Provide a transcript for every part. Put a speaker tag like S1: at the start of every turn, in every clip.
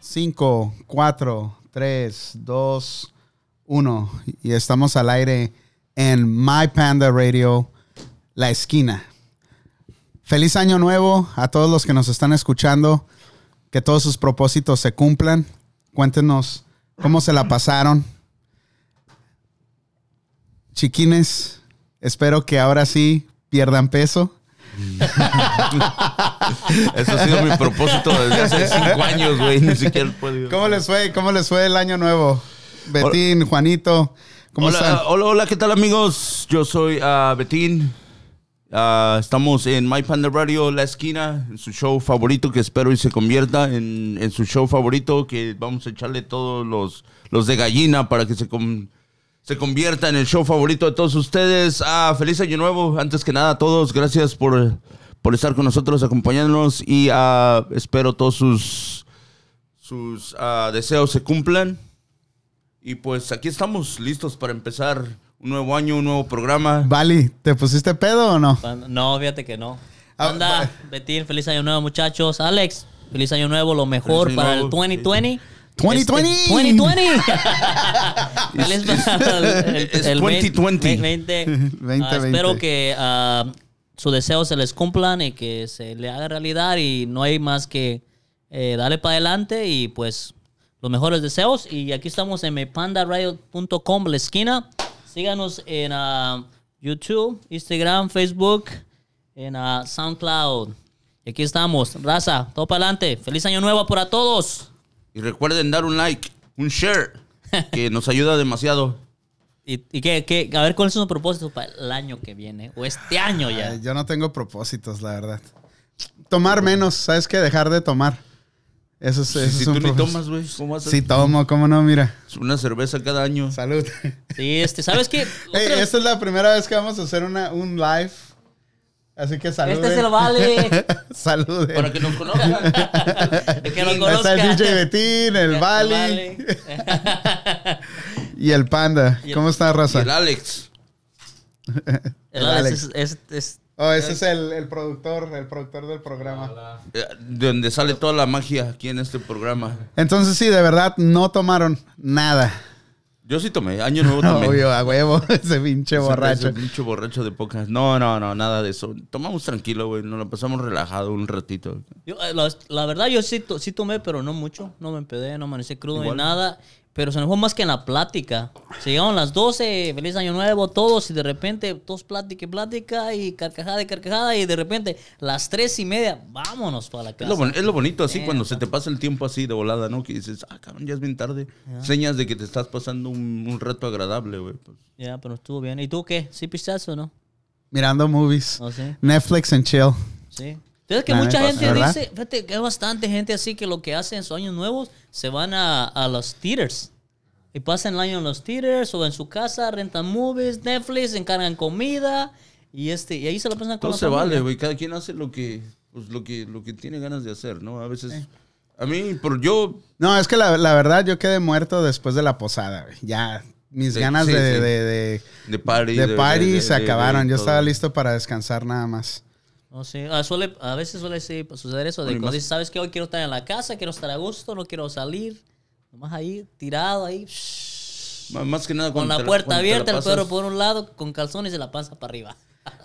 S1: 5, 4, 3, 2, 1. Y estamos al aire en My Panda Radio, La Esquina. Feliz año nuevo a todos los que nos están escuchando. Que todos sus propósitos se cumplan. Cuéntenos cómo se la pasaron. Chiquines, espero que ahora sí pierdan peso.
S2: Eso ha sido mi propósito desde hace cinco años, güey. Ni siquiera he podido.
S1: ¿Cómo les fue? ¿Cómo les fue el año nuevo? Betín, Juanito, ¿cómo
S2: hola,
S1: están?
S2: hola, hola, ¿qué tal, amigos? Yo soy ah, Betín. Ah, estamos en My Panda Radio, La Esquina, en su show favorito que espero y se convierta en, en su show favorito que vamos a echarle todos los, los de gallina para que se, con- se convierta en el show favorito de todos ustedes. Ah, feliz año nuevo, antes que nada a todos, gracias por, por estar con nosotros, acompañándonos y ah, espero todos sus, sus ah, deseos se cumplan. Y pues aquí estamos listos para empezar un nuevo año, un nuevo programa.
S1: Bali, ¿te pusiste pedo o no?
S3: Panda- No, fíjate que no.
S1: Ah,
S3: Anda,
S1: va-
S3: Betín, feliz año nuevo, muchachos. Alex, feliz año nuevo, lo mejor
S2: Feliz año
S3: para el
S2: nuevo.
S3: 2020.
S1: 2020.
S3: Este, 2020. Feliz para el, el-
S2: Es
S3: el
S2: 2020.
S3: 2020.
S1: 2020.
S3: Ah, espero que ah, sus deseos se les cumplan y que se le haga realidad y no hay más que eh, darle para adelante y pues los mejores deseos. Y aquí estamos en mepandaradio.com, la esquina. Síganos en ah, YouTube, Instagram, Facebook, en ah, SoundCloud. Y aquí estamos. Raza, todo para adelante. Feliz año nuevo para todos.
S2: Y recuerden dar un like, un share, que nos ayuda demasiado.
S3: ¿Y, y qué, qué? A ver, ¿cuáles son los propósitos para el año que viene? O este año ya.
S1: Ay, Eh, Yo no tengo propósitos, la verdad. Tomar menos, ¿sabes qué? Dejar de tomar. Eso es, eso
S2: si
S1: es
S2: tú
S1: un
S2: ni
S1: propósito.
S2: tomas, güey, ¿cómo vas a
S1: Sí, tomo, ¿cómo no? Mira.
S2: Una cerveza cada año.
S1: Salud.
S3: Sí, este, ¿sabes qué?
S1: Ey,
S3: Otra-
S1: esta es la primera vez que vamos a hacer una, un live. Así que salud. eh.
S3: Este se lo vale.
S1: salud. eh.
S2: Para que nos conozcan.
S3: De que lo
S1: Está
S3: conozca.
S1: el DJ Betín, el Bali
S3: Vale.
S1: y el Panda.
S3: Y el-
S1: ¿Cómo está,
S2: Y el
S1: Raza?
S2: Alex.
S3: El
S1: El Alex.
S3: Alex es, es- es-
S1: Oh, ese es el, el productor, el productor del programa.
S2: eh, De donde sale toda la magia aquí en este programa.
S1: Entonces sí, de verdad, no tomaron nada.
S2: Yo sí tomé, año nuevo también.
S1: Obvio, a huevo, ese pinche borracho.
S2: Mucho borracho de pocas. No, no, no, nada de eso. Tomamos tranquilo, güey. Nos lo pasamos relajado un ratito.
S3: yo, eh, la, la verdad, yo sí, to- sí tomé, pero no mucho. No me empedé, no amanecí crudo ni nada. Pero se nos fue más que en la plática. Se llegaron las 12, feliz año nuevo, todos. Y de repente, todos plática y plática, y carcajada y carcajada. Y de repente, las tres y media, vámonos para la
S2: Es lo,
S3: casa.
S2: bon- es lo bonito así cuando se te pasa el tiempo así de volada, ¿no? Que dices, ah, cabrón, ya es bien tarde. Señas de que te estás pasando un, un rato agradable, güey. Pues,
S3: Ya, pero estuvo bien. ¿Y tú qué? ¿Sí pistazo o no?
S1: Mirando movies.
S3: No sé.
S1: Netflix and chill.
S3: Sí. Entonces que
S1: La
S3: mucha
S1: neta,
S3: gente
S1: ¿verdad?
S3: dice, fíjate que hay bastante gente así que lo que hacen en sus años nuevos se van a, a los theaters. Y pasan el año en los theaters o en su casa, rentan movies, Netflix, encargan comida y este y ahí se la pasan con
S2: todo
S3: la
S2: se
S3: familia.
S2: vale, güey. Cada quien hace lo que, pues, lo que, lo que tiene ganas de hacer, ¿no? A veces. A mí, por yo.
S1: No, es que la, la verdad yo quedé muerto después de la posada, güey. Ya, mis
S2: Sí,
S1: ganas
S2: sí,
S1: de, de,
S2: sí.
S1: de-
S2: De party.
S1: de party
S2: de-
S1: se
S2: de- de
S1: acabaron. Yo
S2: todo.
S1: estaba listo para descansar nada más.
S3: No sé, ah, suele- a veces suele sí, suceder eso de
S2: Bueno, y
S3: cuando
S2: más-
S3: dices, sabes que hoy quiero estar en la casa, quiero estar a gusto, no quiero salir, nomás ahí tirado ahí shh,
S2: M- Más que nada
S3: con
S2: cuando
S3: la
S2: te
S3: puerta
S2: cuando te la
S3: abierta, el
S2: pasas-
S3: perro por un lado con calzones y la panza para arriba.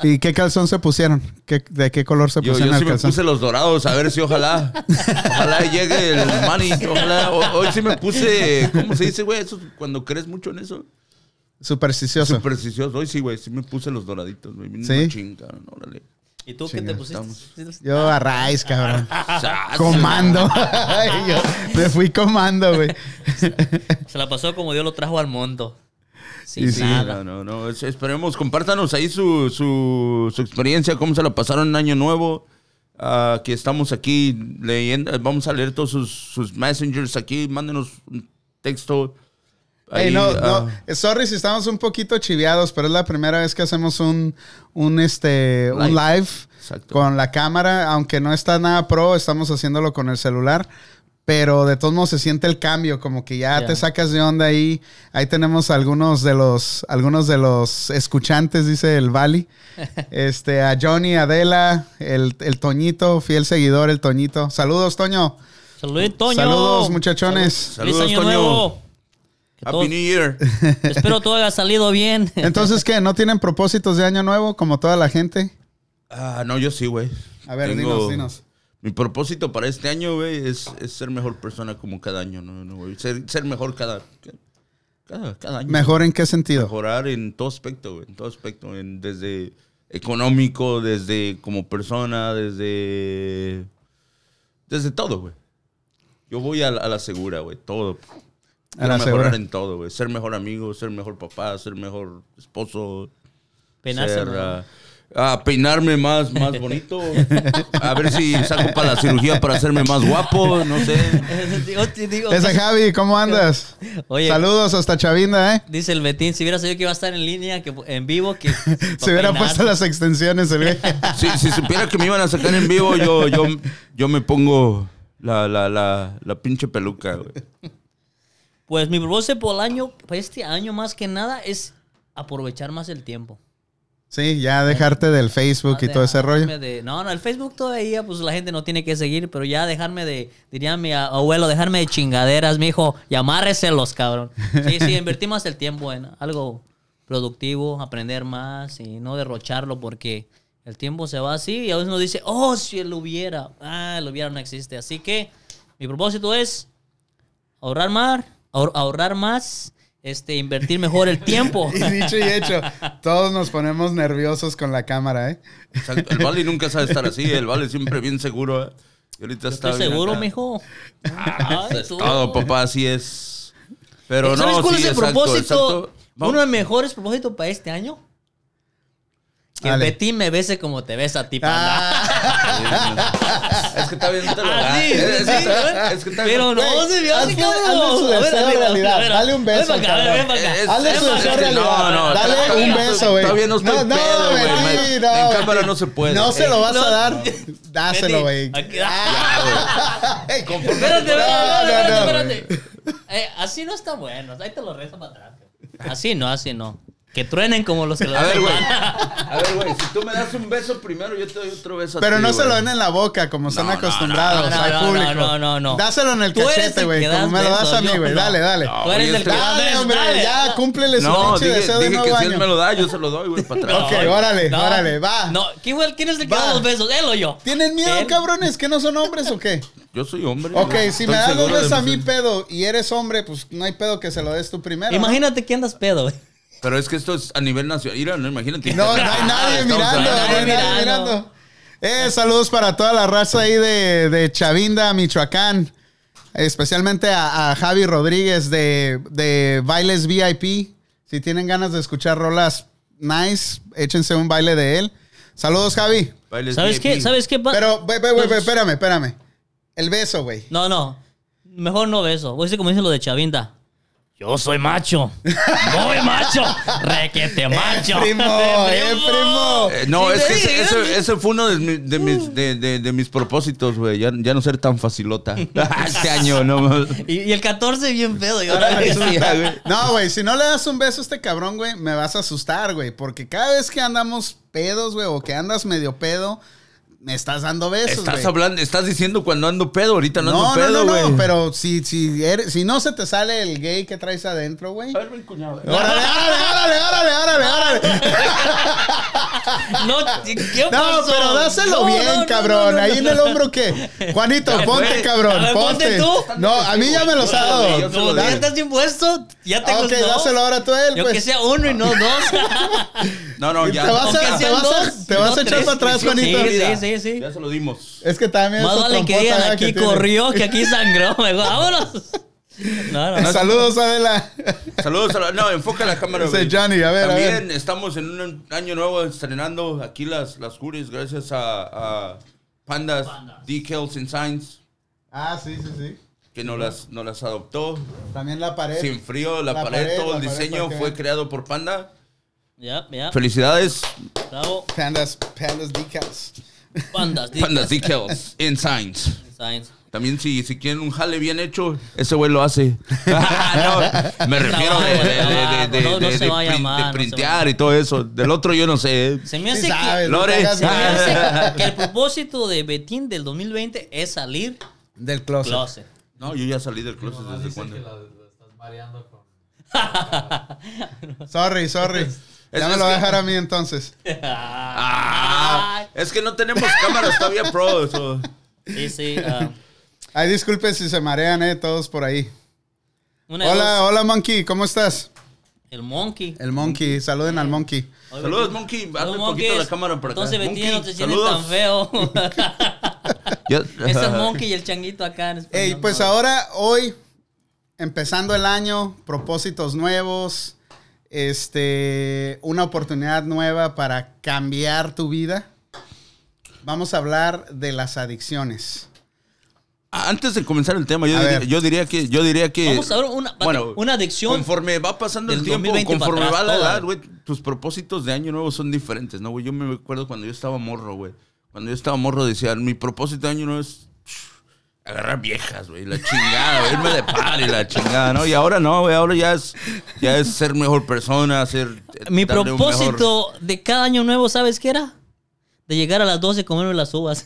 S1: ¿Y qué calzón se pusieron? ¿Qué- ¿De qué color se
S2: Yo,
S1: pusieron
S2: yo sí
S1: el
S2: me
S1: calzón?
S2: puse los dorados, a ver si ojalá. ojalá llegue el money. Ojalá. ho- hoy sí me puse. ¿Cómo se dice, güey? Eso, cuando crees mucho en eso.
S1: Supersticioso.
S2: Supersticioso. Hoy sí, güey. Sí me puse los doraditos, güey. Bien
S1: ¿Sí?
S2: machín, cabrón, Órale.
S3: ¿Y tú
S1: Chinga,
S3: qué te pusiste?
S1: Yo a raíz, cabrón.
S2: Sas.
S1: Comando. Ay, yo me fui comando, güey.
S3: Se la pasó como Dios lo trajo al mundo.
S1: Y
S3: Sin
S1: sí,
S3: nada.
S2: No, no, no. Es- Esperemos, compártanos ahí su, su, su experiencia, cómo se la pasaron en Año Nuevo. Ah, que estamos aquí leyendo. Vamos a leer todos sus, sus messengers aquí. Mándenos un texto.
S1: Ey,
S2: Ahí,
S1: no,
S2: ah,
S1: no. Sorry si estamos un poquito chiviados, pero es la primera vez que hacemos un, un, este, un
S2: Live.
S1: live
S2: Exacto.
S1: con la cámara. Aunque no está nada pro, estamos haciéndolo con el celular. Pero de todos modos se siente el cambio, como que ya
S3: Ya.
S1: te sacas de onda ahí. Ahí tenemos algunos de los, algunos de los escuchantes, dice el Vali. Este, a Johnny, Adela, el, el Toñito, fiel seguidor, el Toñito. Saludos, Toño.
S3: Saludos, Toño.
S1: Saludos, muchachones.
S3: Feliz
S2: Saludos,
S3: año
S2: Toño.
S3: nuevo. Que todo-
S2: Happy New Year.
S3: espero todo haya salido bien.
S1: Entonces, ¿qué? ¿No tienen propósitos de año nuevo como toda la gente?
S2: Ah, no, yo sí, güey.
S1: A ver, dinos, dinos.
S2: Mi propósito para este año, güey, es, es ser mejor persona como cada año, ¿no? no, güey? ser, ser mejor cada, cada, cada año.
S1: ¿Mejor en qué sentido?
S2: Mejorar en todo aspecto, güey, en todo aspecto. en- desde económico, desde como persona, desde... Desde todo, güey. Yo voy a la, a la segura, güey, todo.
S1: A
S2: A
S1: la
S2: mejorar
S1: segura.
S2: en todo, güey. Ser mejor amigo, ser mejor papá, ser mejor esposo,
S3: Penarse,
S2: ser,
S3: ¿no?
S2: ah, ah, peinarme más, más bonito. A ver si saco para la cirugía para hacerme más guapo, no sé.
S3: Digo, te digo,
S1: Ese Javi, ¿cómo andas?
S3: Oye.
S1: Saludos hasta Chavinda, ¿eh?
S3: Dice el Betín, si hubiera sabido que iba a estar en línea, que en vivo, que
S1: Se hubiera puesto las extensiones el güey.
S2: Si, si supiera que me iban a sacar en vivo, yo, yo, yo me pongo la, la, la, la pinche peluca, güey.
S3: Pues mi propósito por el año, para este año más que nada, es aprovechar más el tiempo.
S1: Sí, ya dejarte del Facebook y
S3: Más
S1: todo ese rollo.
S3: Ah, dejarme de- no, no, el Facebook todavía, pues la gente no tiene que seguir, pero ya dejarme de, diría mi a- abuelo, dejarme de chingaderas, mijo, y amárreselos, cabrón. Sí, sí, invertir más el tiempo en algo productivo, aprender más y no derrocharlo porque el tiempo se va así y a veces uno dice, oh, si él hubiera, ah, el hubiera no existe. Así que mi propósito es ahorrar más, ahor- ahorrar más, este, invertir mejor el tiempo.
S1: Y dicho y hecho, todos nos ponemos nerviosos con la cámara, ¿eh?
S2: Exacto. El Vale nunca sabe estar así, el Vale siempre bien seguro, ¿eh? Y ahorita está
S3: Estoy
S2: bien
S3: seguro,
S2: acá.
S3: mijo. Ay,
S2: Ah, Es
S3: tú. Eh,
S2: Todo, papá, así es. Pero
S3: ¿Sabes
S2: no,
S3: cuál
S2: sí,
S3: es el
S2: exacto,
S3: propósito?
S2: exacto. Vamos-
S3: Uno de los mejores propósitos para este año. Que
S1: Dale. Ah,
S3: Betín me bese como te besa
S2: Ah,
S3: a ti, panda.
S2: Es que está bien, no te lo da.
S3: Así,
S2: Es que
S3: Ah, sí,
S2: está- es que está bien.
S3: Pero no, se vio así,
S1: hazle- hazle su
S3: cabrón. A ver,
S1: deseo
S3: a ver, a ver,
S1: realidad.
S3: a ver.
S1: Dale un beso,
S3: Ven para acá,
S1: cabrón.
S3: ven para acá.
S2: Es-
S1: Hazle
S2: es-
S1: su
S2: es-
S1: deseo
S2: no,
S1: realidad.
S2: no,
S1: Dale
S2: todavía
S1: un
S2: no
S1: beso,
S2: estoy-
S1: güey.
S2: todavía no estoy pedo, güey.
S1: Betty,
S2: En
S1: no.
S2: cámara no se puede.
S1: No se lo vas
S3: No.
S1: a dar. Dáselo, güey.
S3: Betín, aquí- ah, Espérate, espérate,
S1: No, no,
S3: espérate,
S1: no,
S3: espérate. Eh, así no está bueno. Ahí te lo rezo para atrás. Así no, así no. Que truenen como los que lo
S2: A ver,
S3: hacen
S2: güey.
S3: mal.
S2: A ver, güey. Si tú me das un beso primero, yo te doy otro beso a
S1: Pero
S2: ti,
S1: no se
S2: güey.
S1: lo den en la boca, como están
S2: no,
S1: acostumbrados.
S3: eh. no, no,
S1: al
S3: no,
S1: público.
S3: no, no, no.
S1: Dáselo en el
S3: Tú eres
S1: cachete,
S3: el
S1: güey.
S3: que
S1: Como
S3: das
S1: me lo das
S3: besos,
S1: a mí,
S3: yo
S1: güey.
S3: no.
S1: Dale, dale.
S2: No,
S3: Tú eres
S2: Oye,
S3: el Ah. que
S2: dale,
S3: lo
S1: Dale,
S3: haces,
S1: hombre,
S3: dale.
S1: ya cúmplele su
S2: No,
S1: pinche
S2: dije,
S1: deseo de
S2: dije que
S1: nuevo
S2: si él me
S1: año.
S2: lo da, yo se lo doy, güey, para atrás.
S1: Ok, órale, órale, va.
S3: No, ¿quién, fue el- quién es el que
S1: Va.
S3: da los besos? ¿Él o yo?
S1: ¿Tienen miedo,
S3: Él.
S1: cabrones? ¿Que no son hombres o qué?
S2: Yo soy hombre.
S1: Ok,
S2: güey.
S1: si
S2: Estoy
S1: me das dos
S2: seguro de
S1: veces a
S2: mi-
S1: mí pedo y eres hombre, pues no hay pedo que se lo des tú primero. ¿no?
S3: Imagínate que andas pedo, güey.
S2: Pero es que esto es a nivel nacional. Mira, no, imagínate. Ah,
S1: No, no hay nadie
S2: Estamos
S1: mirando, no
S2: hablando-
S1: hay nadie
S3: mirando.
S1: mirando. Eh, saludos para toda la raza ahí de, de Chavinda, Michoacán. Especialmente a, a Javi Rodríguez de, de Bailes VIP. Si tienen ganas de escuchar rolas nice, échense un baile de él. Saludos, Javi.
S2: Bailes
S3: ¿Sabes
S2: VIP.
S3: qué? ¿Sabes qué? pa-
S1: Pero, güey, güey, güey, güey, espérame, espérame. El beso, güey.
S3: No, no. Mejor no beso. Voy a decir como dicen lo de Chavinda. Yo soy macho. Muy macho. Requete macho.
S1: primo, eh, primo.
S2: Eh, no,
S3: Sí,
S2: es
S3: te Mm.
S2: que ese,
S3: dije,
S2: ese-
S3: ¿eh?
S2: ese fue uno de, mi- de mis, de, de- de mis propósitos, güey. Ya, ya no ser tan facilota. este año, no.
S3: Y, y el 14 bien pedo. Y ahora
S2: Ahora resulta, güey.
S1: No, güey, si no le das un beso a este cabrón, güey, me vas a asustar, güey. Porque cada vez que andamos pedos, güey, o que andas medio pedo, me estás dando besos,
S2: Estás
S1: güey.
S2: hablando, estás diciendo cuando ando pedo, ahorita no,
S1: No,
S2: ando pedo,
S1: no, no,
S2: güey.
S1: no, pero si, si, eres- si no se te sale el gay que traes adentro, güey.
S2: A ver, ven, cuñado.
S1: Órale, órale, órale, órale, órale, órale.
S3: No, ¿qué
S1: No,
S3: pasó?
S1: pero dáselo
S3: No,
S1: bien,
S3: no, no,
S1: cabrón.
S3: no, no,
S1: Ahí
S3: no,
S1: en
S3: no.
S1: el hombro que. Juanito,
S2: Ya,
S1: ponte,
S2: güey.
S1: cabrón.
S3: A ver,
S1: ponte.
S3: ponte tú.
S1: No, a mí ya me los ha
S2: Yo se
S1: dado.
S2: lo
S3: Como
S2: dale.
S3: ya estás impuesto, ya te
S1: Ah, Ok,
S3: costó.
S1: dáselo ahora tú a él,
S3: Yo que
S1: pues.
S3: sea uno y no dos.
S2: No, no,
S1: Te
S2: ya.
S1: vas
S3: Aunque
S1: a, te
S3: sean
S1: vas a-
S3: dos,
S1: te vas a
S3: no
S1: echar
S3: tres.
S1: para atrás,
S3: Sí,
S1: Juanito.
S3: Sí, sí, sí.
S2: Ya se lo dimos.
S1: Es que también
S3: Más
S1: es
S3: vale que digan aquí corrió que aquí sangró. Mejor, vámonos. No, no, no.
S1: Saludos, Adela.
S2: Saludos a la- No, enfoca la cámara,
S1: Ese
S2: güey.
S1: Johnny, a ver, a
S2: También estamos en un año nuevo estrenando aquí las, las curis gracias a, a Pandas, Decals and Signs,
S1: Ah, sí, sí, sí.
S2: que nos las, nos las adoptó.
S1: También la pared.
S2: Sin frío, la,
S1: Eh, La
S2: pared,
S1: pared,
S2: todo
S1: la
S2: el
S1: pared,
S2: diseño
S1: ¿para qué?
S2: fue creado por Panda.
S3: Ya, ya.
S2: Felicidades,
S3: Bravo.
S1: Pandas, pandas decals.
S3: Pandas. di-
S2: Pandas Decals and Signs.
S3: Science.
S2: También si, si quieren un jale bien hecho, ese güey lo hace. No, me refiero de, de, de, de,
S3: No, no
S2: de-
S3: se
S2: de
S3: va a
S2: print-
S3: llamar,
S2: de
S3: no se
S2: printear y todo eso. Del otro yo no sé. eh.
S3: Se me hace,
S1: Sí
S3: que,
S1: sabes,
S2: Lore.
S1: no te hagas
S3: se me
S1: güey.
S3: hace que el propósito de Betín del 2020 es salir
S1: Del closet.
S3: Closet.
S2: No, yo ya salí del closet
S4: mamá
S2: desde
S4: dice
S2: cuando.
S4: que la, la estás mareando con...
S1: Sorry, sorry.
S2: Es-
S1: ya me
S2: es
S1: lo voy a
S2: que-
S1: dejar a mí entonces.
S2: Ah, es que no tenemos cámaras todavía pro. so-
S3: Sí, sí. ah,
S1: Ay, disculpen si se marean, eh, todos por ahí.
S3: una de
S1: Hola,
S3: dos.
S1: hola, Monkey, ¿cómo estás?
S3: El monkey.
S1: El Monkey, saluden al Monkey.
S3: Oye,
S2: Saludos,
S3: Betín.
S2: Monkey. Hazle
S3: Saludos,
S2: un poquito
S3: monkeys.
S2: la cámara para acá.
S3: Entonces, Betín, no te
S2: Monkey,
S3: sientes
S2: saludos.
S3: tan feo.
S2: Ya-
S3: Ese es Monkey y el changuito acá en español.
S1: Ey, pues ahora, hoy, empezando el año, propósitos nuevos, este, una oportunidad nueva para cambiar tu vida. Vamos a hablar de las adicciones.
S2: Antes de comenzar el tema, yo,
S1: A
S2: diría,
S1: ver.
S2: yo diría que yo diría que
S3: Vamos a ver una,
S2: bueno,
S3: una adicción.
S2: Conforme va pasando el
S3: del
S2: tiempo,
S3: 2020 para
S2: conforme va
S3: atrás,
S2: la
S3: toda.
S2: edad, güey, tus propósitos de año nuevo son diferentes, ¿no, güey? Yo me acuerdo cuando yo estaba morro, güey. Cuando yo estaba morro decía, mi propósito de año nuevo es psh, agarrar viejas, güey, la chingada, güey, irme de par y la chingada, ¿no? Y ahora no, güey, ahora ya es, ya es ser mejor persona, ser... eh,
S3: Mi
S2: darle un mejor-
S3: propósito de cada año nuevo, ¿sabes qué era? De llegar a las 12 y comerme las uvas.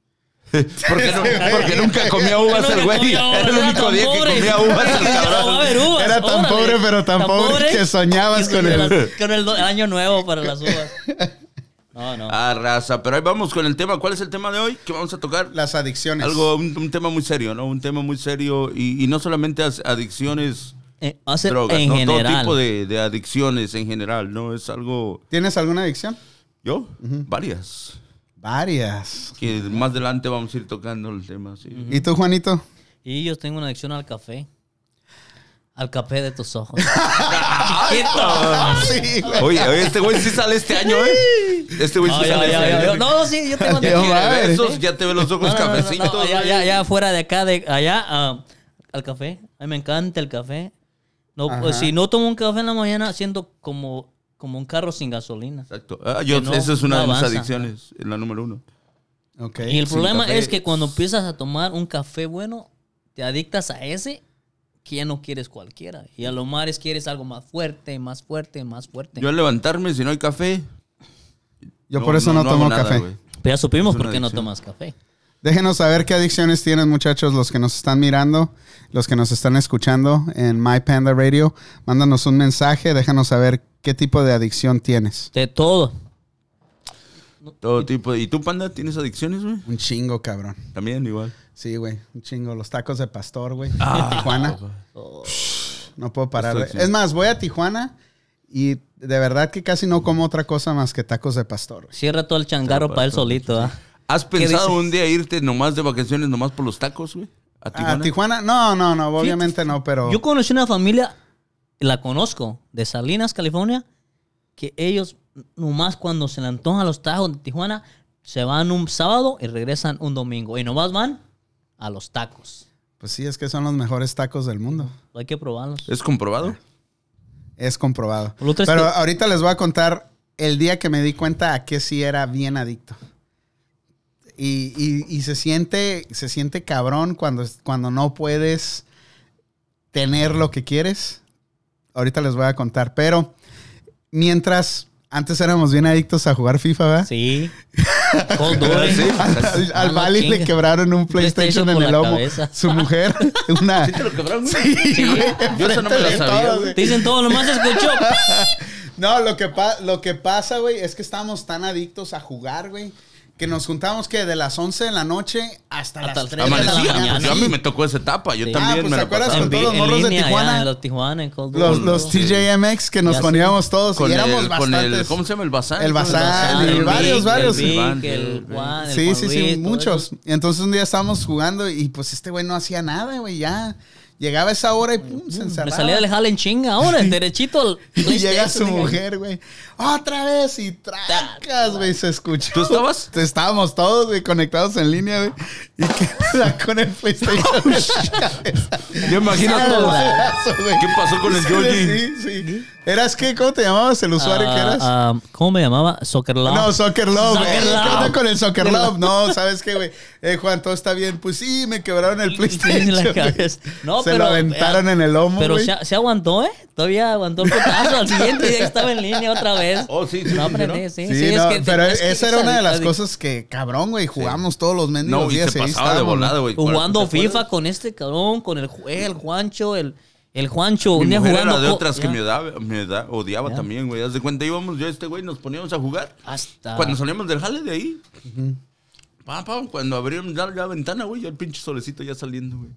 S2: Porque, no- porque nunca comía uvas
S3: Nunca
S2: el güey.
S3: comía
S2: Era
S3: uvas,
S2: el
S3: era
S2: único
S3: tan
S2: día que
S3: pobre.
S2: comía uvas el
S3: No va a
S2: cabrón.
S3: haber uvas,
S1: Era tan
S3: órale.
S1: pobre, pero tan pobre que soñabas
S3: Y
S1: con
S3: las-
S1: el-
S3: Con el do- año nuevo para las uvas. No, no.
S2: Ah, raza, pero ahí vamos con el tema. ¿Cuál es el tema de hoy que vamos a tocar?
S1: Las adicciones.
S2: Algo, un, un tema muy serio, ¿no? Un tema muy serio y, y no solamente as- adicciones,
S3: Eh, hace-
S2: drogas,
S3: en
S2: ¿no? Todo
S3: general.
S2: tipo de, de adicciones en general, ¿no? Es algo,
S1: ¿Tienes alguna adicción?
S2: yo, varias,
S1: Varias.
S2: que más adelante vamos a ir tocando el tema, sí.
S1: ¿Y tú, Juanito?
S3: Y yo tengo una adicción al café. Al café de tus ojos.
S1: Sí, güey.
S2: Oye, oye, este güey sí sale este año, ¿eh? Este güey sí
S3: No, ya,
S2: sale
S3: ya,
S2: este
S3: ya,
S2: año.
S3: ya. No, no, sí, yo tengo
S1: Ya,
S2: Ya
S1: No,
S2: quiere
S1: madre.
S2: besos, ya te ve los ojos
S3: No, no, no, no,
S2: cafecitos.
S3: no, ya,
S2: güey.
S3: ya, ya, fuera de acá, de allá, ah, al café. A mí me encanta el café. No,
S1: Ajá.
S3: pues, si no tomo un café en la mañana, siento como, como un carro sin gasolina.
S2: Exacto. Ah, yo,
S3: Que no-
S2: esa es una
S3: no
S2: de mis
S3: avanza.
S2: adicciones, la número uno.
S1: Ok.
S3: Y el
S2: sin
S3: problema
S2: café.
S3: es que cuando empiezas a tomar un café bueno, te adictas a ese que ya no quieres cualquiera. Y a lo mares quieres algo más fuerte, más fuerte, más fuerte.
S2: Yo al levantarme, si no hay café...
S1: Yo por eso no, tomo
S2: hago nada,
S1: café.
S2: güey.
S3: Pero ya supimos
S2: Es una
S3: por qué no
S2: adicción.
S3: tomas café.
S1: Déjenos saber qué adicciones tienen, muchachos, los que nos están mirando, los que nos están escuchando en My Panda Radio. Mándanos un mensaje, déjanos saber qué tipo de adicción tienes.
S3: De todo.
S2: Todo tipo. de- ¿Y tú, Panda, tienes adicciones, güey?
S1: Un chingo, cabrón.
S2: También igual.
S1: Sí, güey, un chingo. Los tacos de pastor, güey. en Tijuana. No puedo parar.
S2: Ah, Estoy
S1: güey.
S2: chido.
S1: Es más, voy a Tijuana y de verdad que casi no como otra cosa más que tacos de pastor. güey.
S3: Cierra todo el changarro para él solito, ¿ah?
S2: ¿Has
S3: ¿Qué
S2: pensado
S3: dices?
S2: un día irte nomás de vacaciones, nomás por los tacos, güey? ¿A Tijuana?
S1: ¿A Ah, Tijuana? No, no, no, obviamente no, pero...
S3: Yo conocí una familia, la conozco, de Salinas, California, que ellos nomás cuando se le antojan los tacos de Tijuana, se van un sábado y regresan un domingo. Y nomás van a los tacos.
S1: Pues sí, es que son los mejores tacos del mundo.
S3: Hay que probarlos.
S2: ¿Es comprobado?
S1: Es comprobado.
S3: Lo otro es
S1: Pero
S3: que-
S1: ahorita les voy a contar el día que me di cuenta a que sí era bien adicto. Y, y- y se siente, se siente cabrón cuando, es- cuando no puedes tener lo que quieres. Ahorita les voy a contar. Pero mientras, antes éramos bien adictos a jugar FIFA, ¿verdad?
S3: Sí. Cold Duty.
S2: Sí.
S1: Al, al- al
S3: Ah, no
S1: Bali le
S3: chingues.
S1: quebraron un PlayStation,
S3: PlayStation
S1: en
S3: por
S1: el
S3: la
S1: lomo.
S3: cabeza.
S1: Su mujer, una.
S2: ¿Te lo quebraron, güey? Yo esa no me la
S1: de
S2: sabía,
S1: todos,
S2: güey.
S3: Te dicen todo, nomás escuchó.
S1: No, lo que, pa- lo que pasa, güey, es que estábamos tan adictos a jugar, güey, que nos juntamos que de las 11 de la noche hasta,
S3: Hasta
S1: las
S3: las
S1: 3 de la
S2: Amanecía.
S1: mañana.
S2: pues yo a mí me tocó esa etapa. Yo
S3: Sí.
S2: también
S1: Ah, pues,
S2: me
S1: ¿te
S2: la
S1: acuerdas
S2: pasaba.
S1: con
S3: vi-
S1: todos los morros de
S3: allá,
S1: Tijuana.
S3: en los Tijuana, en Cold Duty.
S1: Los, los TJMX que nos
S3: Ya sé.
S1: poníamos todos
S2: Con
S1: y éramos
S2: el, con
S1: bastantes.
S2: el, ¿Cómo se llama? El Bazán.
S1: El Bazán,
S3: Bazán,
S1: y
S3: el
S1: varios,
S3: Vic,
S1: varios.
S3: El Vic,
S2: Van,
S3: el
S2: Ah,
S3: Juan, el
S1: Sí,
S3: Juan
S1: sí, sí,
S3: Luis, todo
S1: muchos.
S3: eso.
S1: Y entonces un día estábamos jugando y pues este güey no hacía nada, güey, ya. Llegaba esa hora y pum, se encerraba.
S3: Me salía del jale en chinga ahora, derechito al
S1: y llega
S3: PlayStation,
S1: su
S3: dije,
S1: mujer, güey. Otra vez y tracas, güey, se escuchó.
S2: ¿Tú estabas?
S1: Estábamos todos, güey, conectados en línea, güey. Y que la con el PlayStation.
S3: Oh,
S1: en la cabeza.
S2: Yo imagino
S1: Era
S2: todo.
S1: balazo, güey.
S2: ¿Qué pasó con el
S1: Sí,
S2: Georgie?
S1: Sí, sí. ¿Eras qué? ¿Cómo te llamabas el usuario que
S3: Ah,
S1: eras?
S3: ah, ¿Cómo me llamaba? Soccer Love.
S1: No, Soccer Love. güey.
S3: Soccer
S1: ¿Qué onda
S3: Love.
S1: con el Soccer Love? No, ¿sabes qué, güey? Eh, Juan, todo está bien. Pues sí, me quebraron el
S3: En
S1: PlayStation.
S3: la
S1: güey.
S3: cabeza. No,
S1: se
S3: pero,
S1: lo aventaron
S3: eh,
S1: en el lomo.
S3: Pero
S1: güey.
S3: se, se aguantó, ¿eh? Todavía aguantó el putazo. Al siguiente día estaba en línea otra vez.
S2: Oh, sí, sí, sí,
S3: No aprendí,
S2: ¿no?
S1: Sí,
S3: sí. sí, es
S1: no,
S3: que te-
S1: pero
S3: es que
S1: esa era una de las
S3: adi-
S1: cosas que, cabrón, güey, jugamos todos los mendigos
S2: No, y
S1: días
S2: se
S1: y ahí
S2: pasaba de
S1: estábamos,
S2: volada,
S1: ¿no?
S2: güey.
S3: Jugando
S2: ¿Te acuerdas?
S3: FIFA con este cabrón, con el, Ju- el Juancho, el, el Juancho.
S2: Mi
S3: un día
S2: mujer
S3: jugando.
S2: era de
S3: co-
S2: otras que
S3: ya,
S2: me, daba- me da- odiaba
S3: Ya.
S2: también, güey. Haz de cuenta, íbamos yo a este güey, nos poníamos a jugar.
S1: Ah.
S3: Hasta.
S2: Cuando salíamos del jale de ahí, pa, pa, cuando abrieron la, la ventana, güey, ya el pinche solecito ya saliendo, güey.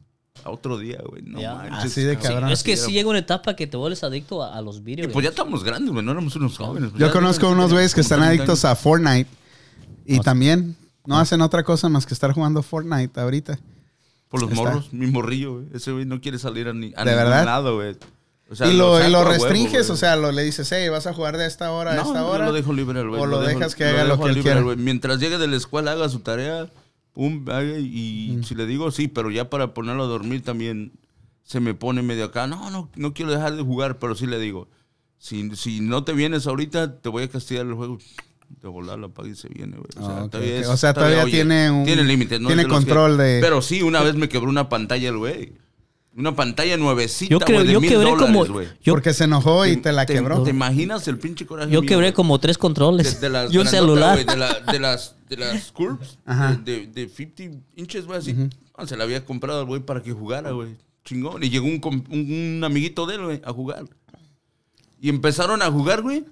S2: A otro día, güey. No
S3: Ya.
S2: manches.
S1: Así de
S2: cabrón.
S1: cabrón.
S3: es que sí llega una etapa que te vuelves adicto a, a los
S2: Y
S3: videos.
S2: pues ya estamos grandes, güey. No éramos unos jóvenes.
S1: Yo conozco unos güeyes que están adictos a Fortnite y también no hacen otra cosa más que estar jugando Fortnite ahorita.
S2: Por los
S1: Está.
S2: morros, mi morrillo, güey. Ese güey no quiere salir a, ni, a
S1: ¿De
S2: ningún
S1: verdad?
S2: lado, güey. O sea,
S1: y lo, y
S2: saco
S1: lo
S2: a huevo,
S1: restringes,
S2: güey.
S1: o sea, lo, le dices, hey, vas a jugar de esta hora a
S2: No,
S1: esta
S2: yo
S1: hora.
S2: lo dejo libre al güey.
S1: o lo
S2: dejo-
S1: dejas que haga lo
S2: dejo
S1: que él
S2: libre al
S1: quiera.
S2: güey. Mientras llegue de la escuela, haga su tarea. pum, haga y
S1: Mm.
S2: si le digo sí, pero ya para ponerlo a dormir también se me pone medio acá. No, no, no quiero dejar de jugar, pero sí le digo. Si, si no te vienes ahorita, te voy a castigar el juego. De volar, la paga y se viene, güey. O sea,
S1: Ah, ok,
S2: todavía,
S1: ok.
S2: es-
S1: O sea, todavía tiene un-
S2: Tiene límite, ¿no?
S1: tiene
S2: Es de los
S1: control de-
S2: Pero sí, una vez me quebró una pantalla el güey. Una pantalla nuevecita,
S3: yo creo,
S2: güey, de
S3: yo
S2: mil
S3: quebré
S2: dólares,
S3: como.
S2: güey.
S3: Yo,
S1: porque se enojó y te la quebró.
S2: ¿Te imaginas el pinche coraje
S3: yo
S2: mío,
S3: quebré
S2: güey?
S3: como tres controles.
S2: de, de las
S3: y un
S2: grandotas,
S3: celular.
S2: güey, de, la- de las de las curves
S1: Ajá.
S2: de, de 50 inches, güey, así. Ah, se la había comprado al güey para que jugara, güey. Chingón. Y llegó un, com- un- un amiguito de él, güey, a jugar. Y empezaron a jugar, güey.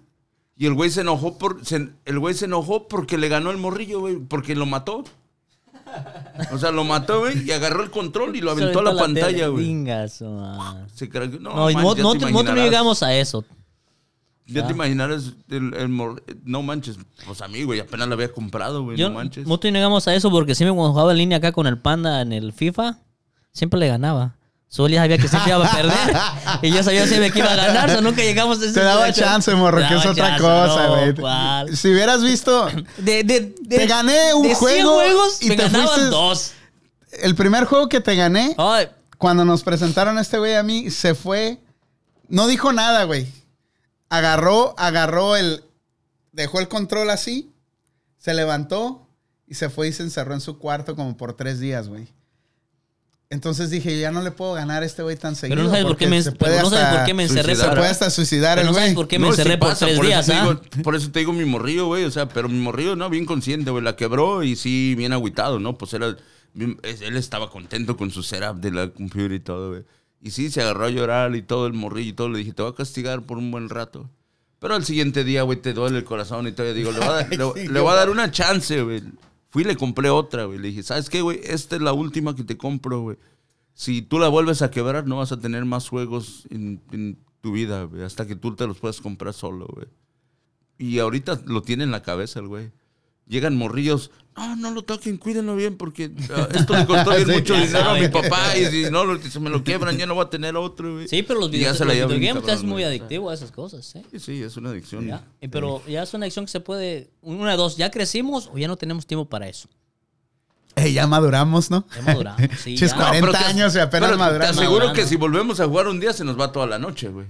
S2: Y el güey se enojó por se- el güey se enojó porque le ganó el morrillo, güey, porque lo mató. O sea, lo mató, güey, y agarró el control y lo
S3: Se
S2: aventó a la,
S3: tele.
S2: pantalla, güey.
S3: Venga, su madre.
S2: Se craqueó.
S3: No,
S2: man,
S3: no,
S2: ya
S3: no-
S2: te
S3: nosotros no
S2: imaginarás.
S3: llegamos a eso.
S2: Ya
S3: Ya.
S2: te imaginarás el, el mor- No manches. Pues a mí, güey, apenas la había comprado, güey.
S3: Yo,
S2: no manches.
S3: nosotros no llegamos a eso porque siempre cuando jugaba en línea acá con el panda en el FIFA, siempre le ganaba. Solo ya sabía que siempre iba a perder. y yo sabía siempre que iba a ganar, so nunca llegamos a ese
S1: Te daba
S3: momento.
S1: chance, morro,
S3: Te
S1: que es
S3: daba
S1: otra
S3: chance,
S1: cosa,
S3: no,
S1: güey.
S3: ¿cuál?
S1: si hubieras visto,
S3: De, de, de-
S1: Te gané un
S3: de cien
S1: juego
S3: juegos
S1: y
S3: me
S1: te
S3: ganaban
S1: fuiste-
S3: dos.
S1: el primer juego que te gané,
S3: Ay,
S1: cuando nos presentaron a este güey a mí, se fue. No dijo nada, güey. Agarró, agarró el. Dejó el control así. Se levantó y se fue y se encerró en su cuarto como por tres días, güey. Entonces dije, ya no le puedo ganar a este güey tan seguido.
S3: pero no sabes por qué
S1: porque
S3: me,
S1: se
S3: pero
S1: puede
S3: no sabes
S1: hasta-
S3: por qué me encerré.
S2: suicidar.
S1: Se
S3: por-
S1: puede hasta suicidar
S3: pero
S1: el
S3: no sabes
S1: güey.
S3: por qué me
S2: No, sí
S3: encerré por
S2: pasa,
S3: tres
S2: por eso
S3: días,
S2: te
S3: ¿ah?
S2: digo- por eso te digo mi morrillo, güey. O sea, pero mi morrillo, no, bien consciente, güey. La quebró y sí, bien agüitado, ¿no? Pues era. bien- es- él estaba contento con su setup de la computer y todo, güey. Y sí, se agarró a llorar y todo el morrillo y todo. Le dije, te voy a castigar por un buen rato. Pero al siguiente día, güey, te duele el corazón y todo. digo, le voy a dar, le-
S1: Sí,
S2: le voy a dar una chance, güey. Fui y le compré otra, güey. Le dije, ¿sabes qué, güey? Esta es la última que te compro, güey. Si tú la vuelves a quebrar, no vas a tener más juegos en, en tu vida, güey. Hasta que tú te los puedas comprar solo, güey. Y ahorita lo tiene en la cabeza el güey. Llegan morrillos. No, no lo toquen, cuídenlo bien porque ah, esto le costó bien
S1: Sí,
S2: mucho
S1: ya
S2: dinero a
S3: sabe.
S2: mi papá y si no, lo- si me lo quiebran, ya no voy a tener otro, güey.
S3: Sí, pero los
S2: Y ya
S3: videos
S2: se la
S3: los
S2: llevan bien
S3: videogames es
S2: cabrón,
S3: muy
S2: güey.
S3: adictivo a esas cosas, ¿eh?
S2: Sí, sí, es una adicción.
S3: Ya, eh, Pero ya es una acción que se puede. Una de dos, ya crecimos o ya no tenemos tiempo para eso.
S1: Eh, ya maduramos, ¿no?
S3: Ya maduramos, sí,
S1: Chis,
S3: ya.
S1: 40
S2: pero que-
S1: años y apenas
S2: pero Te
S1: maduramos.
S2: aseguro
S3: Madurando.
S2: que si volvemos a jugar un día se nos va toda la noche, güey.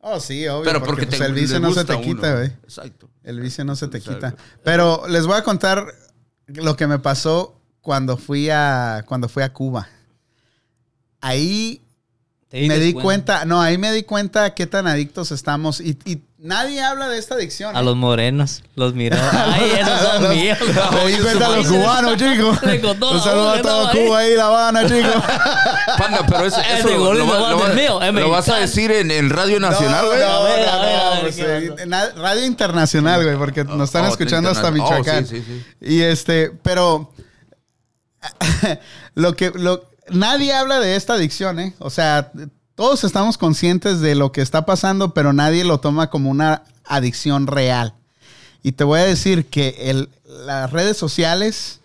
S1: Oh, sí, obvio.
S2: Pero porque,
S1: pues,
S2: te-
S1: el
S2: le
S1: vicio no se
S2: gusta
S1: te
S2: a uno,
S1: quita, güey.
S2: Exacto.
S1: El vicio no se te quita.
S2: Exacto.
S1: Pero les voy a contar lo que me pasó cuando fui a, cuando fui a Cuba. Ahí
S3: Te
S1: me
S3: dices,
S1: di
S3: bueno,
S1: cuenta, no, ahí me di cuenta qué tan adictos estamos. Y, y nadie habla de esta adicción.
S3: A los morenos, los miró. Ay, esos son míos.
S1: Me di cuenta a los cubanos, chicos.
S3: Le contó
S1: Un
S3: la
S1: saludo a
S3: boca,
S1: todo
S3: ¿no?
S1: Cuba ahí, La Habana, chicos.
S2: Panda, pero eso,
S3: Ese
S2: eso lo,
S3: gol no
S2: va-
S3: va
S2: lo va-
S3: del mío, es
S2: lo vas a
S3: mexicano.
S2: decir en, en Radio Nacional, güey.
S1: No, no,
S3: A ver, a
S1: no,
S3: ver, a ver,
S1: pues,
S3: ¿qué
S1: eh,
S3: pasó?
S1: na- Radio Internacional, güey, porque nos están
S2: Oh,
S1: escuchando hasta
S2: interna- oh,
S1: Michoacán.
S2: sí, sí, sí.
S1: Y este, pero lo que lo, nadie habla de esta adicción, ¿eh? O sea, todos estamos conscientes de lo que está pasando, pero nadie lo toma como una adicción real. Y te voy a decir que el- las redes sociales,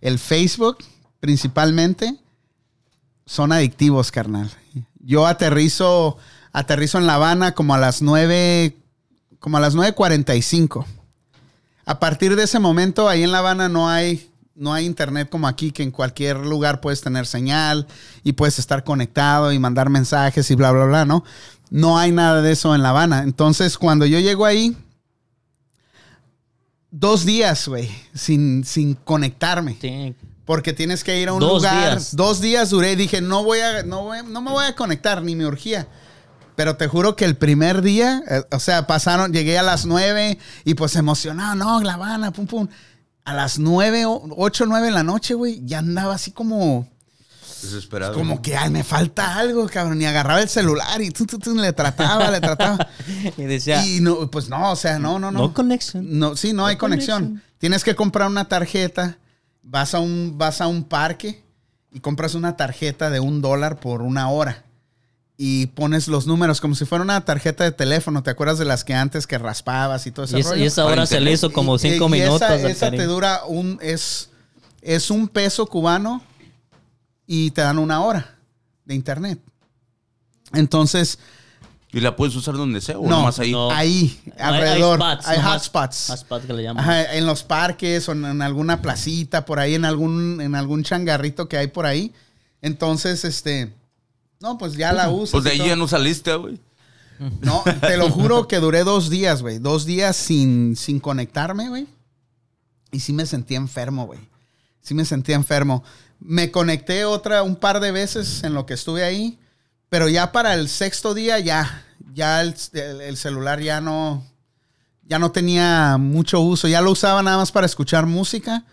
S1: el Facebook principalmente, son adictivos, carnal. Yo aterrizo, aterrizo en La Habana como a las 9, como a las 9.45. A partir de ese momento, ahí en La Habana no hay, no hay internet como aquí, que en cualquier lugar puedes tener señal y puedes estar conectado y mandar mensajes y bla, bla, bla, ¿no? No hay nada de eso en La Habana. Entonces, cuando yo llego ahí, dos días, güey, sin, sin conectarme.
S3: Sí.
S1: Porque tienes que ir a un
S3: Dos
S1: lugar.
S3: días.
S1: Dos días duré y dije, no voy a, no voy- no me voy a conectar, ni me urgía. Pero te juro que el primer día, eh, o sea, pasaron, llegué a las nueve y pues emocionado, no, La Habana, pum, pum. A las nueve, o- ocho, nueve de la noche, güey, ya andaba así como,
S2: Desesperado.
S1: como que, ay, me falta algo, cabrón. Y agarraba el celular y tú, tú, tú, le trataba, le trataba.
S3: Y decía,
S1: Y no, pues no, o sea, no, no, no.
S3: no conexión.
S1: No, sí, no, hay conexión.
S3: conexión.
S1: Tienes que comprar una tarjeta. Vas a un, vas a un parque y compras una tarjeta de un dólar por una hora. Y pones los números como si fuera una tarjeta de teléfono. ¿Te acuerdas de las que antes que raspabas y todo ese
S3: Y, es-
S1: rollo?
S3: y esa hora se le hizo como
S1: Y-
S3: cinco
S1: y
S3: minutos.
S1: Esa,
S3: al
S1: esa
S3: Karim.
S1: te dura un. Es, es un peso cubano y te dan una hora de internet. Entonces,
S2: Y la puedes usar donde sea, o
S1: No,
S2: nomás ahí.
S3: no.
S1: ahí,
S3: Hay-
S1: alrededor, hay,
S3: nomás.
S1: hotspots.
S3: Hotspots que le llaman.
S1: Ajá, en los parques o en, en alguna placita, por ahí, en algún, en algún changarrito que hay por ahí. Entonces, este, no, pues ya la usas.
S2: Pues de
S1: y
S2: ahí
S1: todo.
S2: ya no saliste, güey.
S1: No, te lo juro que duré dos días, güey. Dos días sin, sin conectarme, güey. Y sí me sentí enfermo, güey. Sí me sentí enfermo. Me conecté otra un par de veces en lo que estuve ahí. Pero ya para el sexto día, ya. Ya el, el- el celular ya no. Ya no tenía mucho uso. Ya lo usaba nada más para escuchar música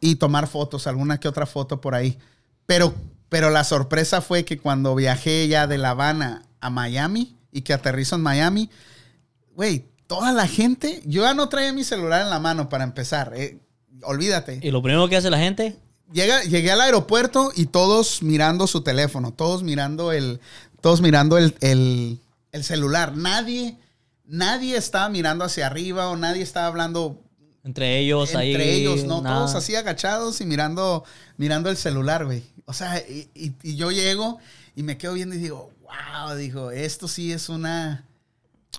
S1: y tomar fotos, alguna que otra foto por ahí. Pero, pero la sorpresa fue que cuando viajé ya de La Habana a Miami y que aterrizo en Miami, güey, toda la gente, yo ya no traía mi celular en la mano para empezar. eh, olvídate.
S3: Y lo primero que hace la gente,
S1: Llega, llegué al aeropuerto y todos mirando su teléfono, todos mirando el, todos mirando el, el- el celular. Nadie, nadie estaba mirando hacia arriba o nadie estaba hablando
S3: entre ellos ahí.
S1: entre ellos, ¿no?
S3: nada.
S1: Todos así agachados y mirando, mirando el celular, güey. O sea, y, y- y yo llego y me quedo viendo y digo, wow, digo, esto sí es una,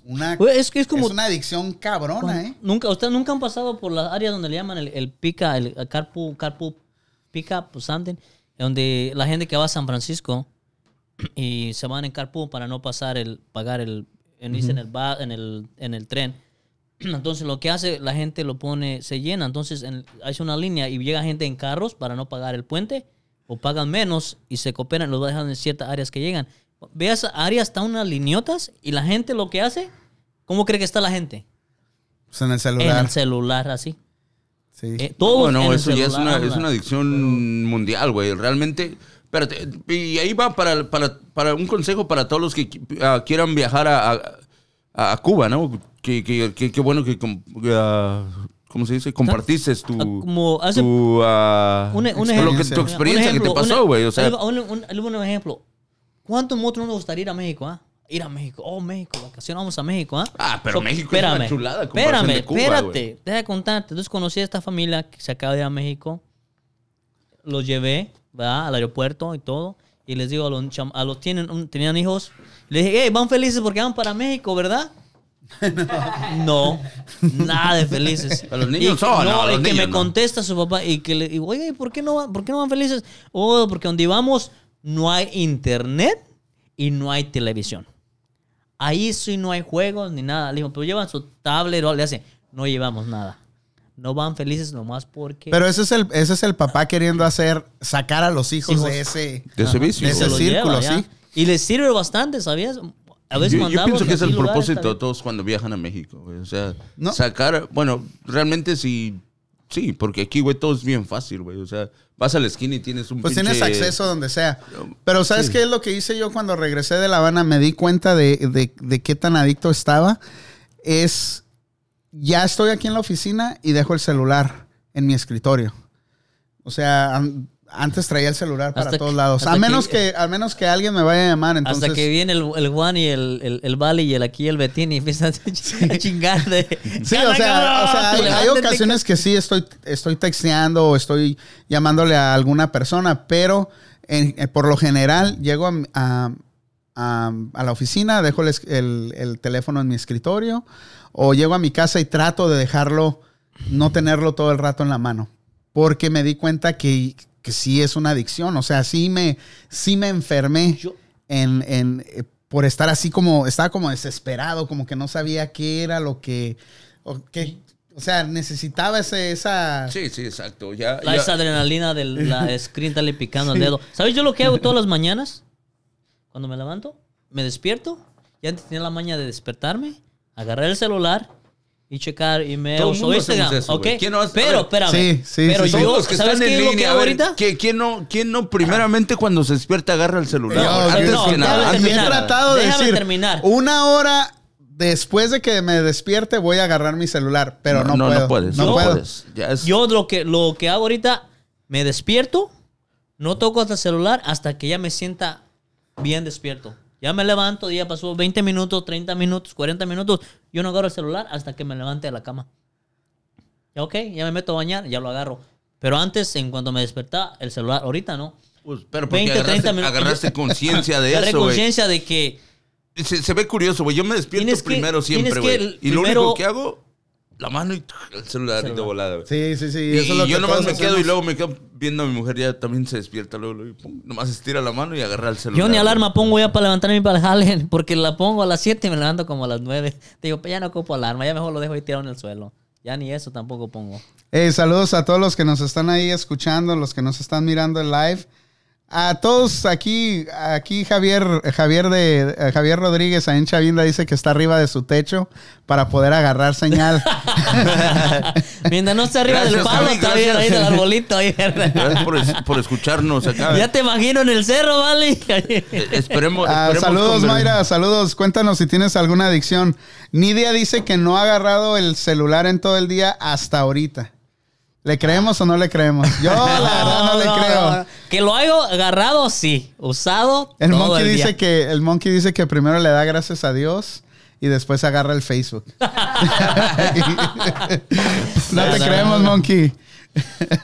S1: una,
S3: Güey, Es que es como.
S1: es una adicción cabrona, ¿eh?
S3: Nunca, ustedes nunca han pasado por las áreas donde le llaman el, el pica, el carpool, carpool pica, pues something, donde la gente que va a San Francisco y se van en carpool para no pasar el, pagar el, en, irse en el ba- en el, en el tren. Entonces lo que hace, la gente lo pone, se llena, entonces en, hace una línea y llega gente en carros para no pagar el puente o pagan menos y se cooperan, los dejan en ciertas áreas que llegan. Ve a esas áreas, están unas liniotas y la gente lo que hace, ¿cómo cree que está la gente?
S1: Pues en el
S3: En
S1: celular.
S3: el celular, así.
S1: sí.
S3: Eh, todos en
S2: bueno,
S3: el
S2: eso ya es
S3: celular,
S2: una, es
S3: ¿verdad?
S2: una adicción mundial, güey. Realmente. Espérate, y ahí va para, para, para un consejo para todos los que qui- ah, quieran viajar a, a- a Cuba, ¿no? Qué que, que- qué bueno que, com- que, ah, ¿cómo se dice? Compartiste tu,
S3: Ah, como hace-
S2: tu, ah,
S3: Un- un
S2: experiencia,
S1: ejemplo.
S2: lo que- tu
S1: Un
S2: experiencia
S3: Un ejemplo,
S2: que te pasó,
S3: una-
S2: güey. O sea,
S3: ahí va un, un- ahí va un ejemplo. ¿Cuánto monstruo nos gustaría ir a México, ah? Ir a México. Oh, México, vacaciones, vamos a México, ah.
S2: Ah, pero México es una chulada en comparación
S3: Espérame,
S2: de Cuba,
S3: espérate.
S2: güey.
S3: Deja de contarte. Entonces conocí a esta familia que se acaba de ir a México. Los llevé, ¿verdad? Al aeropuerto y todo. Y les digo a los, cham- a los tienen, un- tenían hijos. Les dije, hey, van felices porque van para México, ¿verdad? No, nada de felices.
S2: A los niños,
S3: Y-
S2: oh, no, a los
S3: y que
S2: niños,
S3: me
S2: no.
S3: contesta su papá y que le digo, oye, ¿y ¿por qué no, van- por qué no van felices? Oh, porque donde vamos no hay internet y no hay televisión. Ahí sí no hay juegos ni nada. Le digo, pero llevan su tablet o le hace, no llevamos nada. No van felices nomás porque...
S1: Pero ese es el, ese es el papá queriendo hacer, sacar a los hijos
S3: Hijos.
S1: de ese.
S2: de ese vicio.
S1: de
S3: se
S1: ese
S3: lo
S2: güey.
S1: círculo,
S3: ya.
S1: sí.
S3: Y les sirve bastante, ¿sabías? A veces
S2: yo, yo
S3: mandamos
S2: pienso que es
S3: así
S2: el
S3: lugares
S2: propósito de
S3: también.
S2: todos cuando viajan a México. güey. O sea,
S1: No.
S2: sacar, bueno, realmente sí, sí, porque aquí, güey, todo es bien fácil, güey. O sea, vas a la esquina y tienes un
S1: Pues
S2: pinche-
S1: tienes acceso donde sea. Pero ¿sabes qué es lo que hice yo cuando regresé de La Habana? Me di cuenta de, de- de qué tan adicto estaba. Es, ya estoy aquí en la oficina y dejo el celular en mi escritorio. O sea, an- antes traía el celular para
S3: Hasta
S1: todos
S3: que-
S1: lados. A
S3: hasta
S1: menos
S3: que-
S1: que, al menos que alguien me vaya a llamar. Entonces,
S3: Hasta que viene el, el Juan y el, el, el Vali y el aquí el Betín y empiezan a ch- a chingar de...
S1: Sí, o sea, o
S3: pues
S1: sea, hay, hay
S3: Levántate,
S1: ocasiones que sí estoy, estoy texteando o estoy llamándole a alguna persona, pero en- eh, por lo general llego a, mi- a- a- a la oficina, dejo el, es- el- el teléfono en mi escritorio o llego a mi casa y trato de dejarlo, no tenerlo todo el rato en la mano, porque me di cuenta que, que sí es una adicción, o sea, sí me, sí me enfermé
S3: Yo-
S1: en, en, eh, por estar así como, estaba como desesperado, como que no sabía qué era lo que, o qué, O sea, necesitaba ese, esa...
S2: Sí, sí, exacto. Ya,
S3: La,
S2: ya-
S3: esa adrenalina de la screen está le picando el dedo. ¿Sabes yo lo que hago todas las mañanas? Cuando me levanto, me despierto. Y antes tenía la maña de despertarme, agarrar el celular y checar
S2: Todo el
S3: emails o
S2: mundo
S3: Instagram.
S2: hacemos eso,
S3: ¿ok?
S2: güey. ¿Quién no hace- a
S3: pero,
S2: ver.
S3: espérame.
S1: Sí, sí,
S3: pero
S1: sí, sí.
S2: Todos
S3: yo,
S2: los que
S3: ¿sabes
S2: están
S3: qué
S2: en
S3: es lo que
S2: línea,
S3: hago
S2: a ver,
S3: ahorita?
S2: ¿qué- ¿quién, no, ¿Quién no primeramente cuando se despierta agarra el celular?
S1: eh, Yo,
S3: no,
S2: antes
S3: no,
S2: que
S3: no,
S2: nada,
S3: déjame
S2: antes que
S1: he
S3: terminar.
S2: nada.
S1: tratado de
S3: Déjame
S1: decir,
S3: terminar.
S1: una hora después de que me despierte voy a agarrar mi celular, pero no,
S2: no,
S1: puedo.
S2: puedes.
S1: No
S2: No,
S1: puedo.
S2: puedes. Ya es-
S3: Yo lo que, lo que hago ahorita, me despierto, no toco hasta el celular hasta que ya me sienta bien despierto. Ya me levanto, ya pasó 20 minutos, 30 minutos, 40 minutos. Yo no agarro el celular hasta que me levante de la cama. Ya, ok, ya me meto a bañar, ya lo agarro. Pero antes, en cuanto me despertaba, el celular, ahorita no.
S2: Pues, pero porque
S3: 20, 30
S2: agarraste,
S3: minutos.
S2: agarraste conciencia de
S3: Ya
S2: eso, güey.
S3: conciencia de que
S2: Se, se ve curioso, güey. Yo me despierto
S3: Tienes que-
S2: primero siempre,
S3: tienes que
S2: güey.
S3: el
S2: Y lo
S3: primero-
S2: único que hago, la mano y el celular y de volada, güey.
S1: Sí, sí, sí.
S2: Y,
S1: eso es lo
S2: yo
S1: que
S2: nomás
S1: todos
S2: me quedo y
S1: hacemos.
S2: luego me quedo viendo a mi mujer, ya también se despierta luego, luego, y pum, nomás estira la mano y agarra el celular.
S3: yo ni
S2: güey.
S3: alarma pongo ya para levantarme para el jale, porque la pongo a las 7 y me levanto como a las 9. Digo, pues ya no ocupo alarma, ya mejor lo dejo ahí tirado en el suelo. Ya ni eso tampoco pongo.
S1: Eh, saludos a todos los que nos están ahí escuchando, los que nos están mirando en live. A todos aquí, aquí Javier, Javier de eh, Javier Rodríguez ahí en Chavinda dice que está arriba de su techo para poder agarrar señal. Ah,
S3: Mientras no esté arriba del
S2: Gracias,
S3: palo,
S2: Javi,
S3: está bien ahí
S2: gracias.
S3: del arbolito. ahí, ¿verdad?
S2: Gracias por, es- por escucharnos acá.
S3: ya te imagino en el cerro, ¿vale?
S2: Eh, Esperemos,
S1: Ah,
S2: esperemos
S1: saludos,
S2: conver-
S1: Mayra, saludos. Cuéntanos si tienes alguna adicción. Nidia dice que no ha agarrado el celular en todo el día hasta ahorita. ¿Le creemos o no le creemos? Yo la verdad no, le creo.
S3: no. Que lo haya agarrado, sí. Usado.
S1: El
S3: todo
S1: monkey
S3: el día.
S1: dice que el monkey dice que primero le da gracias a Dios y después agarra el Facebook. no te
S3: No, no,
S1: creemos,
S3: no.
S1: monkey.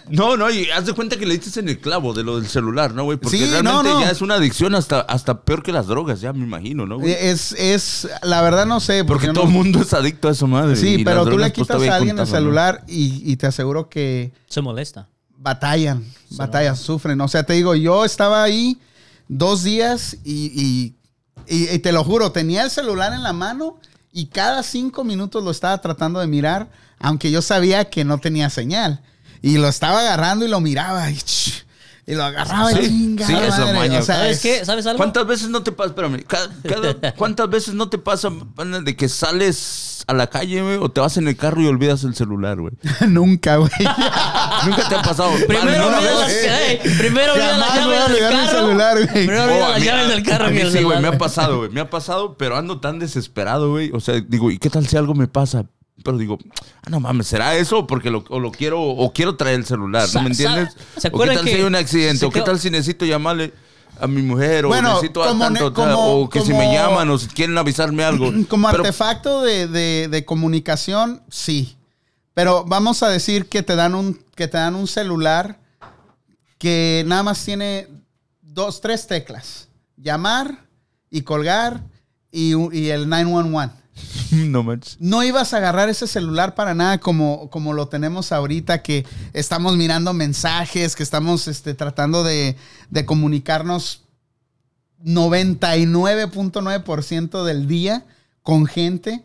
S2: No, no, y haz de cuenta que le dices en el clavo de lo del celular, ¿no, güey? Porque
S1: Sí, no,
S2: realmente
S1: no.
S2: ya es una adicción hasta, hasta peor que las drogas, ya me imagino, ¿no, güey?
S1: Es, es, la verdad no sé.
S2: Porque
S1: yo
S2: todo el
S1: Eh, no-
S2: mundo es adicto a eso, madre. y
S1: Sí,
S2: las
S1: pero tú
S2: drogas,
S1: le
S2: pues,
S1: quitas
S2: todavía
S1: a alguien el
S2: juntan, ¿no?
S1: celular y, y te aseguro que
S3: Se molesta.
S1: batallan, batallan, sufren. O sea, te digo, yo estaba ahí dos días y, y- y- y te lo juro, tenía el celular en la mano y cada cinco minutos lo estaba tratando de mirar, aunque yo sabía que no tenía señal. Y lo estaba agarrando y lo miraba y, ch- y lo agarraba y
S2: Sí,
S1: chingada
S2: sí, es la
S1: madre.
S2: maña.
S1: O sea,
S3: ¿Sabes
S1: es-
S3: qué? ¿Sabes algo?
S2: ¿Cuántas veces no te pasa? Espérame. ca- cada- ¿Cuántas veces no te pasa pana, de que sales a la calle, güey, o te vas en el carro y olvidas el celular, güey?
S1: Nunca, güey.
S2: Nunca te ha pasado.
S3: Primero
S2: Vale,
S3: olvida
S2: una
S3: las,
S2: vez.
S3: eh, primero olvida
S1: Jamás
S3: las
S1: voy a
S3: llaves del
S1: olvidar mi
S3: carro.
S1: celular, güey.
S2: Oh,
S3: Primero olvida
S2: a
S3: las
S2: mí-
S3: llaves del carro
S2: a mí
S3: que el
S2: sí, güey, me ha
S3: celular.
S2: pasado, güey. Me ha pasado, pero ando tan desesperado, güey. O sea, digo, ¿y qué tal si algo me pasa? Pero digo, ah, no mames, ¿será eso? Porque lo, o lo quiero, o quiero traer el celular,
S3: Sa-
S2: ¿no me
S3: sa-
S2: entiendes?
S3: ¿se
S2: ¿O qué
S3: acuerdan
S2: tal si
S3: que-
S2: hay un accidente?
S3: se
S2: ¿O qué
S3: quedó-
S2: tal si necesito llamarle a mi mujer? ¿O
S1: Bueno,
S2: necesito a
S1: como
S2: tanto?
S1: ne- como-
S2: o que si
S1: como-
S2: me llaman o si quieren avisarme algo.
S1: Como
S2: Pero-
S1: artefacto de, de- de comunicación, sí. Pero vamos a decir que te dan un, que te dan un celular que nada más tiene dos, tres teclas. Llamar y colgar y, u- y el 911.
S2: no manches.
S1: No ibas a agarrar ese celular para nada como, como lo tenemos ahorita, que estamos mirando mensajes, que estamos este, tratando de, de comunicarnos 99.9% del día con gente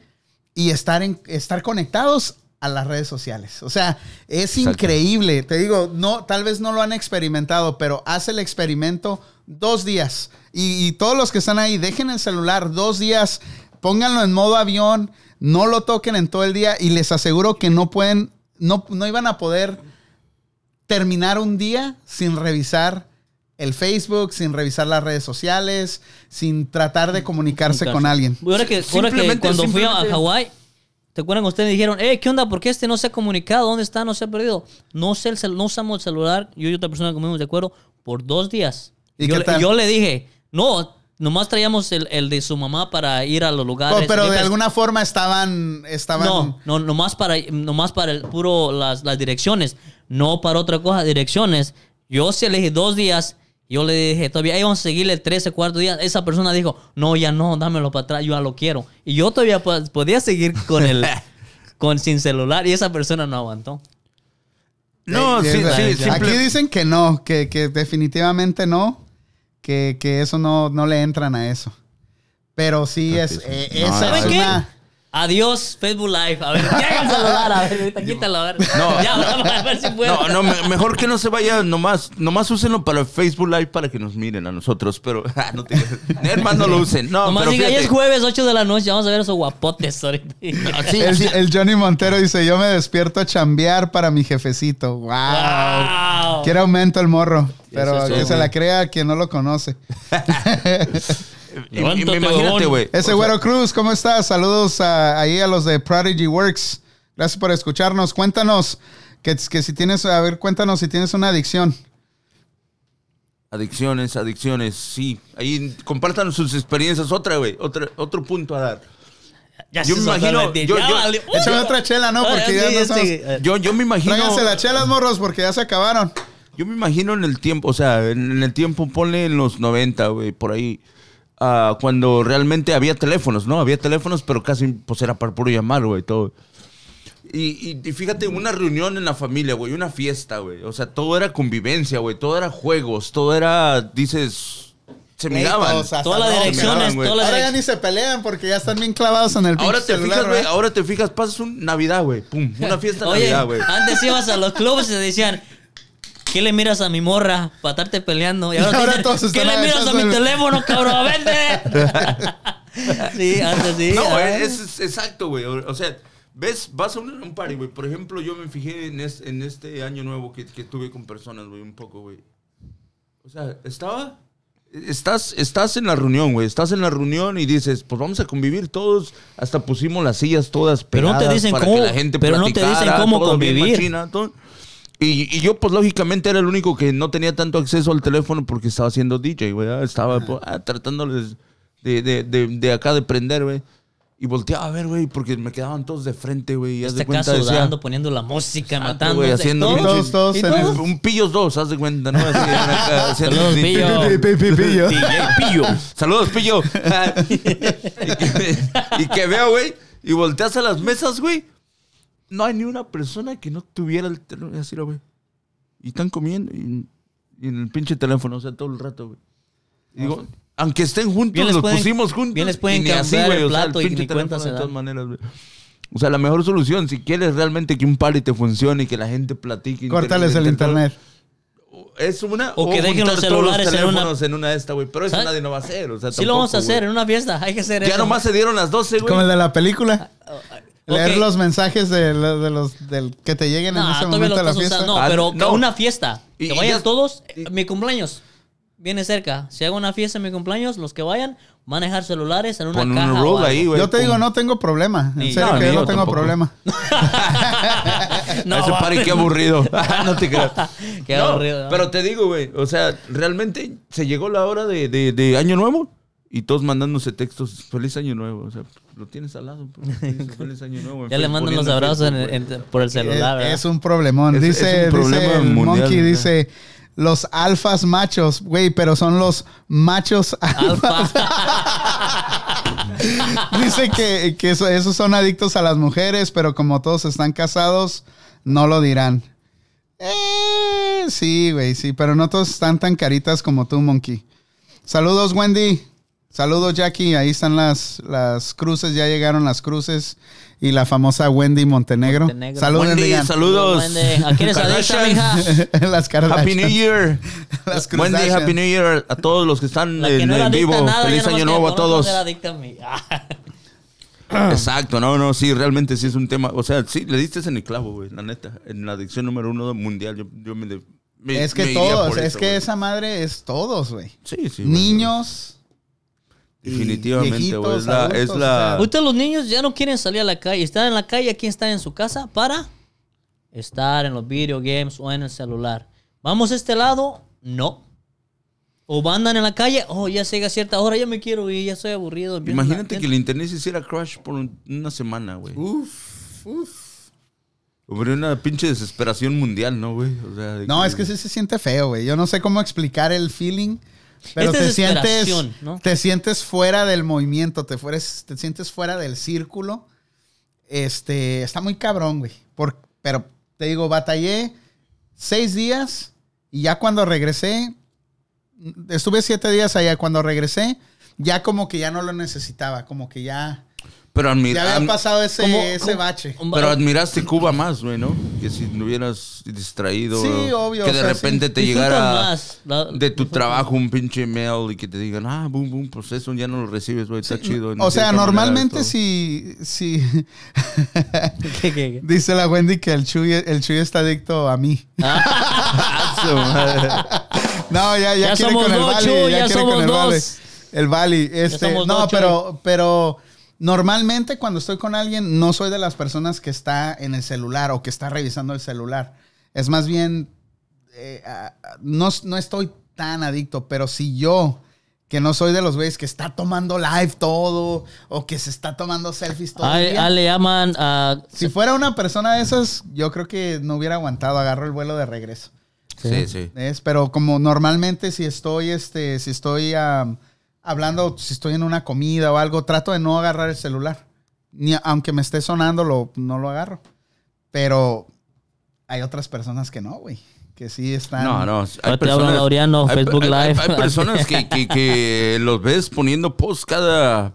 S1: y estar, en, estar conectados a las redes sociales. O sea, es
S2: Exacto.
S1: increíble. Te digo, no, tal vez no lo han experimentado, pero haz el experimento dos días. Y, y todos los que están ahí, dejen el celular dos días, pónganlo en modo avión, no lo toquen en todo el día y les aseguro que no pueden, no, no iban a poder terminar un día sin revisar el Facebook, sin revisar las redes sociales, sin tratar de comunicarse con alguien.
S3: Ahora que, ahora que
S2: Simplemente-
S3: cuando fui a
S2: simplemente-
S3: Hawái, ¿te acuerdan que ustedes dijeron, eh, ¿qué onda? ¿Por qué este no se ha comunicado? ¿Dónde está? No se ha perdido. No, sé el cel- no usamos el celular, yo y otra persona comimos de acuerdo, por dos días.
S1: ¿Y
S3: yo,
S1: qué
S3: le,
S1: tal?
S3: yo le dije, no, nomás traíamos el, el de su mamá para ir a los lugares.
S1: Oh, pero de
S3: Entonces,
S1: alguna forma estaban, estaban
S3: No, no, nomás para, nomás para el puro las, las direcciones, no para otra cosa, direcciones. Yo sí elegí dos días, yo le dije, todavía ahí vamos a seguirle el 13, cuarto día. Esa persona dijo, no, ya no, dámelo para atrás, yo ya lo quiero. Y yo todavía po- podía seguir con el, con sin celular y esa persona no aguantó.
S2: No,
S1: Eh,
S2: sí,
S1: eh,
S2: sí,
S1: Aquí
S2: simple-
S1: dicen que no, que, que definitivamente no, que, que eso no, no le entran a eso. Pero sí es,
S2: Entonces,
S1: eh,
S2: Ah, no,
S1: esa
S2: ¿saben
S1: es
S3: qué?
S1: una
S3: Adiós, Facebook Live. A ver, llega el celular. A ver, ahorita quítalo. A ver.
S2: No.
S3: ya, a ver si puedo.
S2: No, no, me- mejor que no se vaya, nomás, nomás úsenlo para el Facebook Live para que nos miren a nosotros, pero ah, no te, Además, no lo usen. No,
S3: Nomás
S2: pero
S3: diga, ya
S2: fíjate.
S3: es jueves, 8 de la noche. Vamos a ver esos guapotes ahorita.
S2: Sí,
S1: El,
S2: sí.
S1: el Johnny Montero dice, yo me despierto a chambear para mi jefecito. Wow.
S3: Wow.
S1: Quiere aumento el morro, pero
S3: Eso es
S1: que se
S3: todo.
S1: la crea quien no lo conoce.
S2: Y- y- me
S3: Levántate,
S2: imagínate,
S3: huevón.
S2: güey.
S1: Ese güero Cruz, ¿cómo estás? Saludos a- ahí a los de Prodigy Works. Gracias por escucharnos. Cuéntanos que, que si tienes, a ver, cuéntanos si tienes una adicción.
S2: Adicciones, adicciones, sí. Ahí compartan sus experiencias. Otra, güey. Otra, otro punto a dar.
S3: Ya
S2: Yo
S3: se
S2: me
S3: soltó
S2: imagino-
S3: la tía.
S2: yo-
S3: Ya
S2: yo-
S3: valió. Uh.
S1: Échame otra chela, ¿no? Porque
S3: Ah,
S1: ya
S3: sí,
S1: no
S3: este,
S1: somos-
S3: eh,
S2: Yo, yo me imagino.
S1: Tráiganse las
S2: eh,
S1: chelas, morros, porque ya se acabaron.
S2: Yo me imagino en el tiempo, o sea, en en el tiempo, ponle en los 90, güey, por ahí. ah, cuando realmente había teléfonos, ¿no? Había teléfonos, pero casi pues era para puro llamar, güey, todo. Y, y- y fíjate, una reunión en la familia, güey, una fiesta, güey. O sea, todo era convivencia, güey, todo era juegos, todo era, dices, se miraban.
S1: Pleitos, hasta
S3: Todas las
S1: bromas.
S3: direcciones,
S2: güey.
S3: todas las
S1: Ahora ya
S3: direcciones.
S1: ni se pelean porque ya están bien clavados en el
S2: Ahora
S1: pinche
S2: te
S1: celular,
S2: fijas, güey,
S1: ¿verdad?
S2: ahora te fijas, pasas un Navidad, güey, pum, una fiesta de
S3: Oye,
S2: Navidad, güey.
S3: antes ibas a los clubes y te decían, ¿qué le miras a mi morra para estarte peleando? Y
S1: Y
S3: ahora,
S1: ahora
S3: te
S1: todos
S3: dicen, ¿qué
S1: están
S3: le miras a mi
S1: agachando el-
S3: teléfono, cabrón? ¡Vente! sí, antes sí.
S2: No, eh,
S3: ah.
S2: es, es exacto, güey. O, o sea, ves, vas a un, un party, güey. Por ejemplo, yo me fijé en, es- en este año nuevo que, que tuve con personas, güey, un poco, güey. O sea, estaba... Estás, estás en la reunión, güey. Estás en la reunión y dices, pues vamos a convivir todos. Hasta pusimos las sillas todas
S3: Pero no te
S2: pegadas
S3: dicen
S2: para
S3: cómo-
S2: que la gente
S3: pero no te dicen
S2: platicara,
S3: cómo
S2: todo bien
S3: convivir.
S2: machina, todo. Y, y yo, pues lógicamente, era el único que no tenía tanto acceso al teléfono porque estaba haciendo DJ, güey. ah, Estaba pues, ah, tratándoles de, de, de, de acá de prender, güey. Y volteaba a ver, güey, porque me quedaban todos de frente, güey. Y haz
S1: Este
S3: Está
S2: de
S3: acá
S2: cuenta, decía,
S3: sudando, poniendo la música,
S2: Exacto,
S3: matando.
S2: güey, haciendo
S3: todo.
S1: Y todos, todos
S3: ¿Y
S1: en el-
S3: todos?
S2: un pillos dos, haz de cuenta, ¿no? Así, acá, haciendo-
S3: Saludos,
S2: sí,
S3: pillo.
S1: Pi, pi, pi, pi, yo.
S2: DJ Pillo. Saludos, Pillo. y, que, y que veo, güey, y volteas a las mesas, güey. No hay ni una persona que no tuviera el teléfono. Así lo, güey. Y están comiendo y, y en el pinche teléfono, o sea, todo el rato, güey. Y Digo, aunque estén juntos,
S3: Bien les
S2: los
S3: pueden-
S2: pusimos juntos.
S3: bien les pueden
S2: y ni así,
S3: cambiar
S2: güey,
S3: el
S2: o sea,
S3: plato y
S2: pinche
S3: ni cuenta
S2: teléfono
S3: se
S2: de
S3: dan.
S2: todas maneras, güey. O sea, la mejor solución, si quieres realmente que un party te funcione y que la gente platique.
S1: Córtales el
S2: interactúe,
S1: internet.
S2: es una
S3: O que dejen
S2: juntar
S3: los
S2: todos
S3: celulares en una-
S2: teléfonos en una de esta, güey, pero eso
S3: ¿Sabes?
S2: nadie lo va a hacer, o sea,
S3: Sí lo vamos a
S2: tampoco,
S3: hacer en
S2: güey.
S3: una fiesta, hay que hacer
S2: Ya
S3: eso.
S2: nomás se dieron las 12,
S1: Como el
S2: güey.
S1: de la película. Leer
S3: Ok.
S1: los mensajes de, lo- de los del que te lleguen en
S3: No,
S1: ese
S3: todavía
S1: momento
S3: lo
S1: a la
S3: estás
S1: fiesta.
S3: usando. No,
S2: Ah,
S3: pero
S2: no.
S3: que una fiesta.
S2: Y-
S3: que
S2: y
S3: vayan
S2: ya-
S3: todos. eh,
S2: y-
S3: mi cumpleaños viene cerca. Si hago una fiesta en mi cumpleaños, los que vayan van a dejar celulares en una
S2: Pon
S3: caja.
S2: un
S3: o
S2: roll
S3: algo.
S2: ahí, güey.
S1: Yo te digo, no tengo problema. En
S3: Sí.
S1: serio
S2: No,
S1: que yo
S2: ni
S1: no
S2: yo
S1: tengo
S2: tampoco.
S1: problema.
S2: No, ese
S3: va.
S2: party qué aburrido. no te creas.
S3: Qué
S2: No,
S3: aburrido, ¿no?
S2: Pero te digo, güey, o sea, realmente se llegó la hora de, de- de Año Nuevo y todos mandándose textos, feliz Año Nuevo, o sea, lo tienes al lado, pues, feliz, feliz Año Nuevo. en
S3: Ya le
S2: Facebook,
S3: mandan los
S2: poniendo en
S3: abrazos en-
S2: Facebook, güey.
S3: en- por el celular,
S1: Es,
S3: ¿verdad?
S1: Eh, es un problemón.
S2: Eh, Es-
S1: dice
S2: es un problema
S1: dice el
S2: mundial,
S1: Monkey,
S2: ¿verdad?
S1: dice los alfas machos, güey, pero son los machos alfas. dice que, que eso- esos son adictos a las mujeres, pero como todos están casados, no lo dirán. Eh, sí, güey, sí, pero no todos están tan caritas como tú, Monkey. Saludos, Wendy. Saludos, Jackie. Ahí están las, las cruces, ya llegaron las cruces. Y la famosa Wendy Montenegro.
S3: Montenegro.
S1: Saludos,
S2: Wendy,
S1: Regan.
S2: saludos.
S3: Wendy, ¿a quién es adicta,
S2: Kardashian.
S3: mija?
S1: las Kardashian.
S2: Happy New Year.
S1: Las
S2: Wendy,
S1: Kardashian.
S2: Happy New Year a todos los que están
S3: La que
S2: en,
S3: no
S2: en
S3: era adicta
S2: vivo.
S3: a nada, ya
S2: Feliz
S3: nomás
S2: año
S3: que
S2: nuevo a
S3: conozco
S2: todos.
S3: era adicta a mí.
S2: Exacto, no, no, sí, realmente sí es un tema. O sea, sí, le diste en el clavo, güey, la neta. En la adicción número uno mundial, yo, yo me, de- me-
S1: Es que
S2: me iría
S1: todos,
S2: por
S1: es
S2: eso,
S1: que
S2: güey.
S1: esa madre es todos, güey.
S2: Sí, sí, güey.
S1: Niños. y
S2: Definitivamente, güey. Es la.
S1: viejitos,
S2: Es
S1: adultos,
S2: la
S1: o sea.
S3: Ustedes los niños ya no quieren salir a la calle. Están en la calle, aquí están en su casa para estar en los video games o en el celular. ¿Vamos a este lado? No. O andan en la calle, oh, ya llega cierta hora, ya me quiero ir, ya estoy aburrido. Empiezan
S2: imagínate
S3: a-
S2: que el internet se hiciera crash por un- una semana, güey.
S1: Uf, uf.
S2: Hubiera una pinche desesperación mundial, ¿no, güey? O sea, de
S1: No, es que sí se siente feo, güey. Yo no sé cómo explicar el feeling. Pero
S3: Es
S1: te sientes,
S3: desesperación, ¿no?
S1: te sientes fuera del movimiento, te, fueres- te sientes fuera del círculo. Este, está muy cabrón, güey. Por- pero te digo, batallé seis días y ya cuando regresé, estuve siete días allá. Cuando regresé, ya como que ya no lo necesitaba, como que ya.
S2: Pero admira-
S1: Ya había
S2: am-
S1: pasado ese,
S3: ¿Cómo-
S1: ese
S3: cómo-
S1: bache.
S3: Un-
S2: Pero admiraste Cuba más, güey, ¿no? Que si no hubieras distraído.
S1: Sí, obvio,
S2: Que
S1: o
S2: de
S1: sea,
S2: repente
S1: sí.
S2: te
S3: Disfrutas
S2: llegara
S3: más, la-
S2: de tu trabajo un pinche mail y que te digan, ah, boom, boom, pues eso ya no lo recibes, güey, está chido. en
S1: O sea,
S2: cierta
S1: normalmente
S2: manera,
S1: si, si
S3: ¿Qué, qué, qué?
S1: dice la Wendy que el Chuy, el Chuy está adicto a mí.
S2: esto.
S1: No, ya, ya,
S3: Ya
S1: quiere
S3: somos
S1: con el
S3: dos,
S1: Bali,
S3: Chuy,
S1: ya,
S3: ya
S1: quiere con
S3: somos
S1: el Bali.
S3: dos.
S1: El Bali, este,
S3: somos
S1: no,
S3: dos, Chuy.
S1: pero, pero normalmente cuando estoy con alguien no soy de las personas que está en el celular o que está revisando el celular. Es más bien, eh, ah, ah, no, no estoy tan adicto, pero si yo que no soy de los güeyes que está tomando live todo o que se está tomando selfies todo el
S3: Ah,
S1: día.
S3: ah, le llaman a...
S1: Si fuera una persona de esas, yo creo que no hubiera aguantado. Agarro el vuelo de regreso.
S2: Sí, sí.
S1: ¿ves? Pero como normalmente si estoy, este, si estoy am, hablando, si estoy en una comida o algo, trato de no agarrar el celular. Ni, a- aunque me esté sonando, lo, no lo agarro. Pero hay otras personas que no, güey. Que sí están...
S2: No, no.
S3: Ahora te hablan Laureano, Facebook
S2: hay- hay-
S3: Live.
S2: hay personas que, que- que los ves poniendo post cada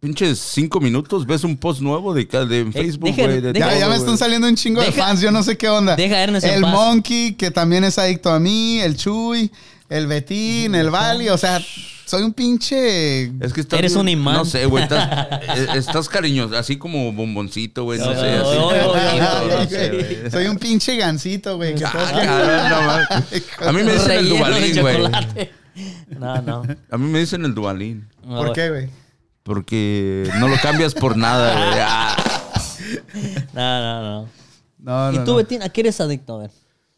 S2: pinches cinco minutos. Ves un post nuevo de, cada- de en Facebook,
S3: dejen-
S2: güey. de
S1: Ya,
S3: dejen-
S2: todo,
S1: Eh, ya me
S2: güey.
S1: están saliendo un chingo de
S3: Deja-
S1: fans, yo no sé qué onda.
S3: deja a Ernest en
S1: El
S3: paz.
S1: Monkey, que también es adicto a mí, el Chuy, el Betín, el Bali, o sea, soy un pinche...
S2: Es que estás,
S3: Eres un imán.
S2: No sé, güey. Estás, eh, estás cariñoso, así como bomboncito, güey. No
S3: Ay,
S2: sé.
S3: ay, ay,
S2: así.
S3: ay,
S2: No sé, güey.
S1: Soy un pinche gancito, güey. que
S2: Ah,
S1: todos-
S2: cabrón, no mames. A mí me dicen el
S3: Relleno de
S2: Dubalín, güey.
S3: chocolate. No, no.
S2: A mí me dicen el Dubalín.
S1: ¿Por qué, güey?
S2: Porque no lo cambias por nada, güey. Ah.
S3: No, no, no.
S1: No, no,
S3: ¿Y tú,
S1: no.
S3: Betín, a qué eres adicto? A ver.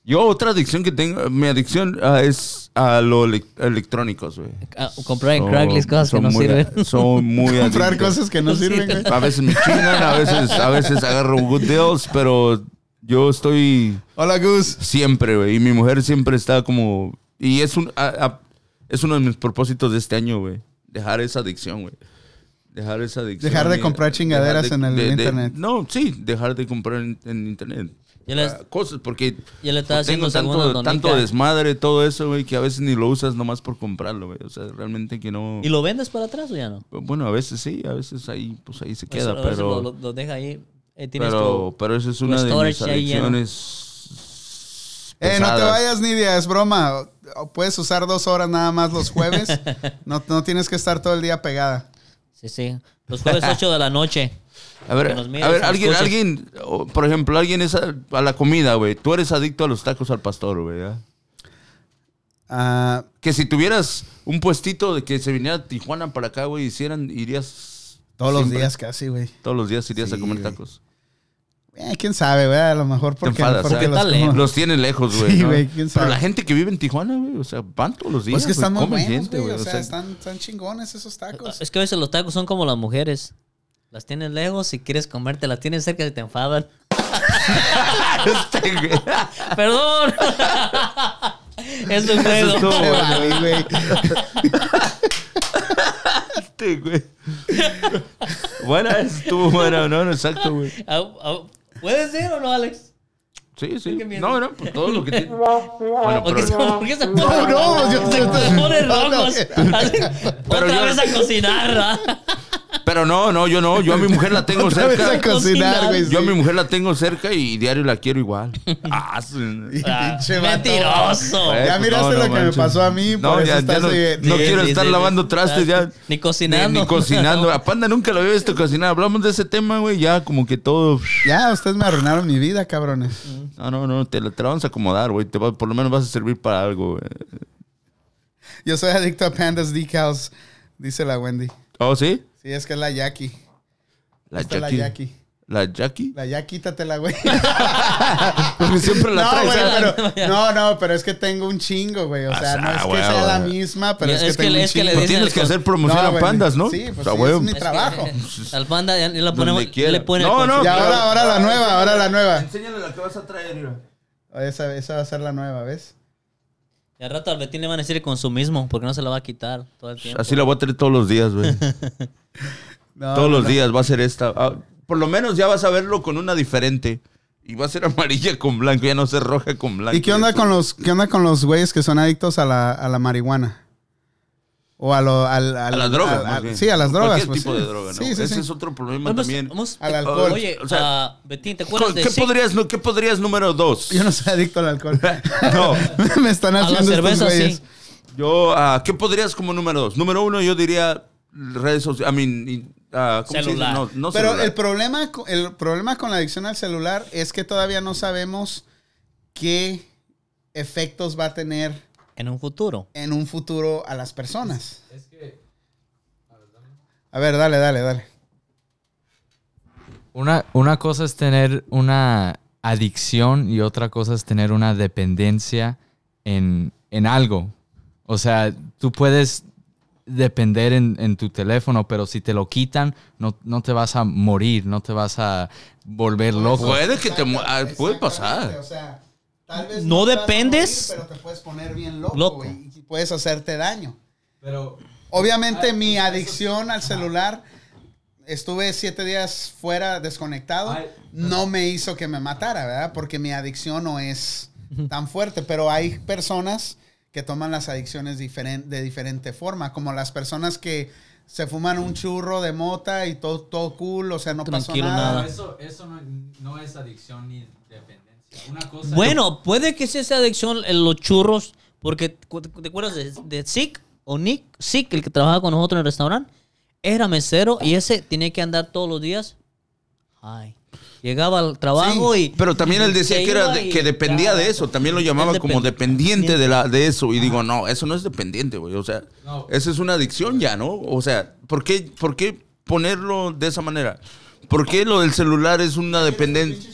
S2: Yo otra adicción que tengo, mi adicción ah, es a los electrónicos, güey.
S3: A- comprar en
S2: Son-
S3: Craigslist cosas que
S2: Oh, son
S3: no
S2: muy-
S3: sirven.
S2: Son muy
S1: Comprar
S2: adictos.
S1: cosas que no
S3: No
S1: sirven,
S3: sirven.
S1: güey.
S2: A veces me chingan, a veces, a veces agarro good deals, pero yo estoy
S1: Hola, Gus.
S2: siempre, güey. Y mi mujer siempre está como... Y es, un, a- a- es uno de mis propósitos de este año, güey. Dejar esa adicción, güey. Dejar esa adicción.
S1: Dejar de
S2: y-
S1: comprar chingaderas
S2: dejar
S1: en el
S2: de- de-
S1: internet.
S2: no, sí, dejar de comprar en, en internet.
S3: Yo les-
S2: Ah, cosas, porque
S3: Yo le estaba
S2: tengo
S3: haciendo
S2: tanto,
S3: segunda donica.
S2: tanto desmadre, todo eso, güey, que a veces ni lo usas nomás por comprarlo, güey. O sea, realmente que no...
S3: ¿Y lo vendes para atrás o ya no?
S2: Bueno, a veces sí, a veces ahí, pues ahí se queda,
S3: Eso- eso
S2: pero...
S3: lo, lo deja ahí. Eh, tienes
S2: Pero, pero esa es
S3: tu
S2: una de mis
S3: storage ahí lleno.
S2: adicciones.
S1: Eh, no te
S2: pesadas.
S1: vayas, Nidia, es broma. O- o Puedes usar dos horas nada más los jueves. No, no tienes que estar todo el día pegada.
S3: tu- Sí, sí. Los jueves 8 de la noche.
S2: A ver,
S3: Que nos mires,
S2: a ver
S3: nos
S2: alguien,
S3: escuches.
S2: alguien, o, por ejemplo, alguien es a, a la comida, güey. Tú eres adicto a los tacos al pastor, güey. ¿ah?
S1: Ah,
S2: Que si tuvieras un puestito de que se viniera a Tijuana para acá, güey, hicieran, irías.
S1: todos los
S2: siempre.
S1: días casi, güey.
S2: Todos los días irías
S1: Sí,
S2: a comer
S1: güey.
S2: tacos.
S1: Eh, quién sabe, güey. A lo mejor porque,
S2: enfadas,
S1: porque
S2: ¿eh?
S1: los
S3: Dale.
S1: como-
S2: Los tienen lejos, güey.
S1: Sí,
S2: ¿no?
S1: güey, quién
S2: Pero
S1: sabe.
S2: la gente que vive en Tijuana, güey, o sea, van todos los días.
S1: Pues que
S2: güey,
S1: están muy
S2: comen
S1: buenos,
S2: gente,
S1: güey. O
S2: o
S1: sea,
S2: sea,
S1: están, están chingones esos tacos.
S3: Es que a veces los tacos son como las mujeres. Las tienes lejos y quieres comerte, las tienes cerca y te enfadan.
S2: este, güey.
S3: ¡Perdón! es un
S2: Eso
S3: juego.
S2: estuvo
S1: Qué
S2: bueno,
S1: vale, güey.
S2: este, güey. Buena, estuvo buena, no, no, exacto, güey.
S3: Au, au. Ah, ¿Puedes ir o no, Alex?
S2: Sí, sí.
S3: que mierda.
S2: No, no, pues todo lo que tiene. Bueno,
S3: ¿Por qué se,
S2: pero,
S3: por qué se
S1: No, no, yo-
S3: se
S1: yo-
S3: ponen
S1: no, no.
S3: rojos. Así,
S2: Pero
S3: otra
S2: yo-
S3: vez a cocinar, ¿verdad?
S2: pero no, no, yo no. Yo a mi mujer la tengo
S1: Otra vez a
S2: cerca.
S1: cocinar, güey.
S2: Yo a
S1: sí.
S2: mi mujer la tengo cerca y diario la quiero igual. Ah, sí.
S3: Ah,
S1: Pinche vato.
S3: mentiroso.
S2: Eh,
S1: Ya
S2: pues,
S1: miraste lo que me pasó a mí, por eso
S2: ya
S1: estás
S2: no,
S1: de-
S2: no
S3: Sí,
S2: quiero
S3: sí,
S2: estar
S3: sí,
S2: lavando
S3: sí. Ah,
S2: trastes ya.
S3: Ni cocinando.
S2: Ni, ni cocinando. A Panda nunca lo había visto cocinar. Hablamos de ese tema, güey. Ya como que todo.
S1: Ya, ustedes me arruinaron mi vida, cabrones.
S2: No, no, no. Te, la- te la vamos a acomodar, güey. Te va- Por lo menos vas a servir para algo, güey.
S1: Yo soy adicto a pandas decals, dice la Wendy.
S2: ¿Oh, sí?
S1: Sí, es que es la Jackie.
S2: La
S1: Esta es la
S2: Jackie.
S1: Jackie.
S2: ¿La Jackie?
S1: La ya quítatela, güey.
S2: Porque siempre la
S1: no,
S2: traes.
S1: güey,
S2: ¿eh?
S1: pero, no, no, pero es que tengo un chingo, güey. O
S2: Ah,
S1: sea, no es que
S2: güey,
S1: sea
S2: güey.
S1: la misma, pero
S3: Ya,
S1: es que
S3: es que
S1: tengo
S3: le-
S1: un
S3: es que le
S1: chingo.
S2: Pues tienes que hacer promoción
S1: No,
S2: a
S1: güey.
S2: pandas, ¿no?
S1: Sí, pues
S2: O sea,
S1: sí,
S2: güey,
S1: es mi trabajo.
S3: Al panda ya le
S2: Donde
S3: ponemos.
S2: quiera.
S3: Le ponen
S2: No,
S3: el
S2: no.
S1: Y
S3: concepto.
S1: ahora, ahora la nueva, ahora la nueva.
S2: Enséñale la que vas a traer, mira.
S1: Esa, esa va a ser la nueva, ¿ves?
S3: Y al rato al Betín le van a decir el consumismo porque no se la va a quitar todo el tiempo.
S2: Así la voy a traer todos los días, güey.
S1: No,
S2: todos
S1: no,
S2: los
S1: no.
S2: días va a ser esta. Ah, por lo menos ya vas a verlo con una diferente. Y va a ser amarilla con blanco, ya no ser roja con blanco.
S1: ¿Y qué onda con los, qué onda con los güeyes que son adictos a la, a la marihuana? O a, lo, al, al-
S2: A las drogas.
S1: al-
S2: más
S1: al-
S2: bien.
S1: Ah, sí, a las drogas.
S2: Cualquier
S1: pues,
S2: tipo
S1: sí.
S2: de droga, ¿no?
S1: Sí, sí,
S2: Ese
S1: sí.
S2: es otro problema
S3: Vamos-
S2: también.
S3: vamos-
S1: Al alcohol.
S3: Oye,
S2: O sea,
S3: ah, Betín, ¿te acuerdas
S2: ¿Qué,
S3: de
S2: qué
S3: Six?
S2: podrías, no, ¿Qué podrías número dos?
S1: Yo no soy adicto al alcohol.
S2: No.
S1: Me están
S3: A la
S1: haciendo estos
S3: cerveza,
S1: güeyes.
S3: sí.
S2: Yo, ah, ¿qué podrías como número dos? Número uno, yo diría redes sociales. I mean, y, ah, ¿cómo se dice?
S3: Celular.
S2: No, no
S1: Pero
S2: celular.
S1: el problema, co- el problema con la adicción al celular es que todavía no sabemos qué efectos va a tener
S3: En un futuro.
S1: en un futuro a las personas.
S4: Es que
S1: A ver, dale, dale, dale.
S5: Una, una cosa es tener una adicción y otra cosa es tener una dependencia en, en algo. O sea, tú puedes depender en, en tu teléfono, pero si te lo quitan, no, no te vas a morir, no te vas a volver loco.
S2: Puede que te mu- ah,
S1: Exacta-
S2: puede
S1: exactamente,
S2: pasar.
S1: o sea, tal vez
S3: No
S1: te vas a
S3: dependes.
S1: morir, pero te puedes poner bien loco,
S3: Loco.
S1: güey, y puedes hacerte daño.
S4: Pero
S1: Obviamente
S4: Ah,
S1: mi
S4: eso-
S1: adicción al celular, estuve siete días fuera desconectado,
S4: Ay,
S1: no me hizo que me matara, ¿verdad? Porque mi adicción no es tan fuerte, pero hay personas que toman las adicciones diferen- de diferente forma, como las personas que se fuman un churro de mota y todo, todo cool, o sea, no
S3: Tranquilo,
S1: pasó
S3: nada.
S1: nada.
S4: pero eso, eso no, no es adicción ni dependencia. Una cosa
S3: Bueno, puede que sea esa adicción en los churros, porque cu- ¿te acuerdas de, de Zeke o Nick? Zeke, el que trabajaba con nosotros en el restaurante, era mesero y ese tenía que andar todos los días. Ay. Llegaba al trabajo y...
S2: Pero también él
S3: y
S2: decía
S3: se
S2: que, era
S3: iba
S2: de-
S3: y-
S2: que dependía
S3: ya.
S2: de eso. También lo llamaba
S3: Él
S2: como
S3: depend-
S2: dependiente de, la, de eso. Y digo, no, eso no es dependiente, güey. O sea,
S4: No.
S2: esa es una adicción ya, ¿no? O sea, ¿por qué, ¿por qué ponerlo de esa manera? ¿Por qué lo del celular es una dependencia?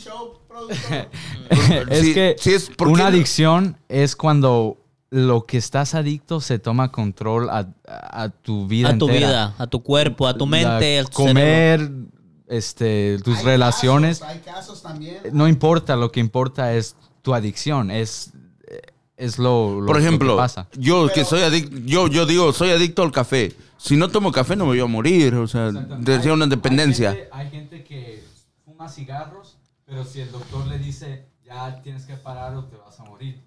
S5: es
S2: Sí,
S5: que
S2: sí es- ¿por
S5: una
S2: qué?
S5: adicción es cuando lo que estás adicto se toma control a, a- a tu vida.
S3: A tu
S5: entera.
S3: vida, a tu cuerpo, a tu mente,
S5: La-
S3: a tu cerebro.
S5: comer, este, tus relaciones.
S1: Hay casos también.
S4: Eh,
S5: No importa, lo que importa es tu adicción, es, es lo, lo-
S2: Por
S5: lo que
S2: ejemplo,
S5: pasa.
S2: yo que soy adicto, yo, yo digo, soy adicto al café. Si no tomo café no me voy a morir, o sea,
S4: Exactamente.
S2: decía una
S4: Hay- hay
S2: dependencia.
S4: gente- Hay gente, que fuma cigarros, pero si el doctor le dice ya tienes que parar o te vas a morir,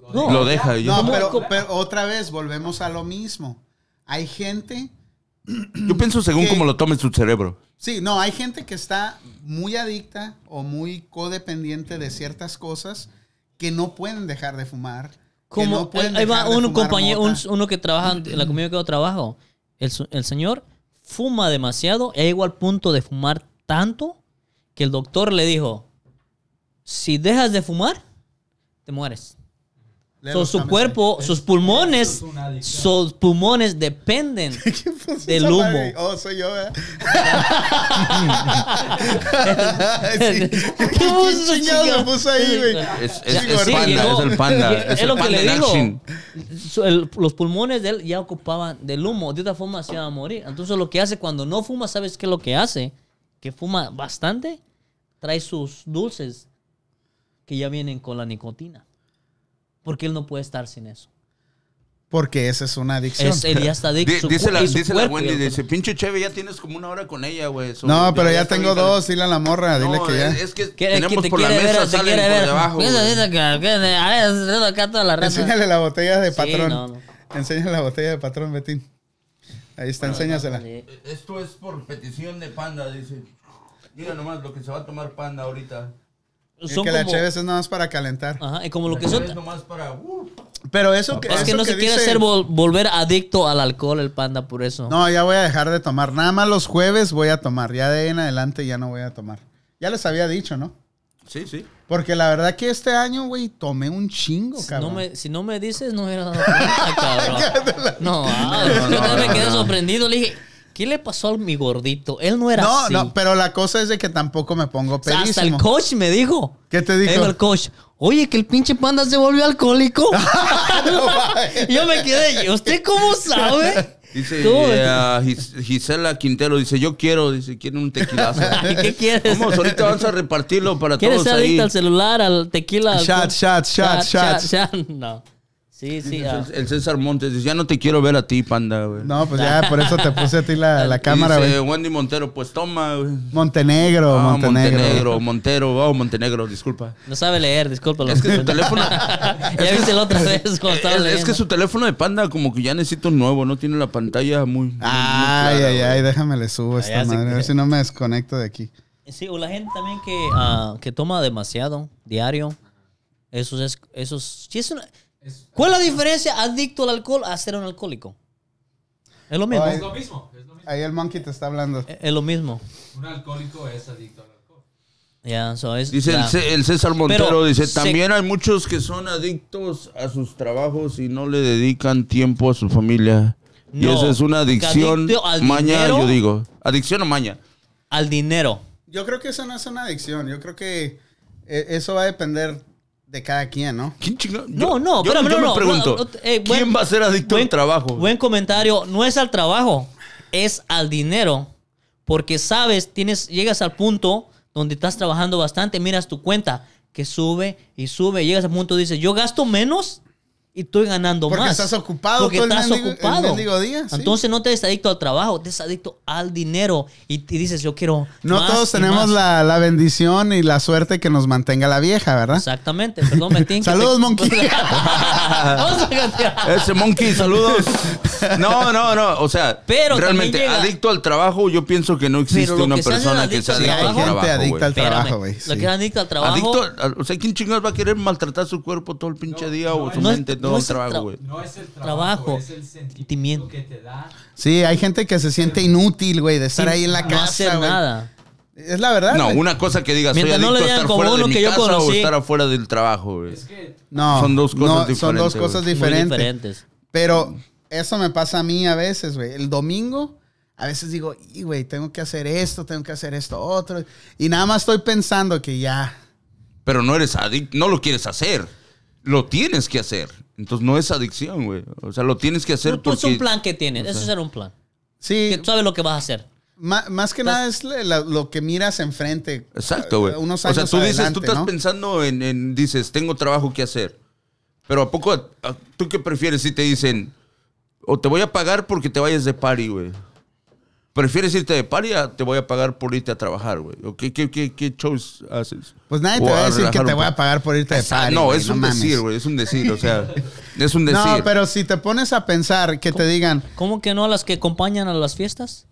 S4: lo,
S3: No.
S2: Lo deja. y Yo,
S1: No,
S3: ¿Cómo-
S1: pero,
S3: cómo-
S1: pero otra vez volvemos a lo mismo. Hay gente,
S2: yo pienso según
S1: ¿Qué?
S2: cómo lo tome su cerebro.
S1: sí, no, hay gente que está muy adicta o muy codependiente de ciertas cosas que no pueden dejar de fumar. que
S3: Como
S1: no pueden
S3: ahí va
S1: dejar de
S3: un
S1: fumar
S3: compañero, un-
S1: mota.
S3: uno que trabaja en la comida que yo trabajo. El, su- el señor fuma demasiado y llegó al punto de fumar tanto que el doctor le dijo: Si dejas de fumar, te mueres.
S1: Léelo,
S3: So, su
S1: Sammy.
S3: cuerpo, sus pulmones,
S4: eso es una adicción.
S3: sus pulmones dependen del
S1: Esa
S3: humo.
S1: madre- Oh, soy yo, ¿verdad? Sí. ¿Qué
S3: puso,
S1: chingados
S3: chica?
S1: me puso ahí, güey?
S2: Es,
S1: Sí,
S2: es- es
S1: sí,
S2: panda,
S3: llegó.
S2: es el panda.
S3: eh, Es,
S2: el
S3: lo que
S2: panda
S3: le
S2: en
S3: digo.
S2: action.
S3: Su- el- los pulmones de él ya ocupaban del humo. De otra forma se iba a morir. Entonces lo que hace cuando no fuma, ¿sabes qué es lo que hace? Que fuma bastante, trae sus dulces que ya vienen con la nicotina. Porque él no puede estar sin eso.
S1: Porque esa es una adicción.
S3: Es, él ya está adicto.
S2: Di-
S3: su
S2: dice
S3: cu-
S2: la,
S3: y su
S2: dice la
S3: cuerpo
S2: Wendy,
S3: ya lo-
S2: dice, pinche Cheve, ya tienes como una hora con ella, güey. so,
S1: no, pero ya
S2: está
S1: tengo
S2: bien".
S1: dos. Dile a la morra, dile
S2: No,
S1: que ya.
S2: Es, es que
S3: Que- que
S2: tenemos
S3: te
S2: por la
S3: quiere
S2: mesa,
S3: ver, te
S2: salen
S3: quiere
S2: por
S3: ver.
S2: debajo.
S3: Piensa,
S2: güey.
S3: dice que- que- a ver, alrededor acá toda la raza.
S1: Enséñale la botella de
S3: Sí,
S1: patrón.
S3: no, no.
S1: Enséñale la botella de patrón, Betín. Ahí está, enséñasela.
S3: Sí.
S2: Esto es por petición de panda, dice. Mira nomás lo que se va a tomar panda ahorita.
S1: Es
S3: Son
S1: que la
S3: como-
S1: chévere es nada más para calentar.
S3: Ajá, y como lo que
S2: Eso
S3: son.
S2: es nomás para... uh,
S1: Ah. Pero eso que.
S3: Es que
S1: eso
S3: no se quiere
S1: dice-
S3: hacer vol- volver adicto al alcohol el panda por eso.
S1: No, ya voy a dejar de tomar. Nada más los jueves voy a tomar. Ya de ahí en adelante ya no voy a tomar. Ya les había dicho, ¿no?
S2: sí, sí.
S1: Porque la verdad que este año, güey, tomé un chingo,
S3: Si no,
S1: cabrón.
S3: me, si no me dices, no hubiera dado cuenta, cabrón. No, ah,
S2: no,
S3: yo también
S2: no,
S3: me quedé
S2: no.
S3: sorprendido. Le dije, ¿qué le pasó a mi gordito? Él no era
S1: no,
S3: así.
S1: no, pero la cosa es de que tampoco me pongo
S3: O sea,
S1: pedísimo.
S3: hasta el coach me dijo.
S1: ¿Qué te
S3: Me
S1: dijo?
S3: el coach, oye, que el pinche panda se volvió alcohólico. Y yo me quedé, ¿y usted cómo sabe?
S2: Dice
S3: Tú, este-
S2: eh, a Gis- Gisela Quintero, dice, yo quiero, dice, quiero un tequilazo.
S3: ¿Y ¿Qué quieres?
S2: Vamos, ahorita vamos a repartirlo para
S3: ¿Quieres
S2: todos
S3: ser
S2: ahí.
S3: adicto al celular, al tequila? al
S1: Shots,
S3: alcohol?
S1: shots, shots,
S3: Shot,
S1: shots.
S3: shot, shot. No. Sí, sí. ah.
S2: El, el César Montes dice, ya no te quiero ver a ti, panda, güey.
S1: No, pues ya, por eso te puse a ti la, la
S2: Y
S1: cámara,
S2: dice
S1: güey.
S2: Wendy Montero, pues toma, güey.
S1: Montenegro,
S2: Ah,
S1: Montenegro.
S2: Montenegro, Montero, oh, Montenegro, disculpa.
S3: No sabe leer, discúlpalo.
S2: Es que su teléfono...
S3: ya viste la otra vez cuando
S2: Es,
S3: estaba
S2: es que
S3: leyendo.
S2: su teléfono de panda como que ya necesita un nuevo, no tiene la pantalla muy...
S3: Ah,
S1: Ay, ay, ay, déjame le subo
S3: ya
S1: esta
S3: se
S1: madre. A ver
S3: cree.
S1: si no me desconecto de aquí.
S3: Sí, o la gente también que, ah, que toma demasiado, diario. Eso es... Eso es, sí es una-
S4: Es,
S3: ¿Cuál es la diferencia adicto al alcohol a ser un alcohólico? Es lo mismo.
S1: Ay.
S4: es lo mismo, es lo mismo.
S1: Ahí el monkey te está hablando.
S3: Es es lo mismo.
S4: Un alcohólico es adicto al alcohol.
S3: Ya, so es-
S2: Dice el,
S3: ya.
S2: C- el César Montero,
S3: Pero
S2: dice,
S3: se-
S2: también hay muchos que son adictos a sus trabajos y no le dedican tiempo a su familia. y
S3: No,
S2: esa es una adicción,
S3: adicto al
S2: maña,
S3: dinero.
S2: yo digo. Adicción o maña.
S3: al dinero.
S1: Yo creo que eso no es una adicción. Yo creo que eh, eso va a depender de cada quien, ¿no?
S2: ¿Quién chinga- yo-
S3: No, no,
S2: yo,
S3: espérame,
S2: yo
S3: no,
S2: me
S3: no,
S2: pregunto,
S3: no, no, eh,
S2: ¿quién
S3: buen-
S2: va a ser adicto al trabajo?
S3: Buen comentario. No es al trabajo, es al dinero. Porque sabes, tienes, llegas al punto donde estás trabajando bastante, miras tu cuenta que sube y sube. Llegas al punto dices, yo gasto menos y estoy ganando
S1: Porque
S3: más.
S1: estás ocupado
S3: Porque
S1: todo el
S3: estás
S1: mendigo- el
S3: ocupado.
S1: mendigo día, sí.
S3: Entonces no te des adicto al trabajo, te des adicto al dinero. Y, y dices, yo quiero.
S1: No
S3: más
S1: todos
S3: y
S1: tenemos
S3: más".
S1: la, la bendición y la suerte que nos mantenga la vieja, ¿verdad?
S3: Exactamente, perdón, Betín. que
S1: Saludos,
S3: te-
S1: monkey.
S3: Vamos a cambiar.
S2: Ese monkey, saludos. No, no, no. O sea,
S3: Pero también
S2: realmente
S3: llega-
S2: adicto al trabajo, yo pienso que no existe
S3: Pero lo
S2: una
S3: que se hacen
S2: persona que sea
S3: adictos al
S2: adicta al trabajo.
S3: trabajo-
S1: Gente adicta
S2: güey.
S1: al trabajo,
S3: Espérame,
S1: güey,
S3: Lo
S1: sí.
S3: que es adicto al trabajo.
S2: Adicto, al- o sea, ¿quién chingados va a querer maltratar su cuerpo todo el pinche
S4: No,
S2: día o
S4: no,
S2: su
S3: no es-
S2: mente
S3: no
S2: todo el
S3: es el
S2: trabajo,
S3: tra-
S2: güey?
S4: No es el
S3: Trabajo,
S4: trabajo, es el
S3: sentimiento.
S4: sentimiento que te da.
S1: Sí, hay gente que se siente inútil, güey, de estar ahí en la
S3: no
S1: casa.
S3: hacer
S1: güey.
S3: nada.
S1: Es la verdad.
S2: No,
S1: güey.
S2: una cosa que diga, soy
S3: Mientras no
S2: adicto
S3: le
S2: a
S3: digan
S2: estar
S3: como
S2: fuera de
S3: uno
S2: mi
S3: que yo
S2: casa o
S3: conocí.
S2: estar afuera del trabajo, güey.
S4: Es que
S1: No,
S2: Son dos cosas
S1: no, Son dos
S2: diferentes,
S1: cosas
S2: güey.
S3: Muy
S1: diferentes.
S3: diferentes.
S1: Pero eso me pasa a mí a veces, güey. El domingo, a veces digo, y güey, tengo que hacer esto, tengo que hacer esto, otro. Y nada más estoy pensando que ya.
S2: Pero no eres adicto, no lo quieres hacer. Lo tienes que hacer. Entonces no es adicción, güey. O sea, lo tienes que hacer
S3: Tú- tú es pues, un
S2: porque-
S3: plan que tienes. Eso es ser un plan.
S1: Sí,
S3: Que tú sabes lo que vas a hacer.
S1: ma- más que nada es la- la- lo que miras enfrente.
S2: Exacto, güey.
S1: Eh,
S2: O
S1: Unos
S2: sea,
S1: años
S2: tú dices, tú
S1: adelante,
S2: estás
S1: ¿no?
S2: pensando en, en- dices, tengo trabajo que hacer. Pero ¿a poco, a- tú qué prefieres si te dicen, o te voy a pagar porque te vayas de party, güey? ¿Prefieres irte de party a te voy a pagar por irte a trabajar, güey? ¿O qué, qué, qué, qué shows haces?
S1: Pues nadie te
S2: O
S1: va a decir que
S2: relajar
S1: te
S2: un
S1: voy a
S2: poco.
S1: pagar por irte de
S2: Exacto.
S1: party,
S2: No,
S1: güey,
S2: es un
S1: mames.
S2: decir, güey, es un decir, o sea, es un decir.
S1: No, pero si te pones a pensar que te digan,
S3: ¿Cómo que no a las que acompañan a las fiestas?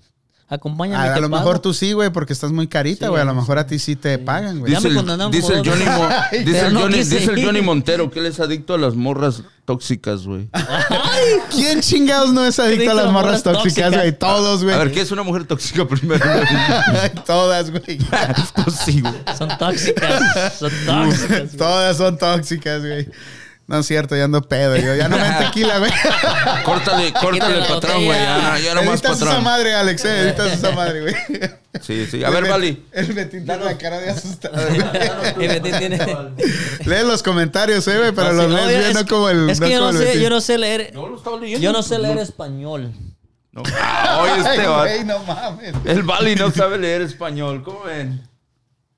S3: Acompañan
S1: a,
S3: y
S1: Ah, a
S3: te
S1: lo
S3: pago.
S1: mejor tú sí, güey, porque estás muy carita,
S3: Sí,
S1: güey. a lo
S3: sí.
S1: mejor a ti sí te pagan, güey.
S3: Ya
S2: Dice
S3: me
S2: el,
S3: condenaron
S2: dice
S3: como
S2: el
S3: dos
S2: Johnny,
S3: veces.
S2: Mo- dice
S3: Pero
S2: el
S3: no
S2: Johnny-
S3: quise
S2: dice el
S3: ir.
S2: Johnny Montero que él es adicto a las morras tóxicas, güey.
S1: ¿Quién chingados no es adicto a las morras tóxicas, güey? Todos, güey.
S2: A ver, ¿qué es una mujer tóxica primero?
S1: Todas, güey.
S2: Pues sí, güey.
S3: Son tóxicas. Son tóxicas. güey.
S1: Todas son tóxicas, güey. No es cierto, ya ando pedo. Yo ya no me tequila, güey.
S2: Córtale, córtale el
S3: la
S2: patrón,
S3: botella.
S2: güey. Ya, ya no más
S1: Editas esa
S2: patrón.
S1: madre, Alex, eh. Editas esa madre, güey.
S2: Sí, sí. A
S1: El
S2: ver,
S1: Bet-
S2: Vali.
S1: El Betín tiene la cara de asustado, güey.
S3: Y Betín tiene-
S1: Lee los comentarios, eh, güey, pero
S3: No,
S1: los
S3: sí,
S1: lees
S3: oye,
S1: bien,
S3: es
S1: no
S3: que-
S1: como el.
S3: Es que yo
S1: como
S3: no
S1: el
S3: sé,
S1: Betín.
S3: yo no sé leer.
S2: No lo estaba leyendo.
S3: Yo no sé leer español.
S2: No. Ah, oye, este va.
S1: Ay, güey, no mames.
S2: El Vali no sabe leer español. ¿Cómo ven?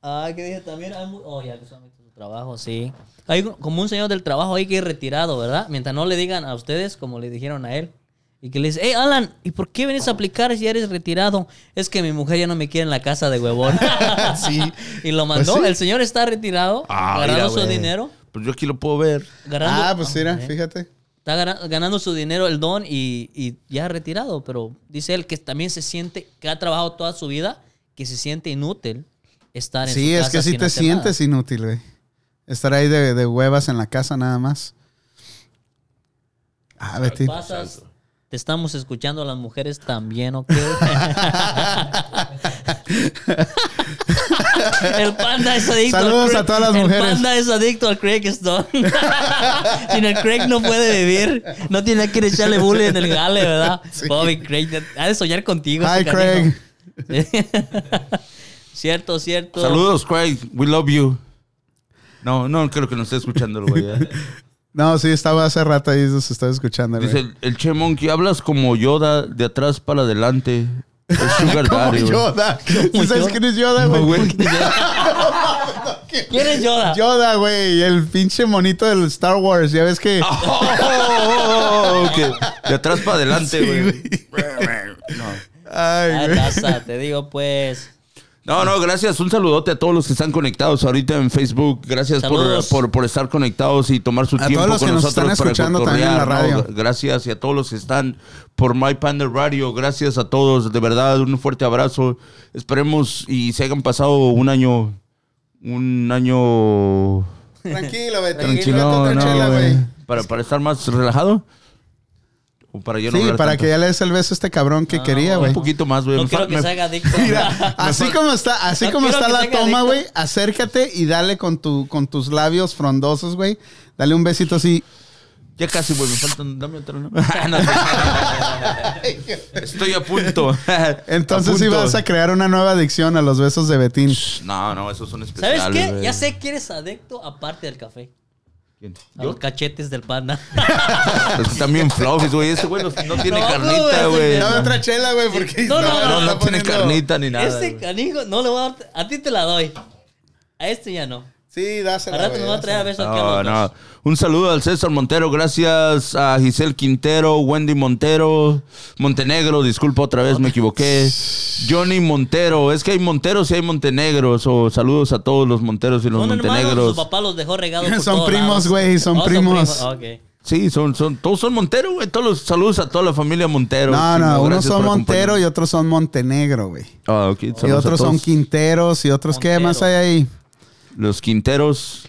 S3: Ah, que dije también. Hay mu- oh, ya que solamente su trabajo, sí. Hay un- como un señor del trabajo ahí que es retirado, ¿verdad? Mientras no le digan a ustedes como le dijeron a él. Y que le dice, hey Alan, ¿y por qué vienes a aplicar si ya eres retirado? Es que mi mujer ya no me quiere en la casa de huevón.
S1: Sí.
S3: y lo mandó.
S1: Pues sí.
S3: El señor está retirado,
S2: Ah,
S3: ganando
S2: mira,
S3: su
S2: güey.
S3: dinero.
S2: Pues yo aquí lo puedo ver.
S3: ganando-
S1: Ah, pues mira,
S3: eh,
S1: fíjate.
S3: Está gana- ganando su dinero el don y, y ya retirado, pero dice él que también se siente, que ha trabajado toda su vida, que se siente inútil estar en
S1: Sí,
S3: su
S1: es
S3: casa
S1: que sí
S3: sin
S1: te
S3: hacer nada.
S1: sientes inútil, güey. Estar ahí de, de huevas en la casa nada más. Ah, Betín.
S3: Pasas, te estamos escuchando a las mujeres también, ¿ok? el panda es adicto. al
S1: Saludos
S3: crack.
S1: a todas las mujeres.
S3: El panda es adicto al Craig Stone. Sin el Craig no puede vivir. No tiene a quien echarle bullying en el gale, ¿verdad? Bobby Craig, ha de soñar contigo. este
S1: Hi,
S3: ese
S1: Craig.
S3: canijo. cierto, cierto.
S2: Saludos, Craig. We love you. No, no creo que nos esté escuchando el güey. ¿eh?
S1: No, sí, estaba hace rato ahí, los estaba escuchando. güey.
S2: Dice el, el Che Monkey, hablas como Yoda de atrás para adelante. Es Sugar
S1: Como
S2: Daddy, güey.
S1: Yoda. ¿Sí ¿Sabes
S3: Yoda?
S1: quién es Yoda,
S2: No,
S1: güey?
S2: güey.
S3: ¿Quién es Yoda?
S1: Yoda, güey. El pinche monito del Star Wars. Ya ves que.
S2: Oh, oh, oh, ok. De atrás para adelante,
S1: Sí,
S2: güey.
S1: Ay,
S3: Ah,
S1: güey.
S3: raza, te digo pues.
S2: No, no, gracias. Un saludote a todos los que están conectados ahorita en Facebook. Gracias por,
S3: Saludos.
S2: por, por estar conectados y tomar su
S1: A
S2: tiempo
S1: todos los
S2: con
S1: que nos
S2: nosotros
S1: están
S2: para
S1: escuchando también en la
S2: cotorrear, ¿no?
S1: radio.
S2: Gracias y a todos los que están por My Panda Radio. Gracias a todos, de verdad, un fuerte abrazo. Esperemos y se hayan pasado un año, un año
S1: Tranquilo, Betín.
S2: tranquilo,
S1: Otra
S2: ¿no,
S1: chela,
S2: güey?
S1: güey.
S2: para, para estar más relajado. O para ya no
S1: Sí,
S2: hablar
S1: para
S2: tanto.
S1: que ya le des el beso a este cabrón que
S3: No,
S1: quería,
S2: un
S1: güey.
S2: poquito más, güey.
S3: No
S2: Me fa-
S3: quiero que
S2: me-
S3: se haga adicto.
S1: Mira, así como está, así
S3: No
S1: como
S3: quiero
S1: está
S3: que
S1: la
S3: tenga
S1: toma,
S3: adicto.
S1: güey, acércate y dale con tu con tus labios frondosos, güey. Dale un besito así.
S2: Ya casi, güey, me faltan. Dame otra, ¿no? Ah, No, no. Estoy a punto.
S1: Entonces sí
S2: punto.
S1: vas a crear una nueva adicción a los besos de Betín.
S2: No, no, esos son especiales.
S3: ¿Sabes qué?
S2: Pues güey.
S3: Ya sé que eres adicto aparte del café.
S2: ¿Quién?
S3: A
S2: ¿Yo?
S3: los cachetes del panda.
S2: Los que están bien fluffies, güey. Ese güey no, no tiene
S3: No,
S2: carnita,
S3: güey,
S2: güey.
S3: ese
S1: Dame
S2: No,
S1: otra chela, güey, porque
S3: No, no,
S2: no,
S1: está
S2: no tiene
S1: poniendo-
S2: carnita ni nada.
S3: este
S2: güey.
S3: canijo no le voy a dar. A ti te la doy. A este ya no.
S1: Sí, dásela.
S3: Al rato
S1: güey,
S3: nos va a traer a
S1: dásela.
S3: besos aquí
S2: No,
S3: a los
S2: no.
S3: dos.
S2: Un saludo al César Montero, gracias a Giselle Quintero, Wendy Montero, Montenegro, disculpa otra vez, me equivoqué. Johnny Montero, es que hay Monteros y hay Montenegros, o saludos a todos los Monteros y los
S3: Son hermanos,
S2: Montenegros.
S3: su papá los dejó regados por
S1: Son
S3: todos
S1: primos,
S3: lados.
S1: güey, son primos.
S3: Ah, Ok.
S2: Sí, son, son, todos son Montero, güey. Todos los saludos a toda la familia Montero.
S1: No, no,
S2: Chingo,
S1: unos
S2: gracias
S1: son
S2: por
S1: Montero y
S2: acompañarnos.
S1: otros son Montenegro, güey.
S2: Ah, ok, saludos
S1: Y
S2: a
S1: otros son
S2: todos.
S1: Quinteros y otros qué más hay
S3: Montero.
S1: ahí.
S2: Los Quinteros,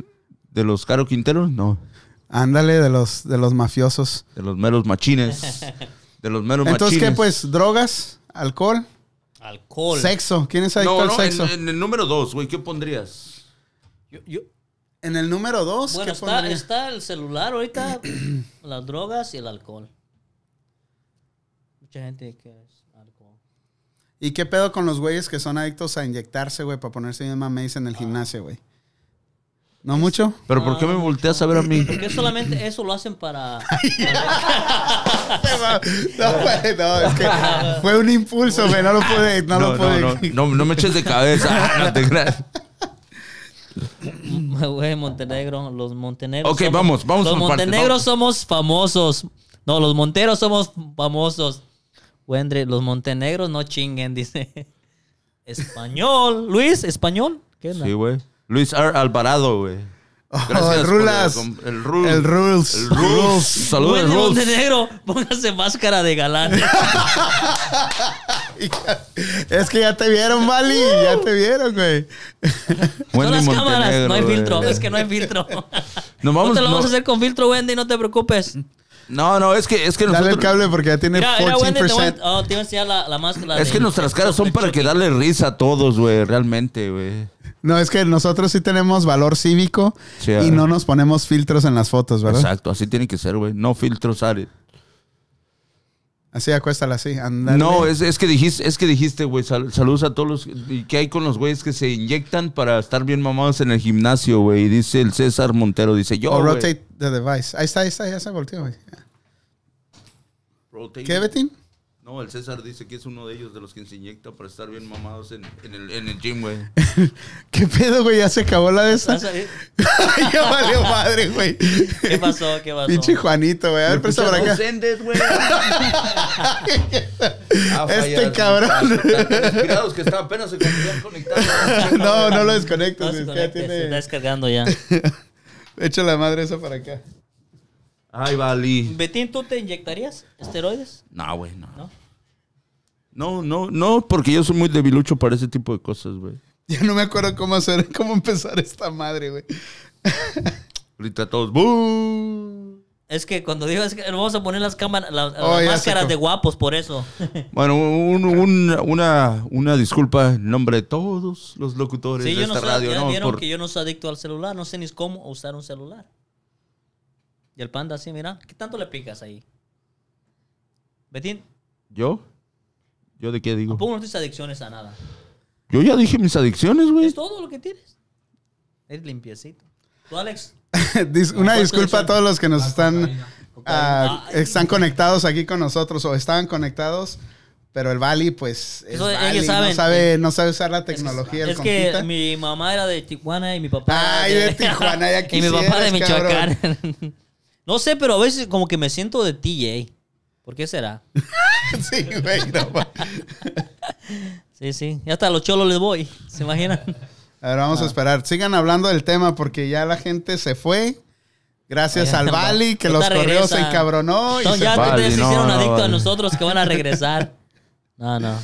S2: de los Caro Quinteros, no.
S1: Ándale de los de los mafiosos.
S2: De los meros machines. De los meros
S1: Entonces
S2: machines.
S1: qué pues, drogas, alcohol,
S3: Alcohol.
S1: sexo. ¿Quién es adicto
S2: No,
S1: al
S2: no,
S1: sexo?
S2: en,
S1: En,
S2: en el número dos, güey, ¿qué pondrías?
S3: Yo- yo-
S1: el número dos.
S3: bueno,
S1: ¿qué
S3: está,
S1: pondría?
S3: está el celular ahorita, las drogas y el alcohol. Mucha gente que es alcohol.
S1: ¿Y qué pedo con los güeyes que son adictos a inyectarse, güey, para ponerse bien mames en el gimnasio, güey? ¿No mucho?
S2: Pero ¿por qué me volteas a ver a mí?
S3: ¿Por qué solamente eso lo hacen para.?
S1: No, güey, no, es que fue un impulso, güey, no lo pude, no, lo pude.
S2: no, no, no me eches de cabeza. No te creas.
S3: Güey, Montenegro, los montenegros.
S2: Ok, vamos, vamos
S3: Los
S2: por partes,
S3: montenegros
S2: vamos.
S3: somos famosos. No, los monteros somos famosos. Wendre, los montenegros no chinguen, dice. Español. Luis, español. ¿Qué onda?
S2: Sí, güey. Luis R. Alvarado, güey.
S1: Oh,
S2: Gracias por
S1: Rulas.
S2: el com- el Rules.
S1: El Rules.
S2: El Rules. Saludos,
S3: Wendre
S2: Rules.
S3: Montenegro, póngase máscara de galán.
S1: Es que ya te vieron, Vali, ya te vieron, güey.
S3: Son
S2: Wendy
S3: las cámaras,
S2: Montenegro,
S3: no hay
S2: güey.
S3: filtro. Es que no hay filtro.
S2: Nos vamos,
S3: no te lo vamos
S2: no-
S3: a hacer con filtro, Wendy, no te preocupes.
S2: No, no, es que, es que
S1: Dale el
S2: nosotros...
S1: cable porque ya tiene
S3: Mira, mira, Wendy, te voy a,
S1: 14%.
S3: oh, te voy a enseñar la, la máscara.
S2: Es
S3: de-
S2: que nuestras caras son para que darle risa a todos, güey, realmente, güey.
S1: No, es que nosotros sí tenemos valor cívico
S2: Sí,
S1: y
S2: ah.
S1: no nos ponemos filtros en las fotos, ¿verdad?
S2: Exacto, así tiene que ser, güey. No filtros, Ari.
S1: Así acuéstala así. ándale.
S2: No, es, es que dijiste, es que dijiste, güey, sal- saludos a todos los y que hay con los güeyes que se inyectan para estar bien mamados en el gimnasio, güey. Y dice el César Montero, dice yo.
S1: O
S2: güey.
S1: Oh, rotate the device. Ahí está, ahí está, ya se volteó, güey.
S2: Rotate.
S1: ¿Qué, Betín?
S2: No, el César dice que es uno de ellos de los que se inyecta para estar bien mamados en, en el, en el gym, güey.
S1: ¿Qué pedo, güey? Ya se acabó la de esa. ya valió madre, güey.
S3: ¿Qué pasó? ¿Qué pasó?
S1: Pinche Juanito, güey. A ver, presta por acá.
S2: Los endes, güey. Ah,
S1: Este
S2: fallas,
S1: cabrón.
S2: Están tan inspirados que está apenas se conectaron. conectados.
S1: no, no lo
S3: No
S1: desconectes.
S3: se
S1: es que ya
S3: conecte, se está
S1: tiene...
S3: descargando ya.
S1: Echa la madre esa para acá.
S2: Ay, Bali.
S3: Betín, ¿tú te inyectarías esteroides?
S2: No, güey, no.
S3: ¿No?
S2: No, no, no, porque yo soy muy debilucho para ese tipo de cosas, güey.
S1: Ya no me acuerdo cómo hacer, cómo empezar esta madre, güey.
S2: Ahorita todos, "Bú".
S3: Es que cuando digo, es que vamos a poner las cámaras, la- las,
S1: Oh, ya sé
S3: máscaras
S1: cómo.
S3: de guapos, por eso.
S2: Bueno, un- un- una, una disculpa en nombre de todos los locutores
S3: Sí,
S2: de
S3: yo no
S2: esta
S3: sé,
S2: radio,
S3: ya
S2: ¿no?
S3: vieron
S2: Por-
S3: que yo no soy adicto al celular, no sé ni cómo usar un celular. Y el panda así, mira, ¿qué tanto le picas ahí? Betín,
S2: ¿Yo? ¿Yo de qué digo?
S3: pongo tus adicciones a nada.
S2: Yo ya dije mis adicciones, güey.
S3: Es todo lo que tienes. Eres limpiecito. Tú, Alex,
S1: Dis- Una
S3: ¿Cuánto
S1: disculpa a
S3: dice?
S1: todos los que nos
S4: La
S1: están,
S4: cocaína.
S1: ah,
S3: Ay.
S1: están conectados aquí con nosotros o estaban conectados Pero el Bali, pues, es
S3: Eso es que
S1: Bali,
S3: saben-
S1: no, sabe, no sabe usar la
S3: Es que-
S1: tecnología del
S3: Es que
S1: compita.
S3: mi mamá era de Tijuana y mi papá.
S1: Ay, de Tijuana, ya
S3: y mi papá de
S1: quisieras, cabrón.
S3: Michoacán. no sé, pero a veces como que me siento de TJ. ¿Por qué será?
S1: Sí, güey, no va.
S3: Sí, sí. Ya hasta a los cholos les voy. ¿Se imaginan?
S1: A ver,
S3: Ah.
S1: vamos a esperar. Sigan hablando del tema porque ya la gente se fue. Gracias
S3: Ay,
S1: al
S3: no,
S1: Bali, que los
S3: ahorita
S1: correos se
S3: regresa.
S1: encabronó. y
S3: Son-
S1: se-
S3: ya
S2: Vale,
S3: ustedes se
S2: no,
S3: hicieron
S2: no,
S3: adictos a
S2: vale.
S3: nosotros que van a regresar. No, no.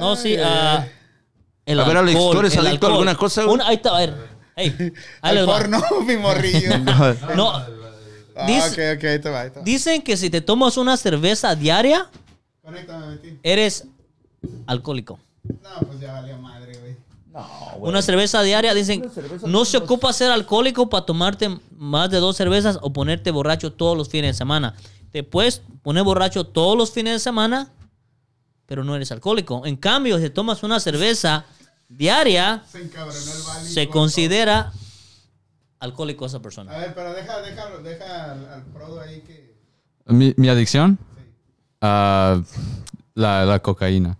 S3: No, sí.
S1: Ay,
S3: ah, el
S2: A ver, Alex,
S3: alcohol,
S2: ¿tú eres
S3: el
S2: adicto a
S3: alcohol.
S2: alguna cosa, güey?
S3: Un- ahí está, a ver. Hey, ahí
S1: Al
S3: les va.
S1: porno, mi morrillo.
S3: No,
S1: Ah,
S3: Dice-
S1: ok, ok, ahí te va, ahí te va.
S3: dicen que si te tomas una cerveza diaria,
S1: Conéctame, Betín.
S3: eres alcohólico.
S1: No, pues ya valió madre, güey.
S3: Una cerveza diaria, dicen, no se ocupa ser alcohólico para tomarte más de dos cervezas o ponerte borracho todos los fines de semana. Te puedes poner borracho todos los fines de semana, pero no eres alcohólico. En cambio, si te tomas una cerveza diaria,
S1: Se encabronó el Bali.
S3: se
S1: con
S3: considera alcohólico esa
S1: todo.
S3: persona.
S1: A ver, pero deja, deja, deja al, al Prodo ahí que.
S5: ¿Mi, mi adicción? Ah, la, la cocaína.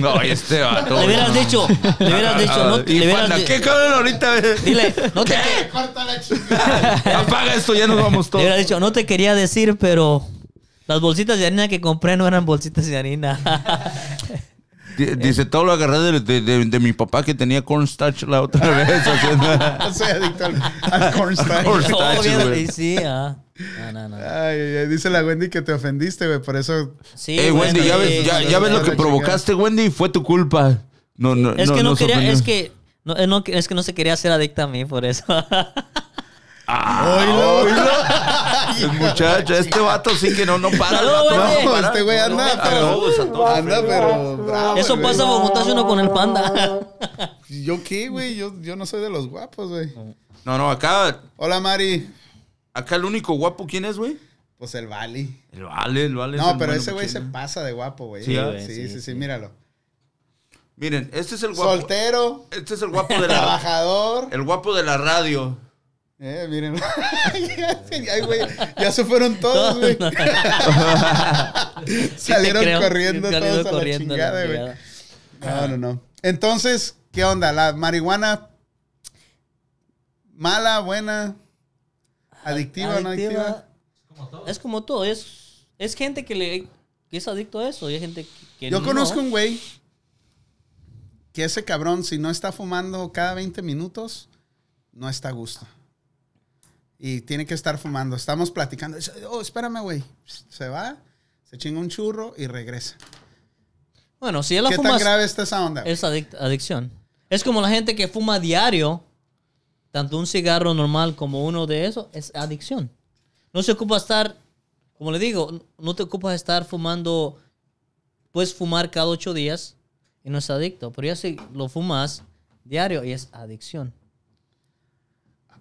S2: No, este vato.
S3: Le hubieras dicho, le hubieras dicho, no,
S2: Y
S3: le hubieras
S2: panda,
S3: di-
S2: ¿qué cabrón ahorita? eh.
S3: dile, no te, que-
S1: Corta la chingada.
S2: Apaga esto, ya nos vamos
S3: le
S2: todos.
S3: hubieras dicho, no te quería decir, pero las bolsitas de harina que compré no eran bolsitas de harina.
S2: Di- Dice, todo lo agarré de, de- de- de mi papá que tenía cornstarch la otra vez. haciendo-
S1: Soy adicto al, al cornstarch.
S2: Corn-
S3: No,
S2: Cornstarch,
S3: obvio,
S2: güey.
S3: y sí, ah. No, no, no.
S1: Ay, ay, ay, dice la Wendy que te ofendiste, güey, por eso.
S3: Sí,
S2: Eh,
S3: bueno,
S2: Wendy, ya ves,
S3: eh,
S2: ya,
S3: eh,
S2: ya ves lo
S1: la
S2: que
S1: chingada.
S2: provocaste, Wendy, fue tu culpa. No, no,
S3: Es que no,
S2: nos
S3: quería,
S2: ofendió.
S3: es que no, eh, no, es que no se quería hacer adicta a mí por eso.
S1: Ah,
S2: ¡Oílo, oílo! Ah, Muchacho, este vato sí que no, no para. el
S3: Saludos,
S2: vato,
S1: No,
S3: Wendy.
S2: no para.
S1: este güey anda,
S2: A todos, a
S1: pero.
S2: todos.
S1: Anda, pero. bravo,
S3: eso
S1: güey.
S3: pasa por juntarse uno con el panda.
S1: ¿Yo qué, güey? Yo, yo no soy de los guapos, güey.
S2: No, no, acá,
S1: Hola, Mari.
S2: acá el único guapo, ¿quién es, güey?
S1: Pues el Bali.
S2: El Vale, el Vale. es
S1: No,
S2: el
S1: pero
S2: bueno
S1: ese güey se
S2: cochino.
S1: pasa de guapo, güey.
S2: Sí,
S1: Sí,
S3: güey,
S1: sí,
S3: sí,
S1: sí, sí,
S3: sí.
S1: míralo.
S2: Miren, este es el guapo.
S1: Soltero,
S2: Este es el guapo de la...
S1: trabajador.
S2: el guapo de la radio.
S1: Eh, miren. Ay, güey. Ya se fueron todos, güey.
S3: Sí te
S1: Salieron
S3: creo.
S1: corriendo
S3: Salieron
S1: todos a la
S3: corriendo a la
S1: chingada, güey.
S3: chingada.
S1: No, no, no. Entonces, ¿qué onda? ¿La marihuana mala, buena, adictiva, no adictiva?
S4: como todo.
S3: Es como todo, es, es gente que le que es adicto a eso y hay gente que
S1: Yo
S3: no.
S1: conozco un güey que ese cabrón, si no está fumando cada 20 minutos, no está a gusto. Y tiene que estar fumando. Estamos platicando. Dice, oh, espérame, güey. Se va, se chinga un churro y regresa.
S3: Bueno, si él la
S1: ¿Qué
S3: fuma
S1: tan grave está esa onda?
S3: es adic- adicción. Es como la gente que fuma diario, tanto un cigarro normal como uno de esos, es adicción. No se ocupa estar, como le digo, n- no te ocupas estar fumando, puedes fumar cada ocho días y no es adicto, pero ya si lo fumas diario y es adicción.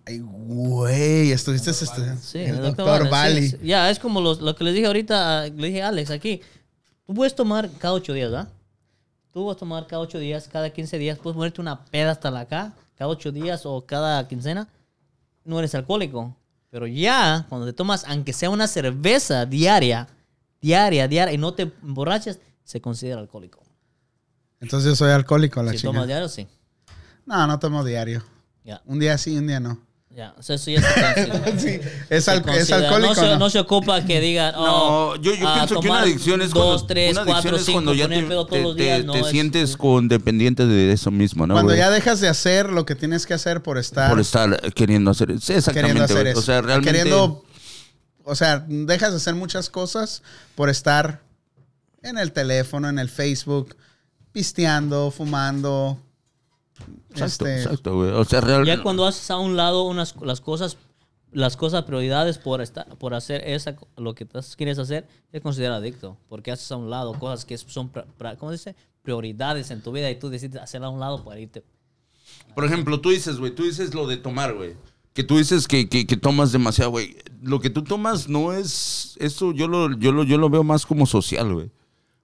S1: Ay, güey, estuviste estudiando.
S3: Sí,
S1: el doctor
S3: Vale,
S1: Bali.
S3: sí, sí. Ya, es como los- lo que les dije ahorita, ah, le dije a Alex aquí. Tú puedes tomar cada ocho días, ¿verdad? Tú vas a tomar cada ocho días, cada 15 días, puedes ponerte una peda hasta la acá, cada ocho días o cada quincena. No eres alcohólico. Pero ya, cuando te tomas, aunque sea una cerveza diaria, diaria, diaria, y no te emborrachas, se considera alcohólico.
S1: Entonces yo soy alcohólico, la
S3: si
S1: chica.
S3: tomas diario, sí.
S1: No, no tomo diario.
S3: Ya,
S1: Un día sí, un día no.
S3: ya. O sea, eso ya se considera.
S1: Sí, es,
S3: se
S1: al- es
S3: considera.
S1: alcohólico.
S3: No se,
S1: ¿no?
S3: no se ocupa que digan. oh,
S2: No, yo, yo
S3: a
S2: pienso que una
S3: tomar
S2: adicción es
S3: dos,
S2: cuando,
S3: tres,
S2: una adicción
S3: cuatro,
S2: es
S3: cinco,
S2: cuando ya te,
S3: poner pedo todos
S2: te-
S3: los días,
S2: te-
S3: no
S2: te
S3: es-
S2: sientes con dependiente de eso mismo, ¿no?
S1: Cuando
S2: güey?
S1: ya dejas de hacer lo que tienes que hacer por estar,
S2: por estar queriendo hacer sí, exactamente,
S1: queriendo hacer
S2: güey.
S1: eso.
S2: o sea, realmente
S1: Queriendo, o sea, dejas de hacer muchas cosas por estar en el teléfono, en el Facebook, pisteando, fumando.
S2: exacto,
S1: este,
S2: exacto, güey. O sea, real-
S3: Ya cuando haces a un lado unas, las cosas, las cosas prioridades por, esta- por hacer esa, co- lo que estás- quieres hacer, te considera adicto. Porque haces a un lado cosas que son, pra- pra- ¿cómo dice? Prioridades en tu vida y tú decides hacerla a un lado para irte.
S2: por ejemplo, tú dices, güey, tú dices lo de tomar, güey. Que tú dices que, que- que tomas demasiado, güey. Lo que tú tomas no es eso yo lo yo lo yo lo veo más como social, güey.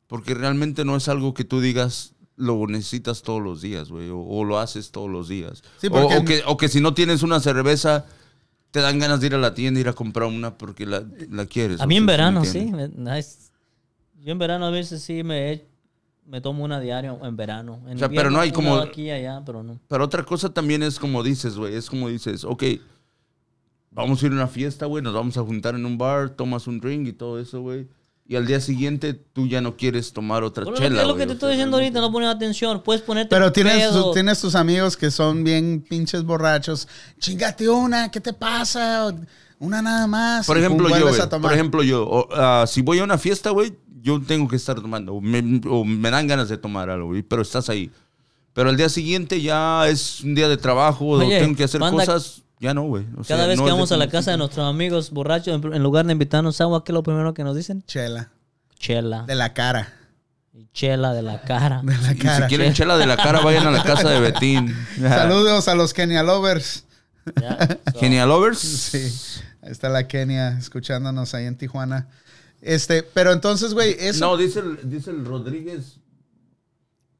S2: Porque realmente no es algo que tú digas lo necesitas todos los días, güey, o, o lo haces todos los días.
S1: Sí,
S2: O-
S1: porque-
S2: o, que, o que si no tienes una cerveza, te dan ganas de ir a la tienda, ir a comprar una porque la, la quieres.
S3: A mí en
S2: o sea, ¿sí me
S3: verano, sí.
S2: entiendes?
S3: me- nice. Yo en verano a veces sí me, me tomo una diario en verano. En
S2: O sea,
S3: invierno,
S2: pero no hay
S3: una
S2: como-
S3: Aquí y allá, pero no.
S2: Pero otra cosa también es como dices, güey. Es como dices, ok, vamos a ir a una fiesta, güey. Nos vamos a juntar en un bar, tomas un drink y todo eso, güey. Y al día siguiente tú ya no quieres tomar otra
S3: Bueno,
S2: chela,
S3: es lo
S2: güey,
S3: que te
S2: o
S3: estoy
S2: sea,
S3: diciendo
S2: realmente.
S3: ahorita, no pones atención. Puedes ponerte
S1: Pero tienes,
S3: pedo.
S1: tienes tus amigos que son bien pinches borrachos. Chingate una, ¿qué te pasa? Una nada más.
S2: Por
S1: Y
S2: ejemplo, yo,
S1: vuelves
S2: güey,
S1: a tomar.
S2: por ejemplo, yo, o, ah, si voy a una fiesta, güey, yo tengo que estar tomando. O me, o me dan ganas de tomar algo, güey, pero estás ahí. Pero al día siguiente ya es un día de trabajo,
S3: Oye,
S2: o tengo que hacer
S3: manda-
S2: cosas. Ya no, güey. O sea,
S3: Cada vez
S2: no
S3: que
S2: es de
S3: vamos a la
S2: como-
S3: casa de nuestros amigos borrachos, en, en lugar de invitarnos agua, ¿qué es lo primero que nos dicen?
S1: Chela.
S3: Chela.
S1: De la cara.
S3: Y Chela de la cara.
S1: De la
S2: Y si
S1: cara.
S2: quieren chela de la cara, vayan a la casa de Betín.
S1: Saludos a los Kenia Lovers.
S3: Ya, so,
S2: Kenia Lovers.
S1: Sí. Ahí está la Kenia escuchándonos ahí en Tijuana. Este, pero entonces, güey, eso.
S2: No, dice el, dice el Rodríguez.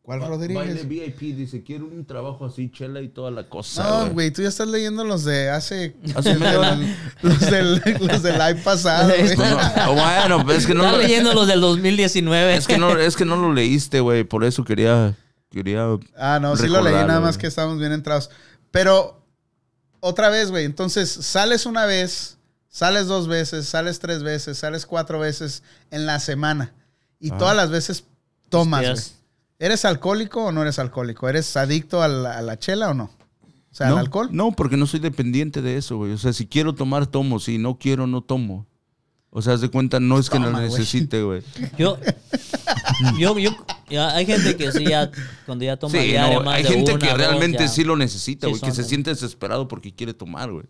S1: ¿Cuál
S2: ba- Baile
S1: Rodríguez?
S2: VIP dice, quiero un trabajo así, chela y toda la cosa.
S1: No, güey, tú ya estás leyendo los de hace.
S2: Hace media hora.
S1: los, del, los del live pasado, güey.
S2: No, no, bueno, pues es que no
S3: Está
S2: lo-
S3: leyendo los del 2019.
S2: Es que no, es que no lo leíste, güey. Por eso quería. quería
S1: Ah, no, sí lo leí,
S2: recordarlo,
S1: nada más
S2: güey.
S1: que estábamos bien entrados. Pero, otra vez, güey, entonces sales una vez, sales dos veces, sales tres veces, sales cuatro veces en la semana. Y todas las veces tomas, güey.
S3: Hostias.
S1: ¿Eres alcohólico o no eres alcohólico? ¿Eres adicto a la, a la chela o no? O sea,
S2: no,
S1: al alcohol.
S2: No, porque no soy dependiente de eso, güey. O sea, si quiero tomar, tomo. Si no quiero, no tomo. O sea, haz de cuenta, no es que
S1: Toma,
S2: lo
S1: güey.
S2: necesite, güey.
S3: Yo, yo, yo, ya, hay gente que sí, ya, cuando ya toma
S2: Sí,
S3: diaria,
S2: no,
S3: más
S2: hay
S3: de
S2: gente
S3: una,
S2: que
S3: dos,
S2: realmente
S3: ya.
S2: sí lo necesita,
S3: Sí,
S2: güey. que
S3: son
S2: se
S3: de-
S2: siente desesperado porque quiere tomar, güey.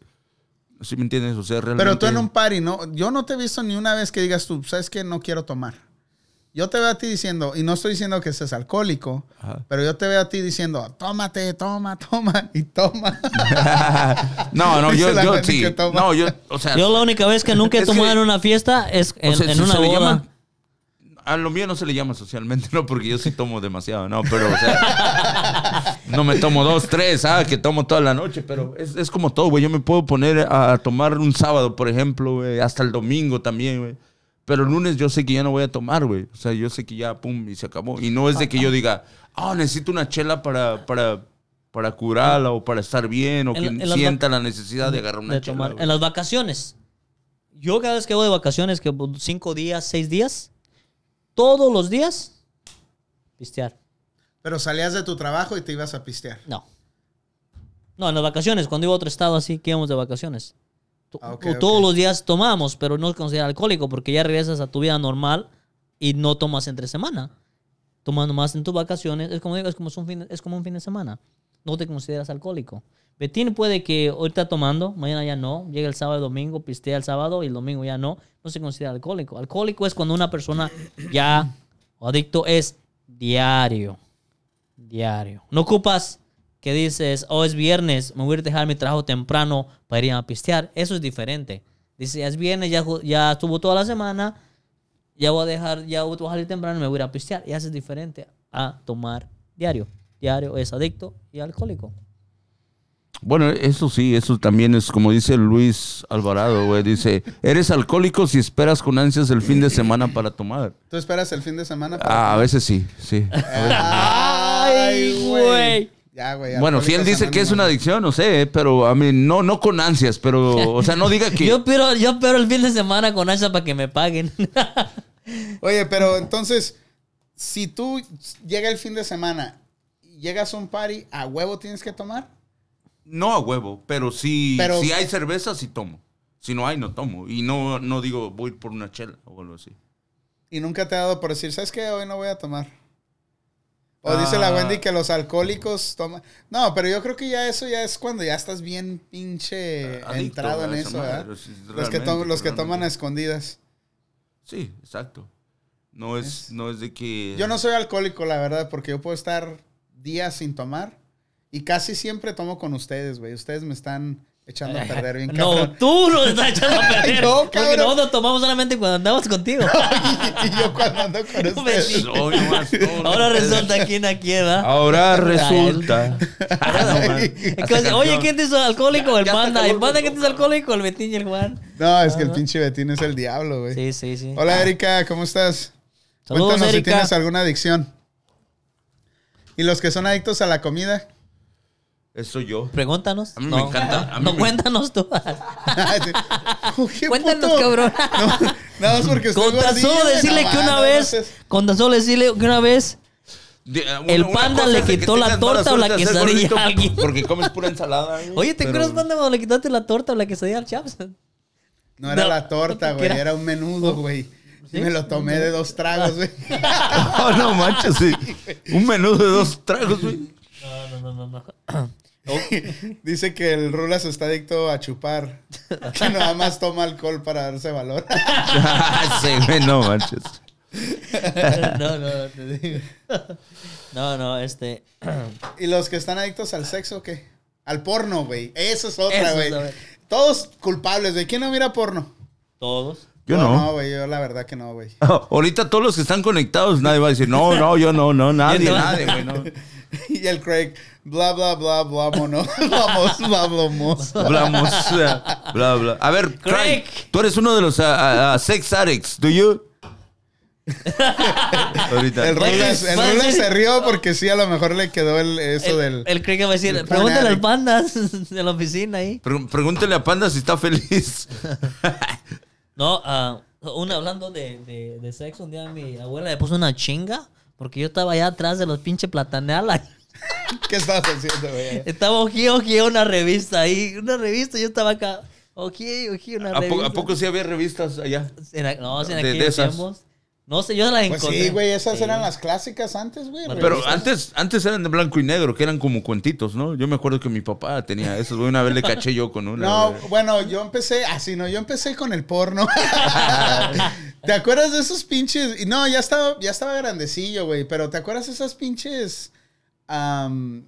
S2: ¿Sí me entiendes? O sea, realmente.
S1: Pero tú en un party, ¿no? Yo no te he visto ni una vez que digas tú, ¿sabes qué? No quiero tomar. Yo te veo a ti diciendo, y no estoy diciendo que seas alcohólico,
S2: Ajá.
S1: pero yo te veo a ti diciendo, tómate, toma, toma y toma.
S2: No, no, yo,
S1: Dice la
S2: yo
S1: gente
S2: sí.
S1: que toma.
S2: No, yo, o sea,
S3: Yo la única vez que nunca he
S2: Es que-
S3: tomado en una fiesta es en,
S2: o sea,
S3: en
S2: si
S3: una
S2: se le
S3: boda.
S2: llama- a lo mío no se le llama socialmente, no, porque yo sí tomo demasiado, no, pero, o sea, no me tomo dos, tres, ah, que tomo toda la noche, pero es, es como todo, güey. Yo me puedo poner a, a tomar un sábado, por ejemplo, güey, hasta el domingo también, güey. Pero el lunes yo sé que ya no voy a tomar, güey. O sea, yo sé que ya, pum, y se acabó. Y no es de que yo diga, ah, necesito una chela para, para, para curarla o para estar bien o
S3: En
S2: que
S3: la- en las vac-
S2: sienta la necesidad de agarrar una
S3: de
S2: chela.
S3: tomar.
S2: güey.
S3: En las vacaciones. Yo cada vez que voy de vacaciones, que voy cinco días, seis días, todos los días, pistear.
S1: pero salías de tu trabajo y te ibas a pistear.
S3: No. No, en las vacaciones, cuando iba a otro estado así, que íbamos de vacaciones. To-
S1: Ah, ok,
S3: o
S1: ok.
S3: Todos los días tomamos, pero no es considerado alcohólico porque ya regresas a tu vida normal y no tomas entre semana. Tomas nomás en tus vacaciones. Es como digo, es como, es un fin, es como un fin de semana. No te consideras alcohólico. Betín puede que ahorita tomando, mañana ya no. Llega el sábado, domingo, pistea el sábado y el domingo ya no. No se considera alcohólico. Alcohólico es cuando una persona ya o adicto es diario. Diario. No ocupas que dices, oh, es viernes, me voy a ir a dejar mi trabajo temprano para ir a pistear. Eso es diferente. Dice, es viernes, ya, ju- ya estuvo toda la semana, ya voy a dejar, ya voy a salir temprano y me voy a ir a pistear. Y eso es diferente a tomar diario. Diario es adicto y alcohólico.
S2: Bueno, eso sí, eso también es como dice Luis Alvarado, güey. Dice, eres alcohólico si esperas con ansias el fin de semana para tomar.
S1: ¿Tú esperas el fin de semana?
S2: Ah, a veces sí, sí.
S1: Ay,
S3: güey.
S1: Ya, güey.
S2: Bueno, si él
S1: Alcohólicos
S2: dice que es una
S1: Anónimos.
S2: adicción, no sé, eh, pero a mí no, no con ansias, pero, o sea, no diga que...
S3: Yo pero yo pero el fin de semana con ansia para que me paguen.
S1: Oye, pero entonces, si tú llega el fin de semana, llegas a un party, ¿a huevo tienes que tomar?
S2: No a huevo, pero sí,
S1: Pero-
S2: si hay cerveza, sí tomo. Si no hay, no tomo. Y no, no digo, voy por una chela o algo así.
S1: Y nunca te ha dado por decir, ¿sabes qué? Hoy no voy a tomar. O
S2: Ah.
S1: dice la Wendy que los alcohólicos toman. No, pero yo creo que ya eso ya es cuando ya estás bien pinche
S2: Ah, Adicto
S1: Eh, entrado
S2: a
S1: en
S2: esa
S1: eso,
S2: madre,
S1: ¿verdad?
S2: sí,
S1: Los que,
S2: realmente,
S1: to- los que
S2: realmente.
S1: toman a escondidas.
S2: Sí, exacto. No es, no es de que...
S1: Yo no soy alcohólico, la verdad, porque yo puedo estar días sin tomar. Y casi siempre tomo con ustedes, güey. Ustedes me están echando a perder bien
S3: No,
S1: cabrón.
S3: tú nos estás echando a perder.
S1: No,
S3: porque
S1: cabrón.
S3: nosotros tomamos solamente cuando andamos contigo.
S1: y yo cuando ando con
S3: No me
S1: ustedes.
S3: digas.
S2: Soy nomás- no, no.
S3: Ahora resulta quién aquí, ¿verdad?
S2: Ahora resulta.
S3: Es que, Oye, ¿quién te hizo alcohólico? el
S2: ya está
S3: panda. ¿El
S2: calor,
S3: panda
S2: pero
S3: quién te hizo alcohólico? El Betín y el Juan.
S1: No, es que el pinche Betín es el diablo, güey.
S3: Ah, Sí, sí, sí.
S1: Hola, Erika, ¿cómo estás?
S3: Saludos,
S1: Cuéntanos si
S3: Erika.
S1: tienes alguna adicción. ¿Y los que son adictos a la comida?
S2: Eso yo.
S3: Pregúntanos.
S2: A mí me
S3: no,
S2: encanta, a mí
S3: no,
S2: me-
S3: cuéntanos tú.
S1: Uy, qué
S6: Cuéntanos,
S1: puto.
S6: cabrón.
S1: No, nada más porque estoy
S3: Con tan
S1: gordillo,
S3: solo
S1: güey,
S3: decirle
S1: no,
S3: que
S1: no,
S3: una
S1: no
S3: vez,
S1: seas-
S3: con tan solo decirle que una vez
S2: De- una-
S3: ¿El
S2: una
S3: panda
S2: cosa
S3: le
S2: es de que
S3: quitó la
S2: tengas mala
S3: torta o la
S2: suerte de ser
S3: quesadilla
S2: gordito
S3: a alguien?
S2: Porque comes pura ensalada. eh,
S3: Oye, ¿te
S2: pero-
S3: acuerdas, banda, cuando le quitaste la torta o la quesadilla al Chaps?
S1: No era
S3: No,
S1: la torta,
S3: no te Oh,
S1: güey,
S3: quiera.
S1: era un menudo, güey. Y Me lo tomé de dos tragos, güey.
S2: Oh, no manches, sí. Un menudo de dos tragos, güey.
S3: No, no, no, no. no. Oh.
S1: Dice que el Rulas está adicto a chupar. Que nada más toma alcohol para darse valor.
S2: sí, güey, no manches.
S3: No, no, no, te digo. No, no, este.
S1: ¿Y los que están adictos al sexo qué? Al porno, güey. Eso es
S3: Eso
S1: otra,
S3: es
S1: güey.
S3: otra.
S1: Todos culpables, güey. ¿Quién no mira porno?
S3: Todos.
S2: Yo
S1: No,
S2: no.
S1: güey. Yo la verdad que no, güey.
S2: Ahorita todos los que están conectados, nadie va a decir, no, no, yo no, no, nadie,
S3: Yo no.
S2: nadie, güey, no.
S1: Y el Craig, bla, bla, bla, bla, mono. Vamos, bla, bla, mos.
S2: Hablamos, eh, bla, bla. A ver, Craig,
S3: Craig.
S2: tú eres uno de los ah, ah, ah, sex addicts, ¿do you? Ahorita.
S1: El Rulas, el
S3: Vas a
S1: Rulas
S3: decir-
S1: se rió porque sí, a lo mejor le quedó el, eso
S3: el,
S1: del...
S3: el Craig va a decir,
S1: del pan
S3: pregúntale al
S1: addict.
S3: panda de la oficina ahí.
S2: Pre- pregúntele a Panda si está feliz.
S3: No, ah, un- hablando de, de- de sexo, un día mi abuela le puso una chinga porque yo estaba allá atrás de los pinches platanales.
S1: ¿Qué estabas haciendo, güey?
S3: Estaba ojí, ojí una revista ahí, una revista, yo estaba acá. Ojí, ojí una
S2: ¿A, po-
S3: revista.
S2: a poco sí había revistas allá?
S3: En a- no, si en
S2: De- de
S3: aquellos
S2: esas.
S3: tiempos. No sé, yo las
S1: Pues
S3: encontré.
S1: sí, güey, esas
S3: Sí.
S1: eran las clásicas antes, güey.
S2: Pero
S1: revistas.
S2: antes, antes eran de blanco y negro, que eran como cuentitos, ¿no? Yo me acuerdo que mi papá tenía esos, güey. Una vez le caché yo con una.
S1: No,
S2: güey.
S1: bueno, yo empecé así, no, yo empecé con el porno. ¿Te acuerdas de esos pinches? y No, ya estaba, ya estaba grandecillo, güey, pero ¿te acuerdas de esos pinches am,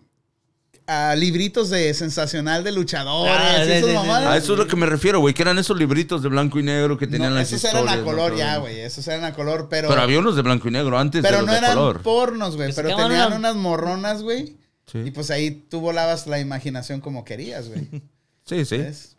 S1: ah, libritos de sensacional de luchadores?
S3: Ah,
S1: y
S3: sí,
S1: esas
S3: sí, sí,
S1: mamadas?
S2: A eso es lo que me refiero, güey. Que eran esos libritos de blanco y negro que tenían
S1: No,
S2: las
S1: esos eran a
S2: historias,
S1: color
S2: ¿no?
S1: ya, güey, esos eran a color, pero,
S2: Pero había unos de blanco y negro antes
S1: pero
S2: de los
S1: no
S2: de
S1: eran
S2: color.
S1: pornos, güey,
S3: Que se
S1: pero
S3: llamaban
S1: tenían
S3: una-
S1: unas morronas, güey,
S2: Sí.
S1: y pues ahí tú volabas la imaginación como querías, güey.
S2: Sí, sí.
S1: ¿ves?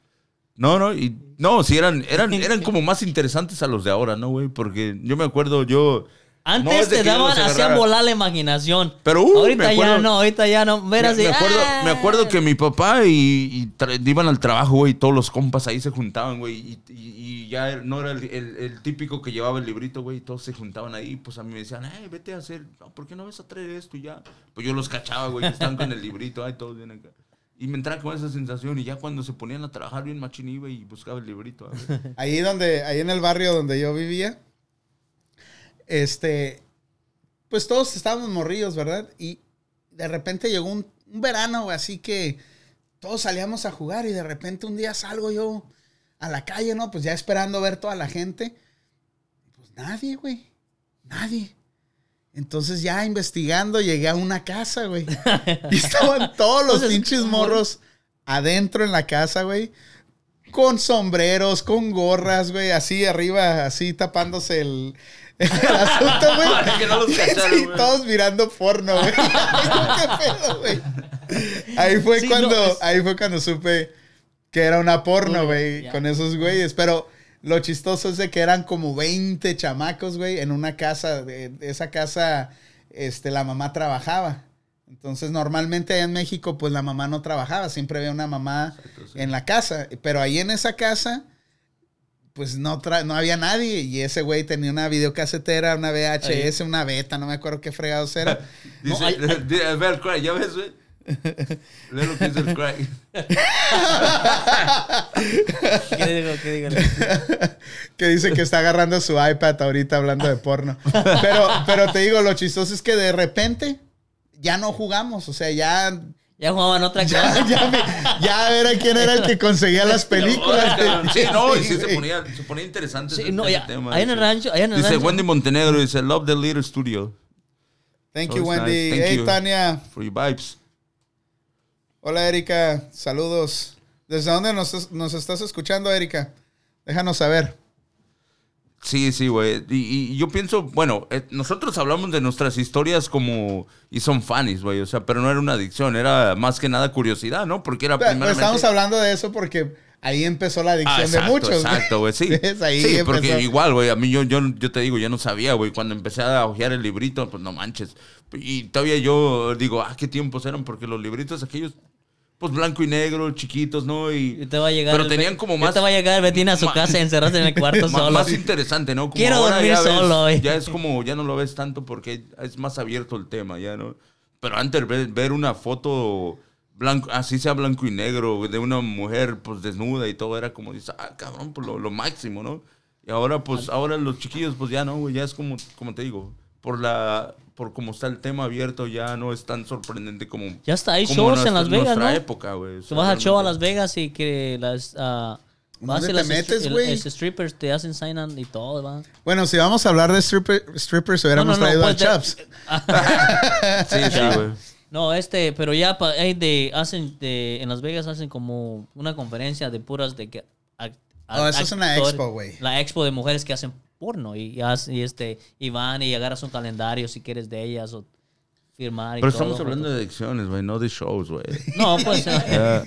S2: No, no, y no, sí eran, eran, eran como más interesantes a los de ahora, ¿no, güey? Porque yo me acuerdo, yo. No,
S3: Antes
S2: es de
S3: te
S2: que yo
S3: daban,
S2: los
S3: hacían
S2: agarrara.
S3: volar la imaginación.
S2: Pero, uh,
S3: ahorita
S2: me acuerdo-
S3: ya no, ahorita ya no. Ver
S2: Me,
S3: así,
S2: me acuerdo,
S3: ¡ah!
S2: me acuerdo que mi papá y, y tra- iban al trabajo, güey, y todos los compas ahí se juntaban, güey, y, y- y ya er, no era el, el- el típico que llevaba el librito, güey, y todos se juntaban ahí, pues a mí me decían, ay, vete a hacer, no, ¿por qué no vas a traer esto y ya? Pues yo los cachaba, güey, que estaban con el librito, ay, todos bien acá. Y me entraba con esa sensación, y ya cuando se ponían a trabajar bien machín iba y buscaba el librito. ah, güey.
S1: Ahí donde, ahí en el barrio donde yo vivía, este, pues todos estábamos morrillos, ¿verdad? Y de repente llegó un, un verano, güey, así que todos salíamos a jugar y de repente un día salgo yo a la calle, ¿no? Pues ya esperando ver toda la gente. Pues nadie, güey, nadie. Entonces ya investigando llegué a una casa, güey. Y estaban todos los
S3: Entonces,
S1: pinches morros adentro en la casa, güey. Con sombreros, con gorras, güey, así arriba, así tapándose el, el asunto, güey.
S2: Para que no los cacharan,
S1: Sí,
S2: güey.
S1: todos mirando porno, güey. ¿Qué pedo, güey? Ahí fue
S3: Sí, no,
S1: cuando,
S3: es-
S1: ahí fue cuando supe que era una porno,
S3: Porno,
S1: güey,
S3: ya.
S1: con esos güeyes. Pero lo chistoso es de que eran como 20 chamacos, güey, en una casa. De, de esa casa, este, la mamá trabajaba. Entonces, normalmente allá en México, pues la mamá no trabajaba. Siempre había una mamá en la casa. Pero ahí en esa casa, pues no, tra- no había nadie. Y ese güey tenía una videocasetera, una VHS, una beta, no me acuerdo qué fregados era. No,
S2: Dice,
S1: hay-
S2: di- ve al crack, ¿ya ves, güey? Lee lo que dice el crack.
S3: ¿Qué digo? ¿Qué digo?
S1: que dice que está agarrando su iPad ahorita hablando de porno. Pero, pero te digo, lo chistoso es que de repente ya no jugamos. O sea, ya.
S3: Ya jugaban otra
S1: Ya,
S3: cosa.
S1: ya me- ya era quién era el que conseguía las películas.
S2: Sí, no, y sí se
S1: güey.
S2: ponía, se ponía interesante
S3: Sí,
S2: ese-
S3: no,
S2: ese
S3: ya.
S2: tema,
S3: Ahí en el
S2: dice.
S3: rancho, ahí en el
S2: Dice
S3: rancho.
S2: Wendy Montenegro, dice, love the little studio
S1: Thank you,
S2: Always Oh, nice.
S1: Wendy.
S2: Thank
S1: hey,
S2: you.
S1: Tania.
S2: for your vibes.
S1: Hola, Erika. Saludos. ¿Desde dónde nos, nos estás escuchando, Erika? Déjanos saber.
S2: Sí, sí, güey. Y, y yo pienso, bueno, eh, nosotros hablamos de nuestras historias como, y son fanis, güey, o sea, pero no era una adicción, era más que nada curiosidad, ¿no? Porque era
S1: Pero
S2: primeramente...
S1: estamos hablando pues, de eso porque ahí empezó la adicción
S2: Ah,
S1: de muchos. güey.
S2: Exacto, güey, sí.
S1: Es ahí
S2: sí,
S1: empezó.
S2: porque igual, güey, a mí yo, yo, yo te digo, yo no sabía, güey, cuando empecé a hojear el librito, pues no manches. Y todavía yo digo, ah, qué tiempos eran, porque los libritos aquellos, pues blanco y negro, chiquitos, ¿no?
S3: Y
S2: Y
S3: te va a llegar
S2: Pero
S3: el
S2: tenían
S3: Be-
S2: como
S3: y
S2: más-
S3: te va a llegar Betina a su
S2: ma-
S3: casa y encerrarse en el cuarto
S2: ma-
S3: solo.
S2: más interesante, ¿no? Como
S3: Quiero dormir
S2: ya ves,
S3: solo, eh. güey.
S2: Ya es como, ya no lo ves tanto porque es más abierto el tema, ya, ¿no? Pero antes ver, ver una foto blanco, así sea blanco y negro, güey, de una mujer pues desnuda y todo, era como, dices, ah, cabrón, pues lo, lo máximo, ¿no? Y ahora, pues, ahora los chiquillos, pues ya no, güey, ya es como, como te digo, por la, por como está el tema abierto, ya no es tan sorprendente como...
S3: Ya está, hay
S2: como
S3: shows
S2: nuestra-
S3: en Las Vegas,
S2: nuestra
S3: ¿no?
S2: época, güey. O
S3: Tú
S2: sea,
S3: vas al show a
S2: realmente.
S3: Las Vegas y que las... ah,
S1: ¿Dónde
S3: vas y
S1: te
S3: las stri-
S1: metes,
S3: el-
S1: güey?
S3: Los strippers te hacen sign on y todo, ¿va?
S1: Bueno, si vamos a hablar de stripper- strippers, hubiéramos traído
S3: pues,
S1: a
S3: de-
S1: Chaps.
S2: Sí, sí, güey.
S3: No, este, pero ya pa- hay de, hacen de, en Las Vegas hacen como una conferencia de puras de que... ac-
S1: Oh, eso es una
S3: actor-
S1: expo, güey.
S3: La expo de mujeres que hacen porno y, y hace- y este, y van y agarras un calendario si quieres de ellas o firmar y
S2: Pero
S3: todo,
S2: estamos
S3: fotos.
S2: hablando de adicciones, güey, no de shows, güey.
S3: No, pues.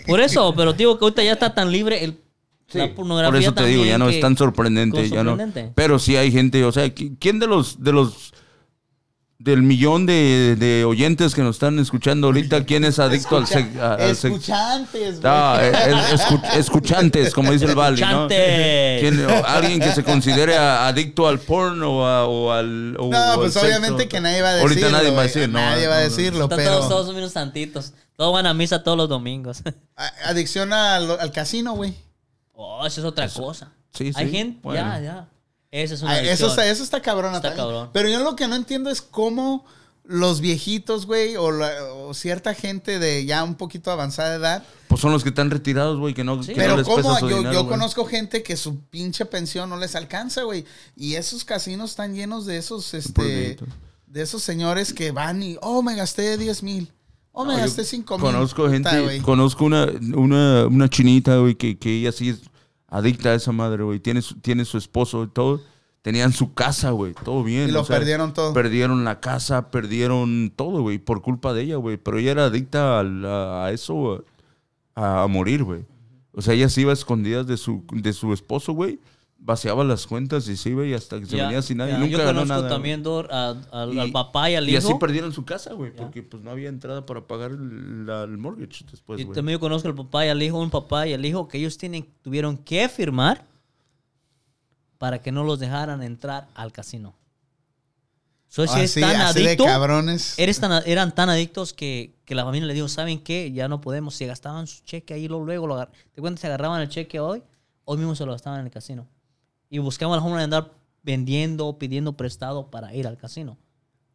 S3: Por eso, pero digo que ahorita ya está tan libre el, la pornografía.
S2: Por eso te digo,
S3: también
S2: ya no
S3: que-
S2: es tan sorprendente,
S3: como
S2: ya no.
S3: sorprendente.
S2: Pero sí hay gente, o sea, ¿qui- ¿quién de los de los del millón de, de oyentes que nos están escuchando ahorita, quién es adicto al sexo?
S1: Escuchantes, güey.
S2: Ah, eh, escuchantes, como dice el Bali, ¿no?
S3: Escuchantes.
S2: ¿Quién- o alguien que se considere a- adicto al porno o, a- o al. o
S1: No,
S2: al
S1: pues
S2: sexo.
S1: obviamente que nadie va a decirlo.
S2: Ahorita nadie va a
S1: güey.
S2: decir, ¿no?
S1: Nadie va a
S2: no, no.
S1: decirlo,
S3: Están
S1: pero
S3: todos, todos unos santitos. Todos van a misa todos los domingos.
S1: a- adicción al, al casino, güey.
S3: Oh, eso es otra cosa.
S2: sí,
S3: Hay
S2: sí,
S3: gente.
S2: bueno.
S3: Ya, ya. Esa es una.
S1: Ah, Eso
S3: adicción.
S1: está, eso está cabrón.
S3: Está cabrón.
S1: Pero yo lo que no entiendo es cómo los viejitos, güey, o, la- o cierta gente de ya un poquito avanzada edad.
S2: Pues son los que están retirados, güey, que no. que no
S1: pero
S2: les pesa
S1: cómo
S2: su
S1: yo,
S2: dinero,
S1: yo
S2: güey.
S1: conozco gente que su pinche pensión no les alcanza, güey. Y esos casinos están llenos de esos, este,
S2: Pueblitos.
S1: de esos señores que van y, oh, me gasté 10 mil. Oh, me
S2: No, yo
S1: gasté 5 mil.
S2: Conozco gente,
S1: Puta, güey.
S2: conozco una, una, una chinita, güey, que, que ella sí es adicta a esa madre, güey. Tiene su, tiene su esposo y todo. Tenían su casa, güey, todo bien.
S1: Y lo
S2: o sea,
S1: perdieron todo.
S2: Perdieron la casa, perdieron todo, güey, por culpa de ella, güey. Pero ella era adicta a, la- a eso, a, a morir, güey. O sea, ella se iba a escondidas de su, de su esposo, güey. Vaciaba las cuentas y se iba y hasta que se
S3: Ya,
S2: venía sin nada. y
S3: ya.
S2: nunca
S3: Yo
S2: ganó
S3: conozco
S2: nada, güey.
S3: también Dor, a- al, al
S2: Y-
S3: papá y al
S2: Y
S3: hijo.
S2: así perdieron su casa, güey, porque pues no había entrada para pagar el, la- el mortgage después,
S3: Y
S2: pues, güey.
S3: también yo conozco al papá y al hijo, un papá y al hijo que ellos tienen, tuvieron que firmar para que no los dejaran entrar al casino. So, si eres
S1: Así,
S3: tan
S1: Ah, así de
S3: adicto, eh,
S1: cabrones.
S3: eres tan- eran tan adictos que, que la familia le dijo, ¿saben qué? Ya no podemos. Si gastaban su cheque ahí, luego, luego lo agar- ¿Te cuentas? Se agarraban el cheque hoy, hoy mismo se lo gastaban en el casino. Y buscaban la forma de andar vendiendo, pidiendo prestado para ir al casino.